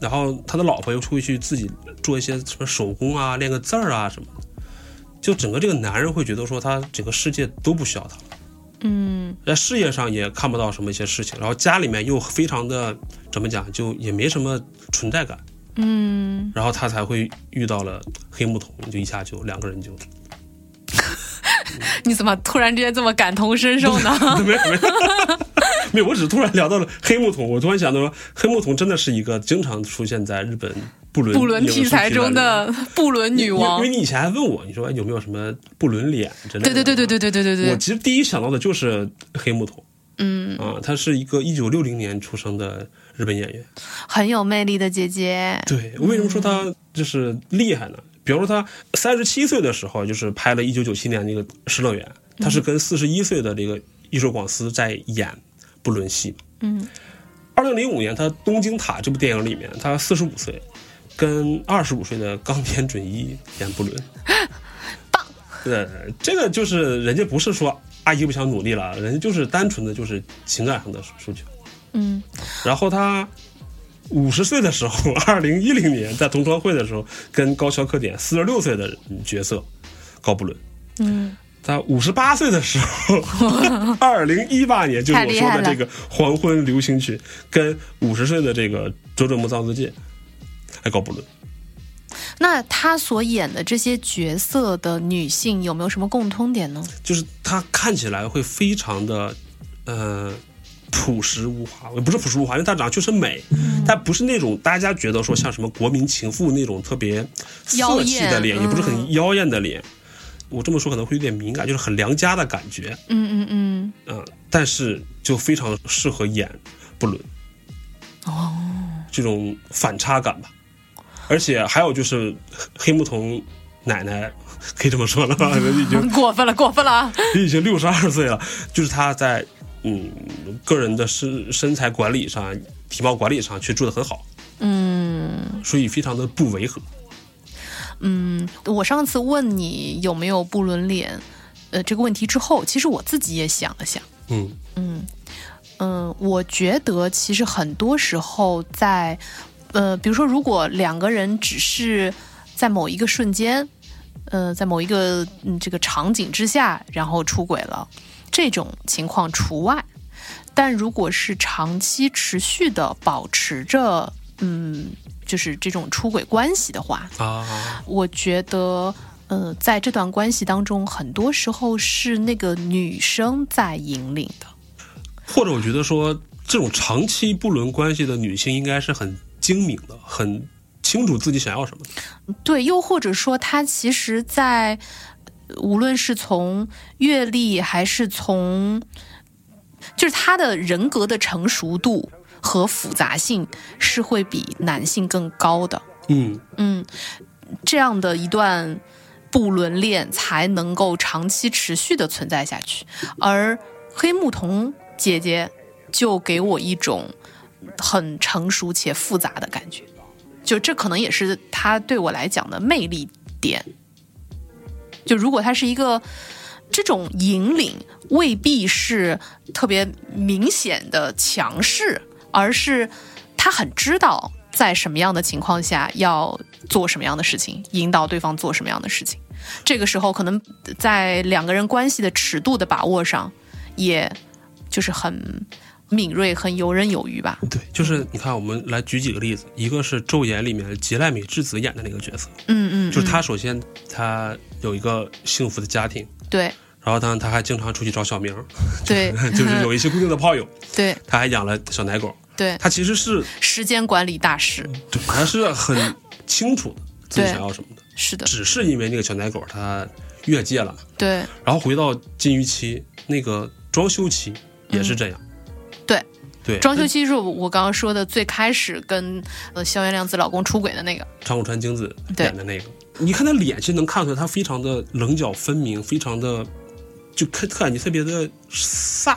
Speaker 3: 然后他的老婆又出去自己做一些什么手工啊，练个字儿啊什么的。就整个这个男人会觉得说，他整个世界都不需要他了，
Speaker 2: 嗯
Speaker 3: 在事业上也看不到什么一些事情，然后家里面又非常的怎么讲，就也没什么存在感。
Speaker 2: 嗯，
Speaker 3: 然后他才会遇到了黑木瞳，就一下就两个人就
Speaker 2: 你怎么突然之间这么感同身受呢？
Speaker 3: 没有没有，没有，我只是突然聊到了黑木桶，我突然想到说，黑木桶真的是一个经常出现在日本不伦
Speaker 2: 布伦
Speaker 3: 影视
Speaker 2: 题材中
Speaker 3: 的
Speaker 2: 的布伦女王
Speaker 3: 因为，因为你以前还问我，你说哎有没有什么不伦脸之类的？
Speaker 2: 对对对对对对对对
Speaker 3: 我
Speaker 2: 对，
Speaker 3: 其实第一想到的就是黑木桶
Speaker 2: 嗯，
Speaker 3: 啊，她是一个一九六零年出生的日本演员。
Speaker 2: 很有魅力的姐姐，
Speaker 3: 对，为什么
Speaker 2: 嗯
Speaker 3: 说她就是厉害呢？比如说她三十七岁的时候，就是拍了一九九七年那个《失乐园》，她
Speaker 2: 嗯
Speaker 3: 是跟四十一岁的这个艺术广司在演不伦戏嘛。
Speaker 2: 嗯
Speaker 3: 二零零五年，他《东京塔》这部电影里面，他四十五岁，跟二十五岁的冈田准一演不伦，
Speaker 2: 棒。
Speaker 3: 对，这个就是人家不是说阿姨不想努力了，人家就是单纯的就是情感上的诉求。
Speaker 2: 嗯，
Speaker 3: 然后他五十岁的时候，二零一零年在同窗会的时候，跟高桥克典四十六岁的角色高不伦，
Speaker 2: 嗯，
Speaker 3: 他五十八岁的时 候，二零一八年就是
Speaker 4: 太
Speaker 3: 我
Speaker 4: 厉
Speaker 3: 说
Speaker 4: 害
Speaker 3: 的
Speaker 4: 了
Speaker 3: 这个黄昏流行曲，跟五十岁的这个佐佐木藏子介还搞不伦。
Speaker 4: 那她所演的这些角色的女性有没有什么共通点呢？
Speaker 3: 就是她看起来会非常的，呃，朴实无华，也不是朴实无华，因为她长得确实美，
Speaker 2: 嗯
Speaker 3: 她不是那种大家觉得说像什么国民情妇那种特别
Speaker 2: 妖
Speaker 3: 色气
Speaker 2: 艳嗯
Speaker 3: 的脸，也不是很妖艳的脸。我这么说可能会有点敏感，就是很良家的感觉，
Speaker 2: 嗯嗯嗯，
Speaker 3: 嗯、但是就非常适合演布伦。哦，这种反差感吧。而且还有就是黑木瞳奶奶，可以这么说了 吧？已经
Speaker 2: 嗯过分了，过分了啊！
Speaker 3: 已经六十二岁了，就是他在嗯个人的身身材管理上、体貌管理上却做得很好，嗯，所以非常的不违和。
Speaker 4: 嗯，
Speaker 2: 我上次问你有没有不伦脸，呃，这个问题之后，其实我自己也想了想，
Speaker 3: 嗯，
Speaker 2: 嗯，我觉得其实很多时候在，呃，比如说，如果两个人只是在某一个瞬间，呃，在某一个嗯这个场景之下，然后出轨了，这种情况除外。但如果是长期持续的保持着，嗯，就是这种出轨关系的话，
Speaker 3: 啊，
Speaker 2: 我觉得，呃，在这段关系当中，很多时候是那个女生在引领的。
Speaker 3: 或者我觉得说这种长期不伦关系的女性应该是很精明的，很清楚自己想要什么的。
Speaker 2: 对，又或者说他其实在，无论是从阅历还是从，就是他的人格的成熟度和复杂性是会比男性更高的。
Speaker 3: 嗯，
Speaker 2: 嗯，这样的一段不伦恋才能够长期持续的存在下去。而黑木瞳姐姐就给我一种很成熟且复杂的感觉，就这可能也是她对我来讲的魅力点。就如果她是一个这种引领，未必是特别明显的强势，而是她很知道在什么样的情况下要做什么样的事情，引导对方做什么样的事情。这个时候，可能在两个人关系的尺度的把握上，也就是很敏锐、很游刃有余吧。
Speaker 3: 对，嗯就是你看，我们来举几个例子，一个是《昼颜》里面吉濑美智子演的那个角色，
Speaker 2: 嗯嗯，
Speaker 3: 就是她首先她有一个幸福的家庭，
Speaker 2: 对
Speaker 3: 然后当然她还经常出去找小明儿，
Speaker 2: 对
Speaker 3: 就是有一些固定的炮友，
Speaker 2: 对
Speaker 3: 他还养了小奶狗，
Speaker 2: 对，
Speaker 3: 他其实是
Speaker 2: 时间管理大师，
Speaker 3: 对，他是很清楚的自己想要什么的，
Speaker 2: 是的，
Speaker 3: 只是因为那个小奶狗它越界了，
Speaker 2: 对
Speaker 3: 然后回到禁欲期那个装修期也是这样，
Speaker 2: 嗯对。
Speaker 3: 对，
Speaker 2: 装修期是我我刚刚说的最开始跟呃萧元亮子老公出轨的那个，
Speaker 3: 长谷川京子
Speaker 2: 对
Speaker 3: 演的那个，你看他脸，其实能看出来他非常的棱角分明，非常的就看感觉特别的飒，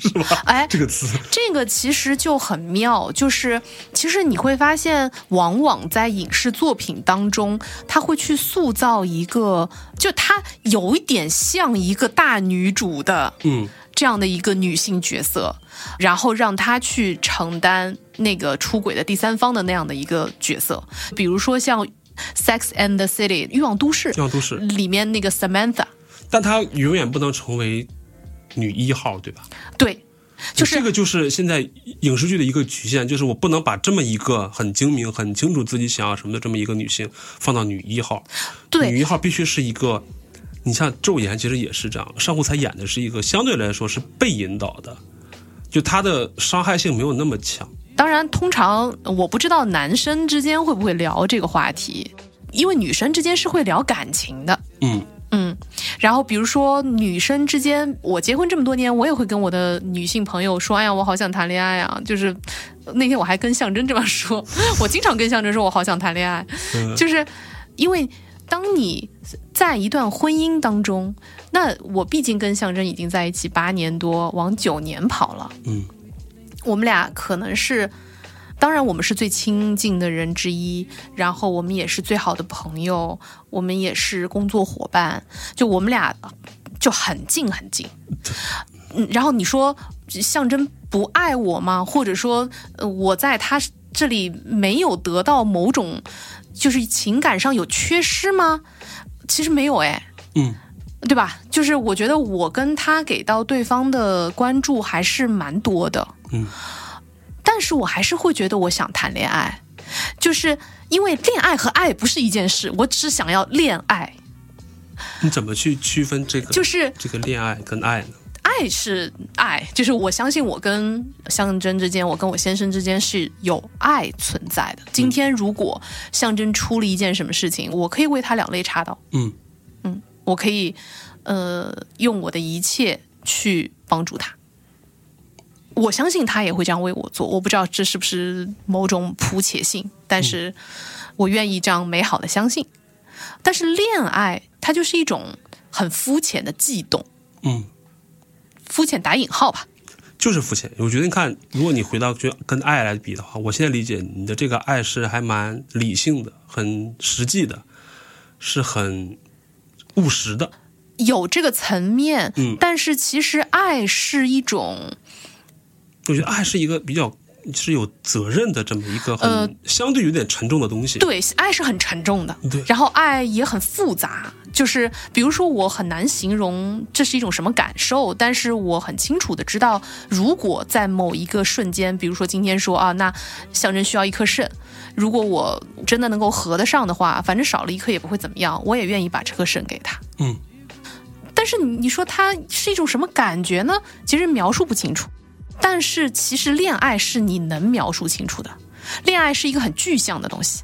Speaker 3: 是吧？
Speaker 2: 哎
Speaker 3: 这个词，
Speaker 2: 这个其实就很妙，就是其实你会发现，往往在影视作品当中，他会去塑造一个，就她有一点像一个大女主的
Speaker 3: 嗯，
Speaker 2: 这样的一个女性角色，然后让她去承担那个出轨的第三方的那样的一个角色，比如说像《Sex and the City》欲望都市
Speaker 3: 欲望都市，
Speaker 2: 里面那个 Samantha，
Speaker 3: 但他永远不能成为女一号，对吧？
Speaker 2: 对，就是
Speaker 3: 这个，就是现在影视剧的一个局限，就是我不能把这么一个很精明、很清楚自己想要什么的这么一个女性放到女一号。
Speaker 2: 对
Speaker 3: 女一号必须是一个，你像《昼颜》其实也是这样，上户彩演的是一个相对来说是被引导的，就她的伤害性没有那么强。
Speaker 2: 当然，通常我不知道男生之间会不会聊这个话题，因为女生之间是会聊感情的。
Speaker 3: 嗯，
Speaker 2: 嗯，然后比如说女生之间，我结婚这么多年，我也会跟我的女性朋友说，哎呀，我好想谈恋爱啊。就是那天我还跟象征这么说，我经常跟象征说我好想谈恋爱，
Speaker 3: 嗯
Speaker 2: 就是因为当你在一段婚姻当中，那我毕竟跟象征已经在一起八年多，往九年跑了。
Speaker 3: 嗯，
Speaker 2: 我们俩可能是，当然我们是最亲近的人之一，然后我们也是最好的朋友，我们也是工作伙伴，就我们俩就很近很 近。嗯，然后你说象征不爱我吗？或者说，呃，我在他这里没有得到某种就是情感上有缺失吗？其实没有哎，
Speaker 3: 嗯，
Speaker 2: 对吧？就是我觉得我跟他给到对方的关注还是蛮多的，
Speaker 3: 嗯，
Speaker 2: 但是我还是会觉得我想谈恋爱，就是因为恋爱和爱不是一件事，我只想要恋爱，
Speaker 3: 你怎么去区分这个
Speaker 2: 就是
Speaker 3: 这个恋爱跟爱呢？
Speaker 2: 爱是爱，就是我相信我跟象征之间，我跟我先生之间是有爱存在的。今天如果象征出了一件什么事情，我可以为他两肋插刀，
Speaker 3: 嗯
Speaker 2: 我可以呃用我的一切去帮助他。我相信他也会这样为我做，我不知道这是不是某种普且性，但是我愿意这样美好的相信。但是恋爱，它就是一种很肤浅的悸动，
Speaker 3: 嗯，
Speaker 2: 肤浅打引号吧。
Speaker 3: 就是肤浅。我觉得你看，如果你回到就跟爱来比的话，我现在理解你的这个爱是还蛮理性的，很实际的，是很务实的。
Speaker 2: 有这个层面，
Speaker 3: 嗯
Speaker 2: 但是其实爱是一种，
Speaker 3: 我觉得爱是一个比较是有责任的这么一个很、
Speaker 2: 呃
Speaker 3: 相对有点沉重的东西。
Speaker 2: 对，爱是很沉重的，
Speaker 3: 对
Speaker 2: 然后爱也很复杂，就是比如说我很难形容这是一种什么感受，但是我很清楚的知道，如果在某一个瞬间，比如说今天说啊，那象征需要一颗肾，如果我真的能够合得上的话，反正少了一颗也不会怎么样，我也愿意把这颗肾给他。
Speaker 3: 嗯，
Speaker 2: 但是你你说它是一种什么感觉呢？其实描述不清楚。但是其实恋爱是你能描述清楚的，恋爱是一个很具象的东西，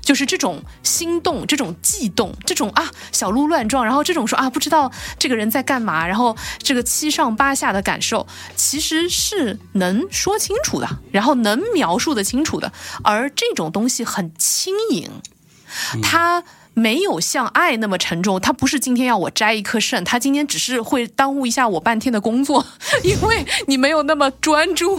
Speaker 2: 就是这种心动、这种悸动、这种啊小鹿乱撞，然后这种说啊不知道这个人在干嘛，然后这个七上八下的感受，其实是能说清楚的，然后能描述的清楚的，而这种东西很轻盈，它没有像爱那么沉重，它不是今天要我摘一颗肾，它今天只是会耽误一下我半天的工作， 因为你没有那么专注，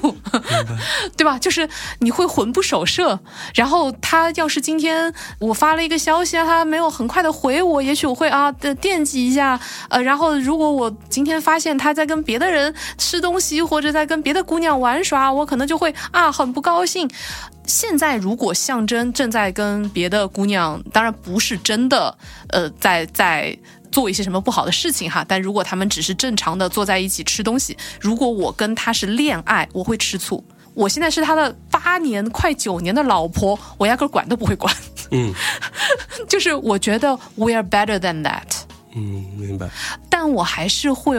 Speaker 2: 对吧？就是你会魂不守舍。然后他要是今天我发了一个消息，他没有很快的回我，也许我会啊呃惦记一下，呃，然后如果我今天发现他在跟别的人吃东西，或者在跟别的姑娘玩耍，我可能就会啊很不高兴。现在如果象征正在跟别的姑娘，当然不是真的，呃，在在做一些什么不好的事情哈。但如果他们只是正常的坐在一起吃东西，如果我跟他是恋爱，我会吃醋。我现在是他的八年快九年的老婆，我压根儿管都不会管。
Speaker 3: 嗯
Speaker 2: 就是我觉得 we are better than that。
Speaker 3: 嗯，明白。
Speaker 2: 但我还是会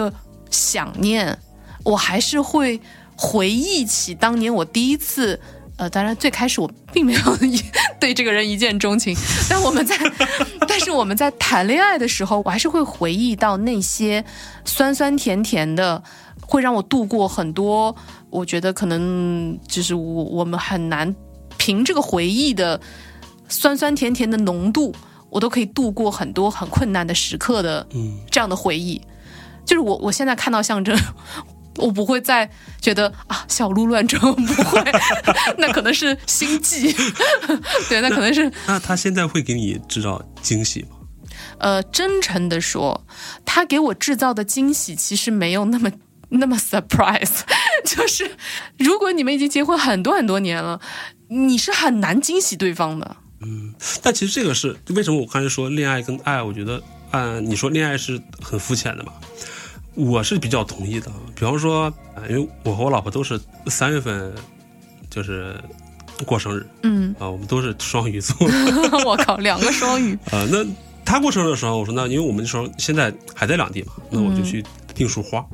Speaker 2: 想念，我还是会回忆起当年我第一次。呃，当然，最开始我并没有 一对这个人一见钟情，但我们在， 但是我们在谈恋爱的时候，我还是会回忆到那些酸酸甜甜的，会让我度过很多，我觉得可能就是我我们很难凭这个回忆的酸酸甜甜的浓度，我都可以度过很多很困难的时刻的
Speaker 3: 嗯
Speaker 2: 这样的回忆。就是我我现在看到象征， 我不会再觉得啊小鹿乱撞，不会， 那可能是心悸， 对，那可能是
Speaker 3: 那他现在会给你制造惊喜吗？
Speaker 2: 呃真诚的说，他给我制造的惊喜其实没有那么。那么 surprise，就是 如果你们已经结婚很多很多年了，你是很难惊喜对方的。
Speaker 3: 但其实这个是为什么我刚才说恋爱跟爱，我觉得按你说恋爱是很肤浅的嘛，我是比较同意的啊。比方说，呃因为我和我老婆都是三月份，就是过生日
Speaker 2: 嗯，
Speaker 3: 啊，我们都是双鱼座
Speaker 2: 我靠，两个双语，
Speaker 3: 啊。那她过生日的时候，我说那因为我们那时候现在还在两地嘛，那我就
Speaker 2: 嗯
Speaker 3: 去订束花，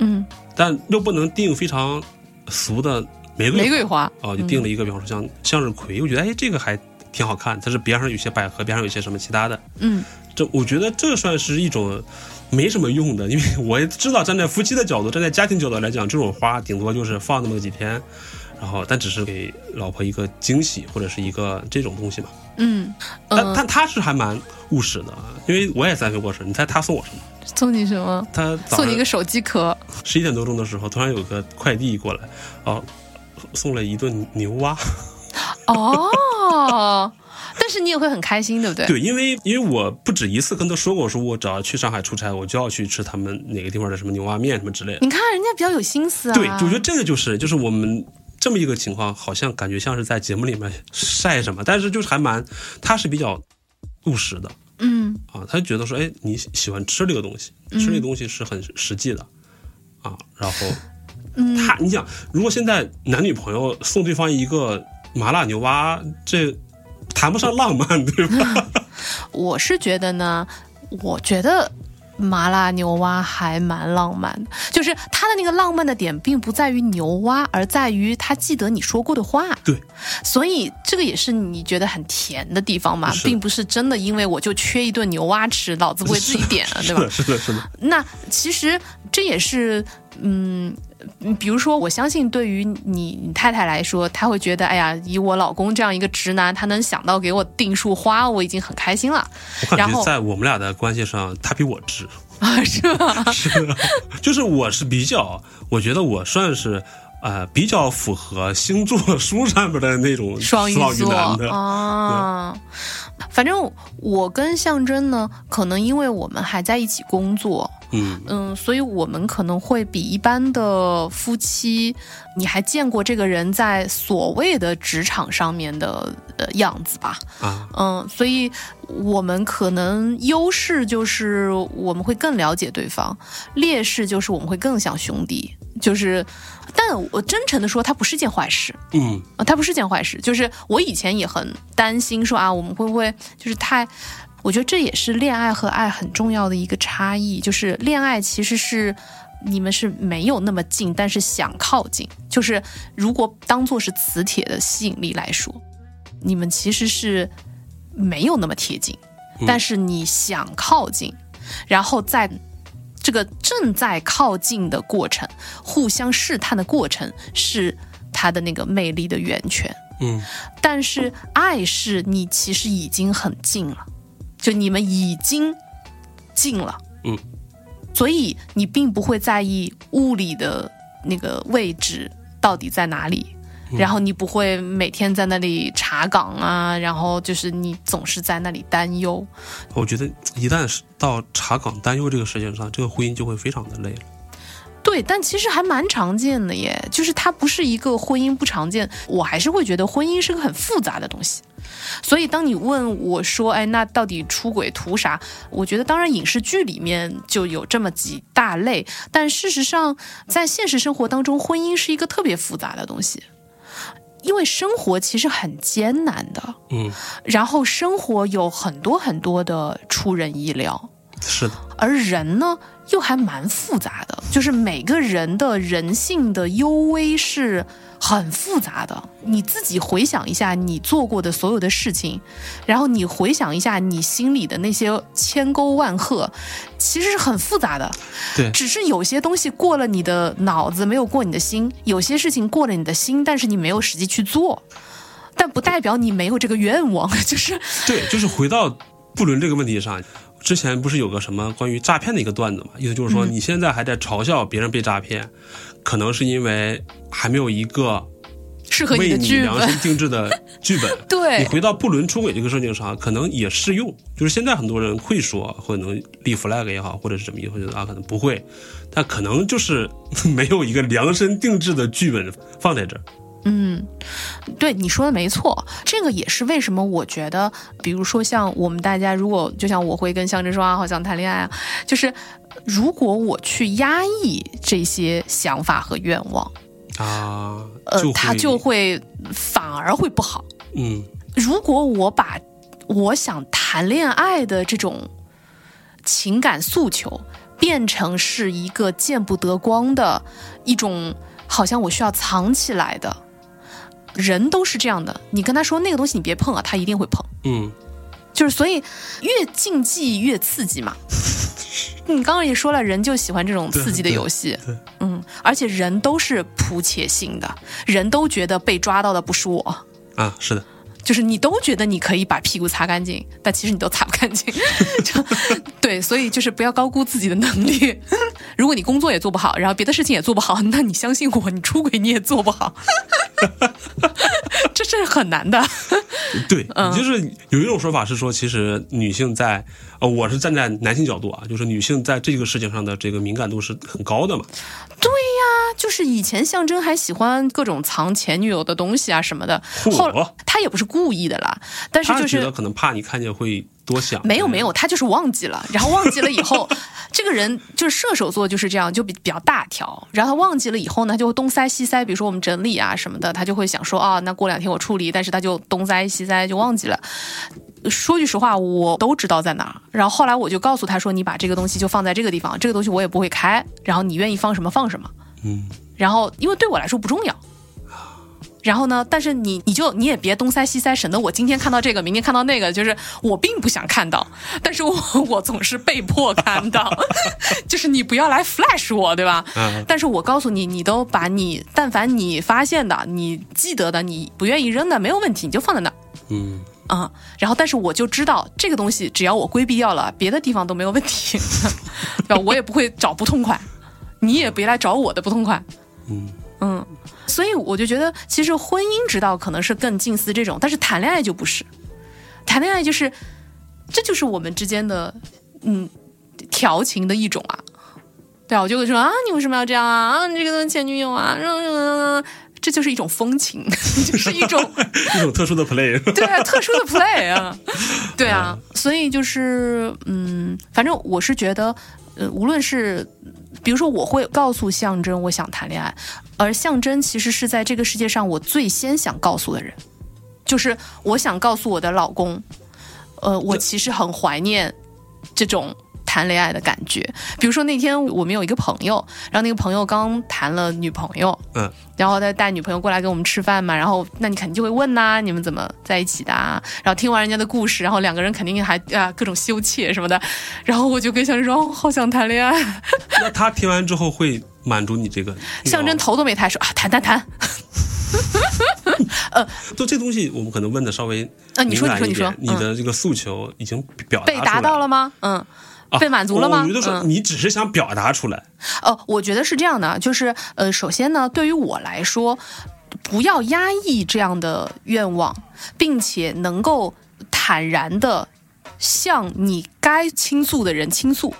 Speaker 2: 嗯，
Speaker 3: 但又不能订非常俗的玫瑰
Speaker 2: 玫瑰花，
Speaker 3: 哦，就
Speaker 2: 嗯
Speaker 3: 定了一个，比方说像向日葵，我觉得哎，这个还挺好看，它是边上有些百合，边上有些什么其他的，
Speaker 2: 嗯，
Speaker 3: 这我觉得这算是一种没什么用的，因为 我也知道站在夫妻的角度，站在家庭角度来讲，这种花顶多就是放那么几天，然后但只是给老婆一个惊喜或者是一个这种东西嘛。
Speaker 2: 嗯，
Speaker 3: 但、
Speaker 2: 呃，
Speaker 3: 但他是还蛮务实的，啊，因为我也三岁过生日，你猜他送我什么？
Speaker 2: 送你什么？
Speaker 3: 他早
Speaker 2: 送你一
Speaker 3: 上
Speaker 2: 个手机壳，
Speaker 3: 十一点多钟的时候，突然有个快递过来，哦，送了一顿牛蛙。
Speaker 2: 哦，但是你也会很开心，对不对？
Speaker 3: 对，因为因为我不止一次跟他说过，我说我只要去上海出差，我就要去吃他们哪个地方的什么牛蛙面什么之类的。
Speaker 2: 你看人家比较有心思啊。
Speaker 3: 对，我觉得这个就是就是我们这么一个情况，好像感觉像是在节目里面晒什么，但是就是还蛮，他是比较务实的。
Speaker 2: 嗯，
Speaker 3: 啊，他觉得说，哎，你喜喜欢吃这个东西，吃这个东西是很实际的啊。然后
Speaker 2: 嗯
Speaker 3: 他，你想，如果现在男女朋友送对方一个麻辣牛蛙，这谈不上浪漫，对
Speaker 2: 嗯
Speaker 3: 吧？
Speaker 2: 我是觉得呢，我觉得麻辣牛蛙还蛮浪漫的，就是它的那个浪漫的点，并不在于牛蛙，而在于他记得你说过的话。
Speaker 3: 对，
Speaker 2: 所以这个也是你觉得很甜的地方嘛，
Speaker 3: 是的
Speaker 2: 并不是真的因为我就缺一顿牛蛙吃，老子不会自己点啊了，对吧？
Speaker 3: 是的，是的，是的，
Speaker 2: 那其实这也是，嗯，比如说，我相信对于你你太太来说，她会觉得，哎呀，以我老公这样一个直男，他能想到给我订束花，我已经很开心了，
Speaker 3: 我感
Speaker 2: 然
Speaker 3: 觉
Speaker 2: 后
Speaker 3: 在我们俩的关系上，他比我直，
Speaker 2: 啊，是吧？
Speaker 3: 就是我是比较，我觉得我算是。呃，比较符合星座书上面的那种
Speaker 2: 双
Speaker 3: 鱼
Speaker 2: 鱼座
Speaker 3: 男的，
Speaker 2: 啊。反正我跟象征呢，可能因为我们还在一起工作，
Speaker 3: 嗯，
Speaker 2: 嗯，所以我们可能会比一般的夫妻，你还见过这个人在所谓的职场上面的呃样子吧？
Speaker 3: 啊，
Speaker 2: 嗯，所以我们可能优势就是我们会更了解对方，劣势就是我们会更像兄弟。就是，但我真诚的说，它不是件坏事
Speaker 3: 嗯，
Speaker 2: 啊，它不是件坏事。就是我以前也很担心说啊，我们会不会就是太。我觉得这也是恋爱和爱很重要的一个差异，就是恋爱其实是你们是没有那么近，但是想靠近。就是如果当做是磁铁的吸引力来说，你们其实是没有那么贴近，但是你想靠近，然后在这个正在靠近的过程，互相试探的过程，是它的那个魅力的源泉。
Speaker 3: 嗯，
Speaker 2: 但是爱是你其实已经很近了，就你们已经近了，
Speaker 3: 嗯，
Speaker 2: 所以你并不会在意物理的那个位置到底在哪里。然后你不会每天在那里查岗啊，然后就是你总是在那里担忧，
Speaker 3: 我觉得一旦是到查岗担忧这个事情上，这个婚姻就会非常的累了。
Speaker 2: 对，但其实还蛮常见的耶，就是它不是一个婚姻不常见，我还是会觉得婚姻是个很复杂的东西。所以当你问我说，哎，那到底出轨图啥？我觉得当然影视剧里面就有这么几大类，但事实上在现实生活当中，婚姻是一个特别复杂的东西，因为生活其实很艰难的，
Speaker 3: 嗯，
Speaker 2: 然后生活有很多很多的出人意料。
Speaker 3: 是的，
Speaker 2: 而人呢又还蛮复杂的，就是每个人的人性的幽微是很复杂的。你自己回想一下你做过的所有的事情，然后你回想一下你心里的那些千沟万壑，其实是很复杂的。
Speaker 3: 对，
Speaker 2: 只是有些东西过了你的脑子，没有过你的心；有些事情过了你的心，但是你没有实际去做。但不代表你没有这个愿望， 就是
Speaker 3: 对，就是回到不伦这个问题上，之前不是有个什么关于诈骗的一个段子嘛？意思就是说，
Speaker 2: 嗯
Speaker 3: 你现在还在嘲笑别人被诈骗，可能是因为还没有一个
Speaker 2: 适合你
Speaker 3: 为
Speaker 2: 的
Speaker 3: 你
Speaker 2: 剧
Speaker 3: 量
Speaker 2: 本
Speaker 3: 身。定制的剧本。
Speaker 2: 对
Speaker 3: 你回到不伦出轨这个事情上，可能也适用。就是现在很多人会说，或者能立 flag 也好，或者是怎么也会觉得啊，可能不会，但可能就是 没有一个量身定制的剧本放在这儿。
Speaker 2: 对你说的没错，这个也是为什么我觉得，比如说像我们大家，如果就像我会跟象征说啊，好想谈恋爱啊，就是如果我去压抑这些想法和愿望，
Speaker 3: 啊，
Speaker 2: 呃
Speaker 3: 就，
Speaker 2: 它
Speaker 3: 会
Speaker 2: 就会反而会不好。
Speaker 3: 嗯，
Speaker 2: 如果我把我想谈恋爱的这种情感诉求变成是一个见不得光的一种，好像我需要藏起来的，人都是这样的。你跟他说那个东西你别碰啊，他一定会碰。
Speaker 3: 嗯，
Speaker 2: 就是所以越禁忌越刺激嘛。你刚刚也说了，人就喜欢这种刺激的游戏
Speaker 3: 对对，
Speaker 2: 嗯，而且人都是扑且性的，人都觉得被抓到的不是我，
Speaker 3: 啊，是的，
Speaker 2: 就是你都觉得你可以把屁股擦干净，但其实你都擦不干净。 就对，所以就是不要高估自己的能力。 如果你工作也做不好，然后别的事情也做不好，那你相信我，你出轨你也做不好。 这是很难的。
Speaker 3: 对，
Speaker 2: 嗯
Speaker 3: 就是有一种说法是说，其实女性在，呃，我是站在男性角度啊，就是女性在这个事情上的这个敏感度是很高的嘛。
Speaker 2: 就是以前象征还喜欢各种藏前女友的东西啊什么的，
Speaker 3: 嚯
Speaker 2: 后他也不是故意的啦，但是
Speaker 3: 她
Speaker 2: 就
Speaker 3: 觉
Speaker 2: 是
Speaker 3: 得可能怕你看见会多想，嗯
Speaker 2: 没有没有，他就是忘记了，然后忘记了以 后，这个人就是射手座就是这样，就比比较大条。然后他忘记了以后呢，就会东塞西塞，比如说我们整理啊什么的，他就会想说啊，那过两天我处理，但是他就东塞西塞就忘记了。说句实话，我都知道在哪儿。然后后来我就告诉他说，你把这个东西就放在这个地方，这个东西我也不会开，然后你愿意放什么放什么。
Speaker 3: 嗯，
Speaker 2: 然后因为对我来说不重要。然后呢？但是你你就你也别东塞西塞，省得我今天看到这个，明天看到那个。就是我并不想看到，但是我我总是被迫看到。 就是你不要来 flash 我，对吧？
Speaker 3: 嗯
Speaker 2: 但是我告诉你，你都把你但凡你发现的、你记得的、你不愿意扔的，没有问题，你就放在那儿
Speaker 3: 嗯，
Speaker 2: 啊、然后，但是我就知道这个东西，只要我规避掉了，别的地方都没有问题， 对吧？我也不会找不痛快，你也别来找我的不痛快。
Speaker 3: 嗯
Speaker 2: 嗯，所以我就觉得，其实婚姻之道可能是更近似这种，但是谈恋爱就不是，谈恋爱就是，这就是我们之间的嗯调情的一种啊。对啊，我就会说啊，你为什么要这样啊？啊，你这个前女友啊，嗯嗯嗯嗯这就是一种风情，就是一种
Speaker 3: 一种特殊 的 play，
Speaker 2: 对啊，特殊的 play 啊，对啊，所以就是嗯，反正我是觉得，呃，无论是比如说，我会告诉象征我想谈恋爱，而象征其实是在这个世界上我最先想告诉的人，就是我想告诉我的老公，呃，我其实很怀念这种。谈恋爱的感觉，比如说那天我们有一个朋友，然后那个朋友刚谈了女朋友，
Speaker 3: 嗯，
Speaker 2: 然后他带女朋友过来跟我们吃饭嘛，然后那你肯定就会问呐、你们怎么在一起的、啊？然后听完人家的故事，然后两个人肯定还啊各种羞怯什么的，然后我就跟象征说、哦好想谈恋爱，
Speaker 3: 那他听完之后会满足你这个欲
Speaker 2: 象
Speaker 3: 望
Speaker 2: 征头都没抬说啊谈谈谈，
Speaker 3: 就这东西，我们可能问的稍微
Speaker 2: 啊你说
Speaker 3: 敏感
Speaker 2: 你说
Speaker 3: 一点
Speaker 2: 你
Speaker 3: 你
Speaker 2: 说嗯
Speaker 3: 的这个诉求已经表达
Speaker 2: 被达
Speaker 3: 出来
Speaker 2: 到了，吗？嗯，
Speaker 3: 啊
Speaker 2: 被满足了吗
Speaker 3: 我觉得说
Speaker 2: 嗯
Speaker 3: 你只是想表达出来，
Speaker 2: 呃，我觉得是这样的，就是呃，首先呢，对于我来说，不要压抑这样的愿望，并且能够坦然的向你该倾诉的人倾诉，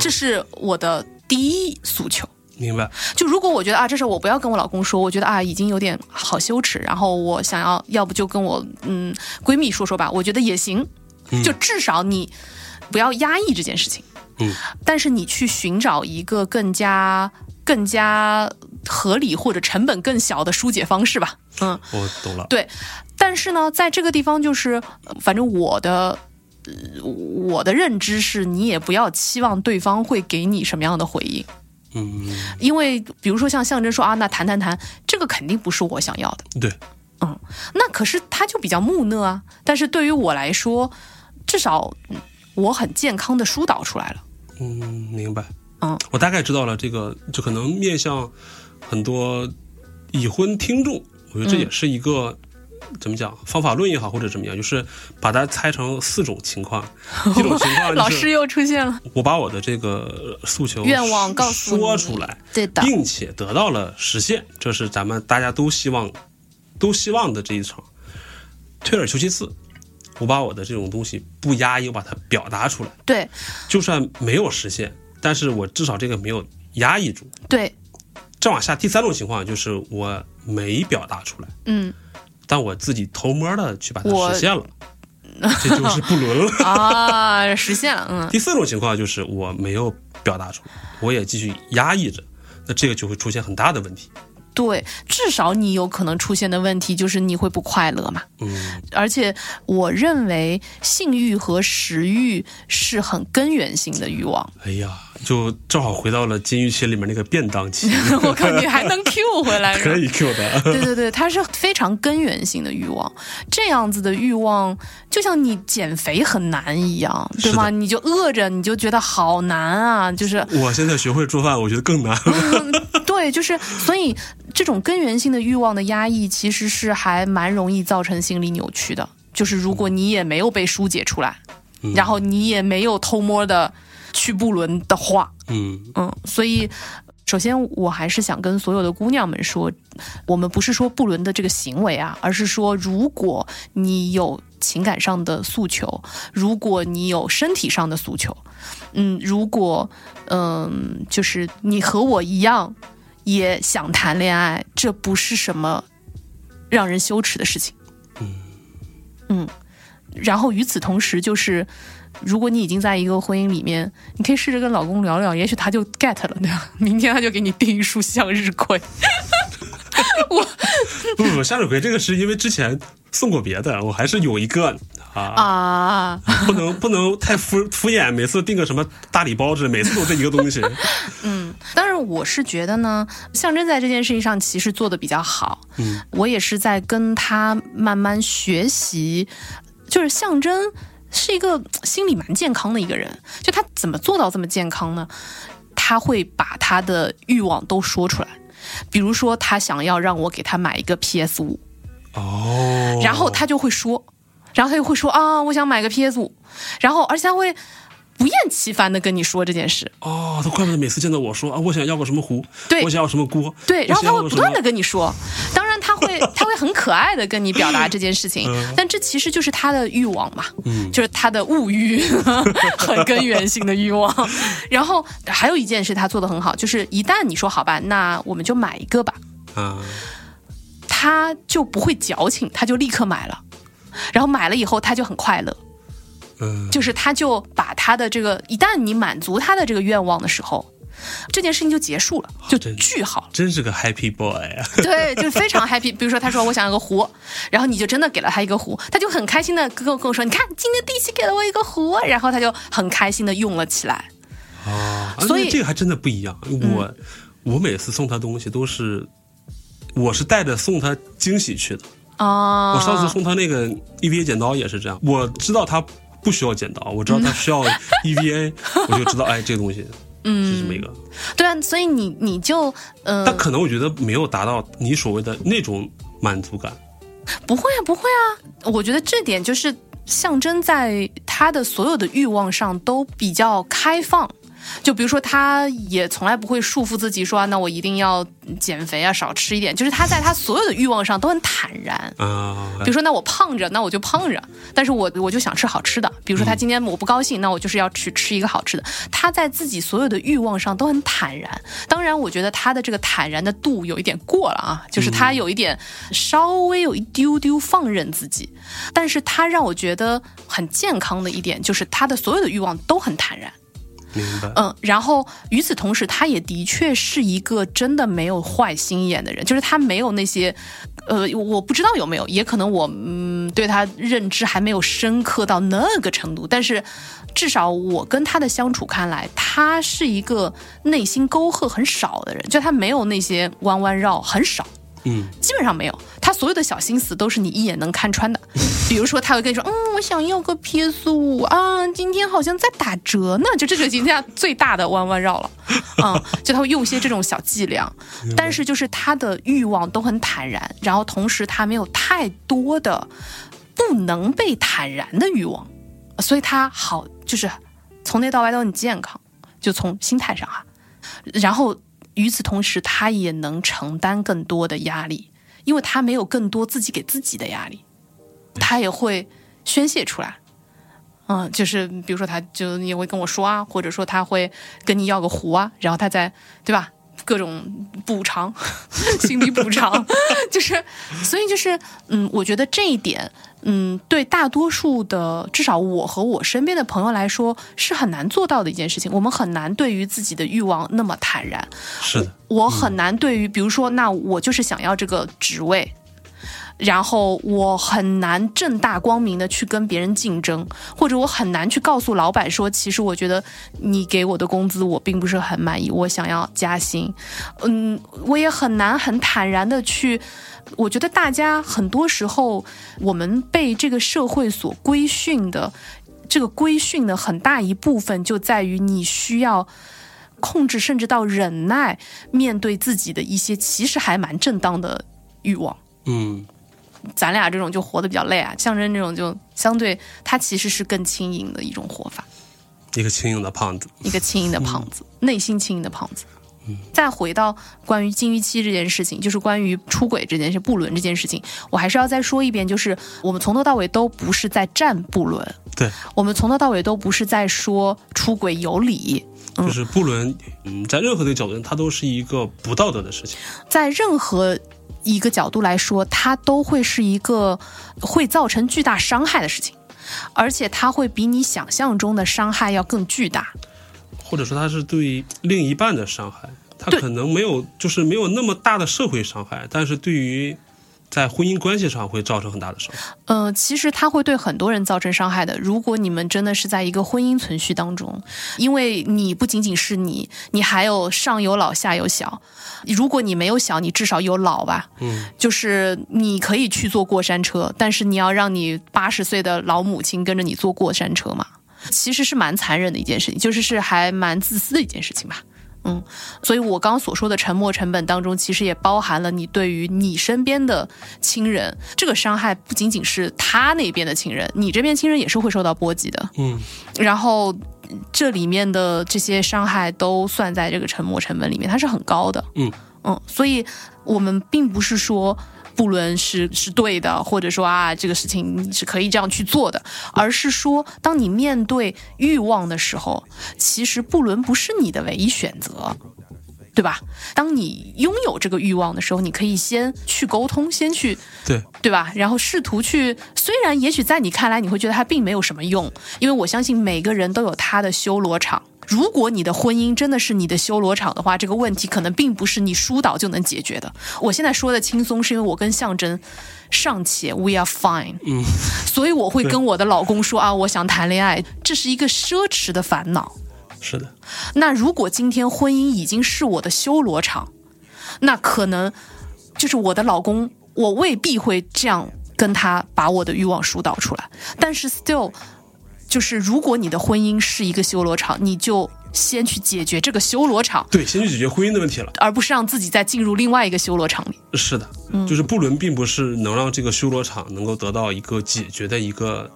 Speaker 2: 这是我的第一诉求。
Speaker 3: 明白？
Speaker 2: 就如果我觉得啊，这事儿我不要跟我老公说，我觉得啊已经有点好羞耻，然后我想要，要不就跟我嗯闺蜜说说吧，我觉得也行，就至少你不要压抑这件事情，
Speaker 3: 嗯，
Speaker 2: 但是你去寻找一个更加更加合理或者成本更小的疏解方式吧，嗯，
Speaker 3: 我懂了。
Speaker 2: 对，但是呢，在这个地方就是，呃反正我的。呃我的认知是你也不要期望对方会给你什么样的回应，
Speaker 3: 嗯，
Speaker 2: 因为比如说像象征说啊，那谈谈谈，这个肯定不是我想要的，
Speaker 3: 对，
Speaker 2: 嗯，那可是他就比较木讷啊。但是对于我来说，至少嗯我很健康的疏导出来了，
Speaker 3: 嗯，明白。
Speaker 2: 嗯，
Speaker 3: 我大概知道了这个，就可能面向很多已婚听众，我
Speaker 2: 嗯
Speaker 3: 觉得这也是一个、怎么讲方法论也好，或者怎么样，就是把它拆成四种 情况。一种情况
Speaker 2: 老
Speaker 3: 就
Speaker 2: 师
Speaker 3: 呃是
Speaker 2: 又出 现了，
Speaker 3: 我把我的这个诉求
Speaker 2: 愿望告诉
Speaker 3: 说
Speaker 2: 你
Speaker 3: 出来，
Speaker 2: 对的
Speaker 3: 并且得到了实现，这是咱们大家都希望都希望的这一场。退而求其次，我把我的这种东西不压抑，我把它表达出来。
Speaker 2: 对
Speaker 3: 就算没有实现，但是我至少这个没有压抑住。
Speaker 2: 对，
Speaker 3: 再往下，第三种情况就是我没表达出来，
Speaker 2: 嗯
Speaker 3: 但我自己偷摸的去把它
Speaker 2: 我
Speaker 3: 实现了，这就是不伦了。
Speaker 2: 啊， 实现了，嗯，
Speaker 3: 第四种情况就是我没有表达出来，我也继续压抑着，那这个就会出现很大的问题。
Speaker 2: 对，至少你有可能出现的问题就是你会不快乐嘛。
Speaker 3: 嗯
Speaker 2: 而且我认为性欲和食欲是很根源性的欲望。
Speaker 3: 哎呀，就正好回到了金鱼期里面那个便当 期，
Speaker 2: 我靠，你还能 Q 回来？
Speaker 3: 可以 Q 的。
Speaker 2: 对对对，它是非常根源性的欲望。这样子的欲望，就像你减肥很难一样，对
Speaker 3: 是
Speaker 2: 吗？
Speaker 3: 的
Speaker 2: 你就饿着，你就觉得好难啊，就是。
Speaker 3: 我现在学会做饭，我觉得更难了。
Speaker 2: 对，就是所以这种根源性的欲望的压抑，其实是还蛮容易造成心理扭曲的。就是如果你也没有被疏解出来，
Speaker 3: 嗯
Speaker 2: 然后你也没有偷摸的去不伦的话，
Speaker 3: 嗯，
Speaker 2: 嗯，所以首先我还是想跟所有的姑娘们说，我们不是说不伦的这个行为啊，而是说如果你有情感上的诉求，如果你有身体上的诉求，嗯，如果嗯、就是你和我一样也想谈恋爱，这不是什么让人羞耻的事情。嗯然后与此同时，就是如果你已经在一个婚姻里面，你可以试着跟老公聊聊，也许他就 get 了，对吧？ 明天他就给你订一束向日葵。我
Speaker 3: 不不不，向日葵这个是因为之前送过别的，我还是有一个啊，
Speaker 2: 啊，
Speaker 3: 不能不能太敷敷衍，每次订个什么大礼包之类，每次都这一个东 西。
Speaker 2: 但是我是觉得呢，象征在这件事情上其实做的比较好。
Speaker 3: 嗯，
Speaker 2: 我也是在跟他慢慢学习，就是象征是一个呃心理蛮健康的一个人，就他怎么做到这么健康呢？他会把他的欲望都说出来，比如说他想要让我给他买一个 PS 五，
Speaker 3: 哦，
Speaker 2: 然后他就会说，然后他就会说啊，我想买个 PS 五，然后而且他会不厌其烦的跟你说这件事，
Speaker 3: 哦，他怪不得每次见到我说啊，我想要个什么壶，
Speaker 2: 对
Speaker 3: 我想要什么锅，
Speaker 2: 对，然后他
Speaker 3: 我
Speaker 2: 会不断的
Speaker 3: 想要个什么
Speaker 2: 跟你说，当然他 会他会很可爱的跟你表达这件事情， 但这其实就是他的欲望嘛，
Speaker 3: 嗯
Speaker 2: 就是他的物欲， 很根源性的欲望。然后还有一件事他做的很好，就是一旦你说好吧，那我们就买一个吧，
Speaker 3: 啊，
Speaker 2: 他就不会矫情，他就立刻买了，然后买了以后他就很快乐。
Speaker 3: 嗯，
Speaker 2: 就是他就把他的这个，一旦你满足他的这个愿望的时候，这件事情就结束了，就
Speaker 3: 真
Speaker 2: 巨好 了。
Speaker 3: 真是个 happy boy 啊，
Speaker 2: 对，就是非常 happy。比如说，他说我想要个壶，然后你就真的给了他一个壶，他就很开心的跟我跟我说，你看今天弟媳给了我一个壶，然后他就很开心的用了起来。
Speaker 3: 啊，
Speaker 2: 所以嗯
Speaker 3: 这个还真的不一样。我、我每次送他东西都是，我是带着送他惊喜去的。
Speaker 2: 啊、
Speaker 3: 我上次送他那个 EVA 剪刀也是这样，我知道他不需要剪刀，我知道他 需要 EVA，、我就知道哎，这个东西
Speaker 2: 嗯
Speaker 3: 是这么一个。
Speaker 2: 对啊，所以你你就呃
Speaker 3: 但可能我觉得没有达到你所谓的那种满足感。
Speaker 2: 不会啊，不会啊，我觉得这点就是象征在他的所有的欲望上都比较开放。就比如说，他也从来不会束缚自己说，啊那我一定要减肥啊，少吃一点。就是他在他所有的欲望上都很坦然。
Speaker 3: 啊
Speaker 2: 比，如说，那我胖着，那我就胖着，但是我我就想吃好吃的。比如说，他今天我不高兴，那我就是要去吃一个好吃的。他在自己所有的欲望上都很坦然。当然，我觉得他的这个坦然的度有一点过了啊，就是他有一点稍微有一丢丢放任自己，但是他让我觉得很健康的一点就是他的所有的欲望都很坦然。
Speaker 3: 明白。
Speaker 2: 嗯，然后与此同时，他也的确是一个真的没有坏心眼的人，就是他没有那些，呃，我不知道有没有，也可能我嗯对他认知还没有深刻到那个程度，但是至少我跟他的相处看来，他是一个内心沟壑很少的人，就他没有那些弯弯绕，很少。
Speaker 3: 嗯，
Speaker 2: 基本上没有，他所有的小心思都是你一眼能看穿的。 比如说，他会跟你说：“嗯，我想要个 PS 五啊，今天好像在打折呢。”就这就是人家最大的弯弯绕了。 嗯，就他会用一些这种小伎俩，但是就是他的欲望都很坦然，然后同时他没有太多的不能被坦然的欲望，所以他好就是从内到外都很健康，就从心态上啊。然后与此同时，他也能承担更多的压力，因为他没有更多自己给自己的压力，他也会宣泄出来。嗯，就是比如说，他就也会跟我说啊，或者说他会跟你要个壶啊，然后他再对吧，各种补偿， 心理补偿，就是，所以就是，嗯，我觉得这一点，嗯，对大多数的，至少我和我身边的朋友来说，是很难做到的一件事情。我们很难对于自己的欲望那么坦然，
Speaker 3: 是的，
Speaker 2: 我很难对于，比如说，那我就是想要这个职位，然后我很难正大光明的去跟别人竞争，或者我很难去告诉老板说，其实我觉得你给我的工资我并不是很满意，我想要加薪。嗯，我也很难很坦然的去。我觉得大家很多时候，我们被这个社会所规训的，这个规训的很大一部分就在于你需要控制，甚至到忍耐面对自己的一些其实还蛮正当的欲望。
Speaker 3: 嗯，
Speaker 2: 咱俩这种就活得比较累啊，象征这种就相对它其实是更轻盈的一种活法，
Speaker 3: 一个轻盈的胖子。
Speaker 2: 一个轻盈的胖子，内心轻盈的胖子。再回到关于禁欲期这件事情，就是关于出轨这件事、不伦这件事情，我还是要再说一遍，就是我们从头到尾都不是在站不伦，
Speaker 3: 对，
Speaker 2: 我们从头到尾都不是在说出轨有理，
Speaker 3: 就是不伦，嗯，在任何的角度，它都是一个不道德的事情。
Speaker 2: 在任何一个角度来说，它都会是一个会造成巨大伤害的事情。而且它会比你想象中的伤害要更巨大。
Speaker 3: 或者说他是对另一半的伤害，他
Speaker 2: 对
Speaker 3: 可能没有就是没有那么大的社会伤害，但是对于在婚姻关系上会造成很大的伤害。
Speaker 2: 呃，其实它会对很多人造成伤害的。如果你们真的是在一个婚姻存续当中，因为你不仅仅是你，你还有上有老下有小。如果你没有小，你至少有老吧。
Speaker 3: 嗯，
Speaker 2: 就是你可以去坐过山车，但是你要让你八十岁的老母亲跟着你坐过山车嘛，其实是蛮残忍的一件事情，就是是还蛮自私的一件事情吧。嗯，所以我刚所说的沉没成本当中，其实也包含了你对于你身边的亲人，这个伤害不仅仅是他那边的亲人，你这边亲人也是会受到波及的。
Speaker 3: 嗯，
Speaker 2: 然后这里面的这些伤害都算在这个沉没成本里面，它是很高的。
Speaker 3: 嗯
Speaker 2: 嗯，所以我们并不是说布伦是是对的，或者说啊这个事情你是可以这样去做的，而是说当你面对欲望的时候，其实布伦不是你的唯一选择。对吧？当你拥有这个欲望的时候，你可以先去沟通，先去
Speaker 3: 对，
Speaker 2: 对吧？然后试图去，虽然也许在你看来你会觉得它并没有什么用，因为我相信每个人都有他的修罗场。如果你的婚姻真的是你的修罗场的话，这个问题可能并不是你疏导就能解决的。我现在说的轻松，是因为我跟象征尚且 we are fine，
Speaker 3: 嗯，
Speaker 2: 所以我会跟我的老公说啊，我想谈恋爱，这是一个奢侈的烦恼。
Speaker 3: 是的，
Speaker 2: 那如果今天婚姻已经是我的修罗场，那可能就是我的老公，我未必会这样跟他把我的欲望疏导出来。但是 still，就是如果你的婚姻是一个修罗场，你就先去解决这个修罗场，
Speaker 3: 对，先去解决婚姻的问题了。
Speaker 2: 而不是让自己再进入另外一个修罗场里。
Speaker 3: 是的，
Speaker 2: 嗯
Speaker 3: 就是布伦并不是能让这个修罗场能够得到一个解决的一个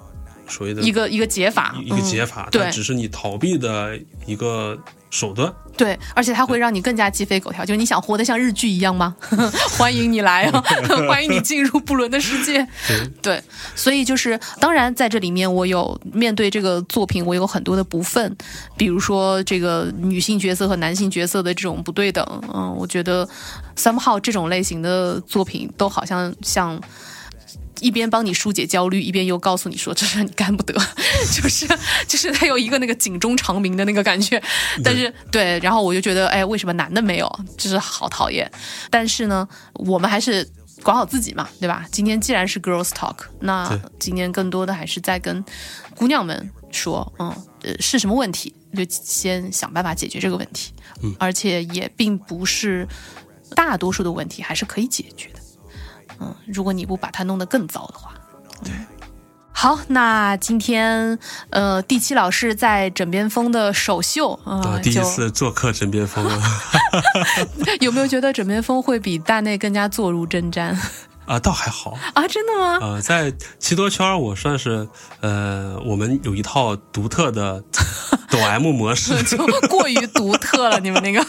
Speaker 3: 所谓的
Speaker 2: 一个一个解法，
Speaker 3: 一个解法，
Speaker 2: 对
Speaker 3: 它只是你逃避的一个手段。
Speaker 2: 对，而且它会让你更加鸡飞狗跳。就是你想活得像日剧一样吗？欢迎你来啊，欢迎你进入布伦的世界。对，所以就是，当然在这里面，我有面对这个作品，我有很多的不忿，比如说这个女性角色和男性角色的这种不对等。嗯，我觉得 somehow 这种类型的作品都好像像。一边帮你疏解焦虑，一边又告诉你说这事儿你干不得，就是 就是他有一个那个警钟长鸣的那个感觉，但是对，然后我就觉得，哎，为什么男的没有？就是好讨厌。但是呢，我们还是管好自己嘛，对吧？今天既然是 girls talk，那
Speaker 3: 对
Speaker 2: 今天更多的还是在跟姑娘们说，嗯，呃，是什么问题，就先想办法解决这个问题。
Speaker 3: 嗯
Speaker 2: 而且也并不是大多数的问题还是可以解决的。嗯，如果你不把它弄得更糟的话。好，那今天呃，第七老师在枕边风的首秀啊、
Speaker 3: 啊，
Speaker 2: 呃
Speaker 3: 第一
Speaker 2: 就
Speaker 3: 次做客枕边风啊 了
Speaker 2: 有没有觉得枕边风会比大内更加坐如针毡
Speaker 3: 啊，倒还好。
Speaker 2: 啊？真的 吗？
Speaker 3: 呃，在奇多圈儿我算是呃，我们有一套独特的抖 M 模式，
Speaker 2: 就过于独特了，你们那个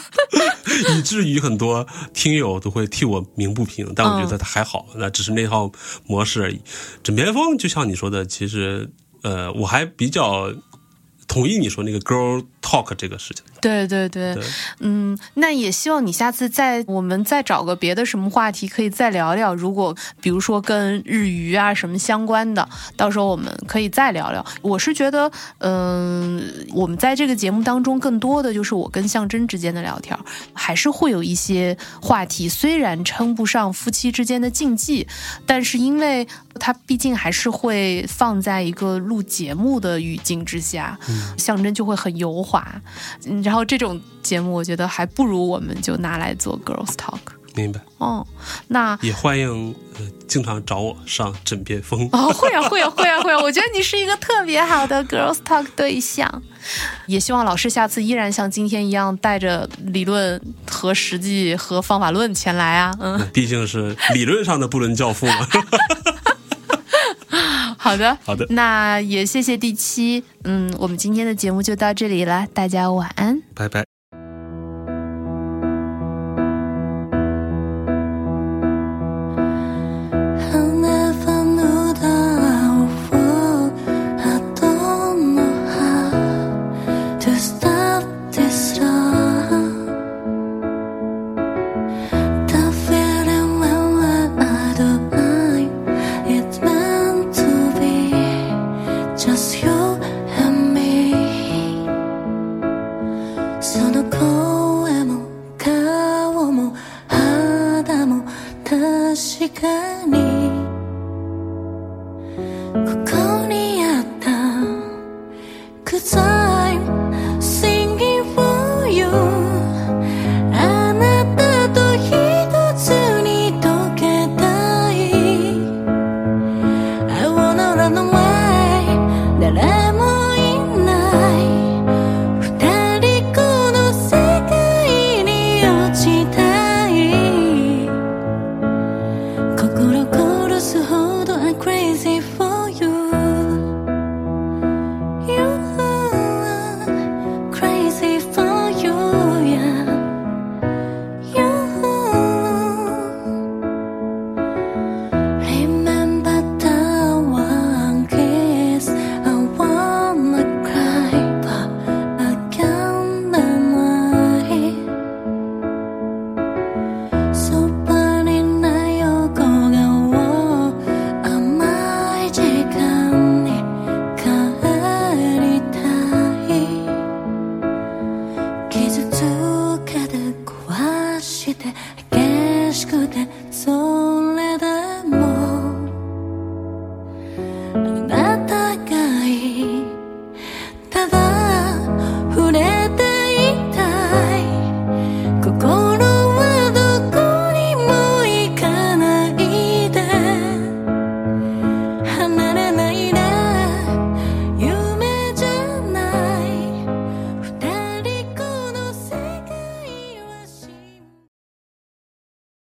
Speaker 3: 以至于很多听友都会替我鸣不平，但我觉得他还好，那只是那套模式而已。枕边风就像你说的，其实呃，我还比较同意你说那个 girl talk 这个事情。
Speaker 2: 对对对，
Speaker 3: 对
Speaker 2: 嗯，那也希望你下次再我们再找个别的什么话题可以再聊聊。如果比如说跟日语啊什么相关的，到时候我们可以再聊聊。我是觉得，嗯、我们在这个节目当中，更多的就是我跟象征之间的聊天儿，还是会有一些话题，虽然称不上夫妻之间的禁忌，但是因为它毕竟还是会放在一个录节目的语境之下，象征就会很油滑。嗯然后这种节目，我觉得还不如我们就拿来做 girls talk。
Speaker 3: 明白，
Speaker 2: 哦，那
Speaker 3: 也欢迎呃经常找我上枕边风。
Speaker 2: 哦，会啊，会啊，会啊，会啊！我觉得你是一个特别好的 girls talk 对象，也希望老师下次依然像今天一样，带着理论和实际和方法论前来啊。嗯，
Speaker 3: 毕竟是理论上的布伦教父嘛。
Speaker 2: 好的，
Speaker 3: 好的
Speaker 2: 那也谢谢第七，嗯，我们今天的节目就到这里了，大家晚安。
Speaker 3: 拜拜。
Speaker 5: I never knew that I would fall. I don't know how to stop this love. The feeling when we're out of line, it's meant to be. just you and me その声も顔も肌も確かにここにあった'Cause I'm singing for you あなたと一つに溶けたい I wanna run away 誰もいない二人この世界に落ちたい心殺すほど I'm crazy for you You are crazy for you yeah You Remember that one kiss? I wanna cry, but I can't deny. そばにない横顔、甘い時間に帰りたい。傷つけて壊して激しくてそ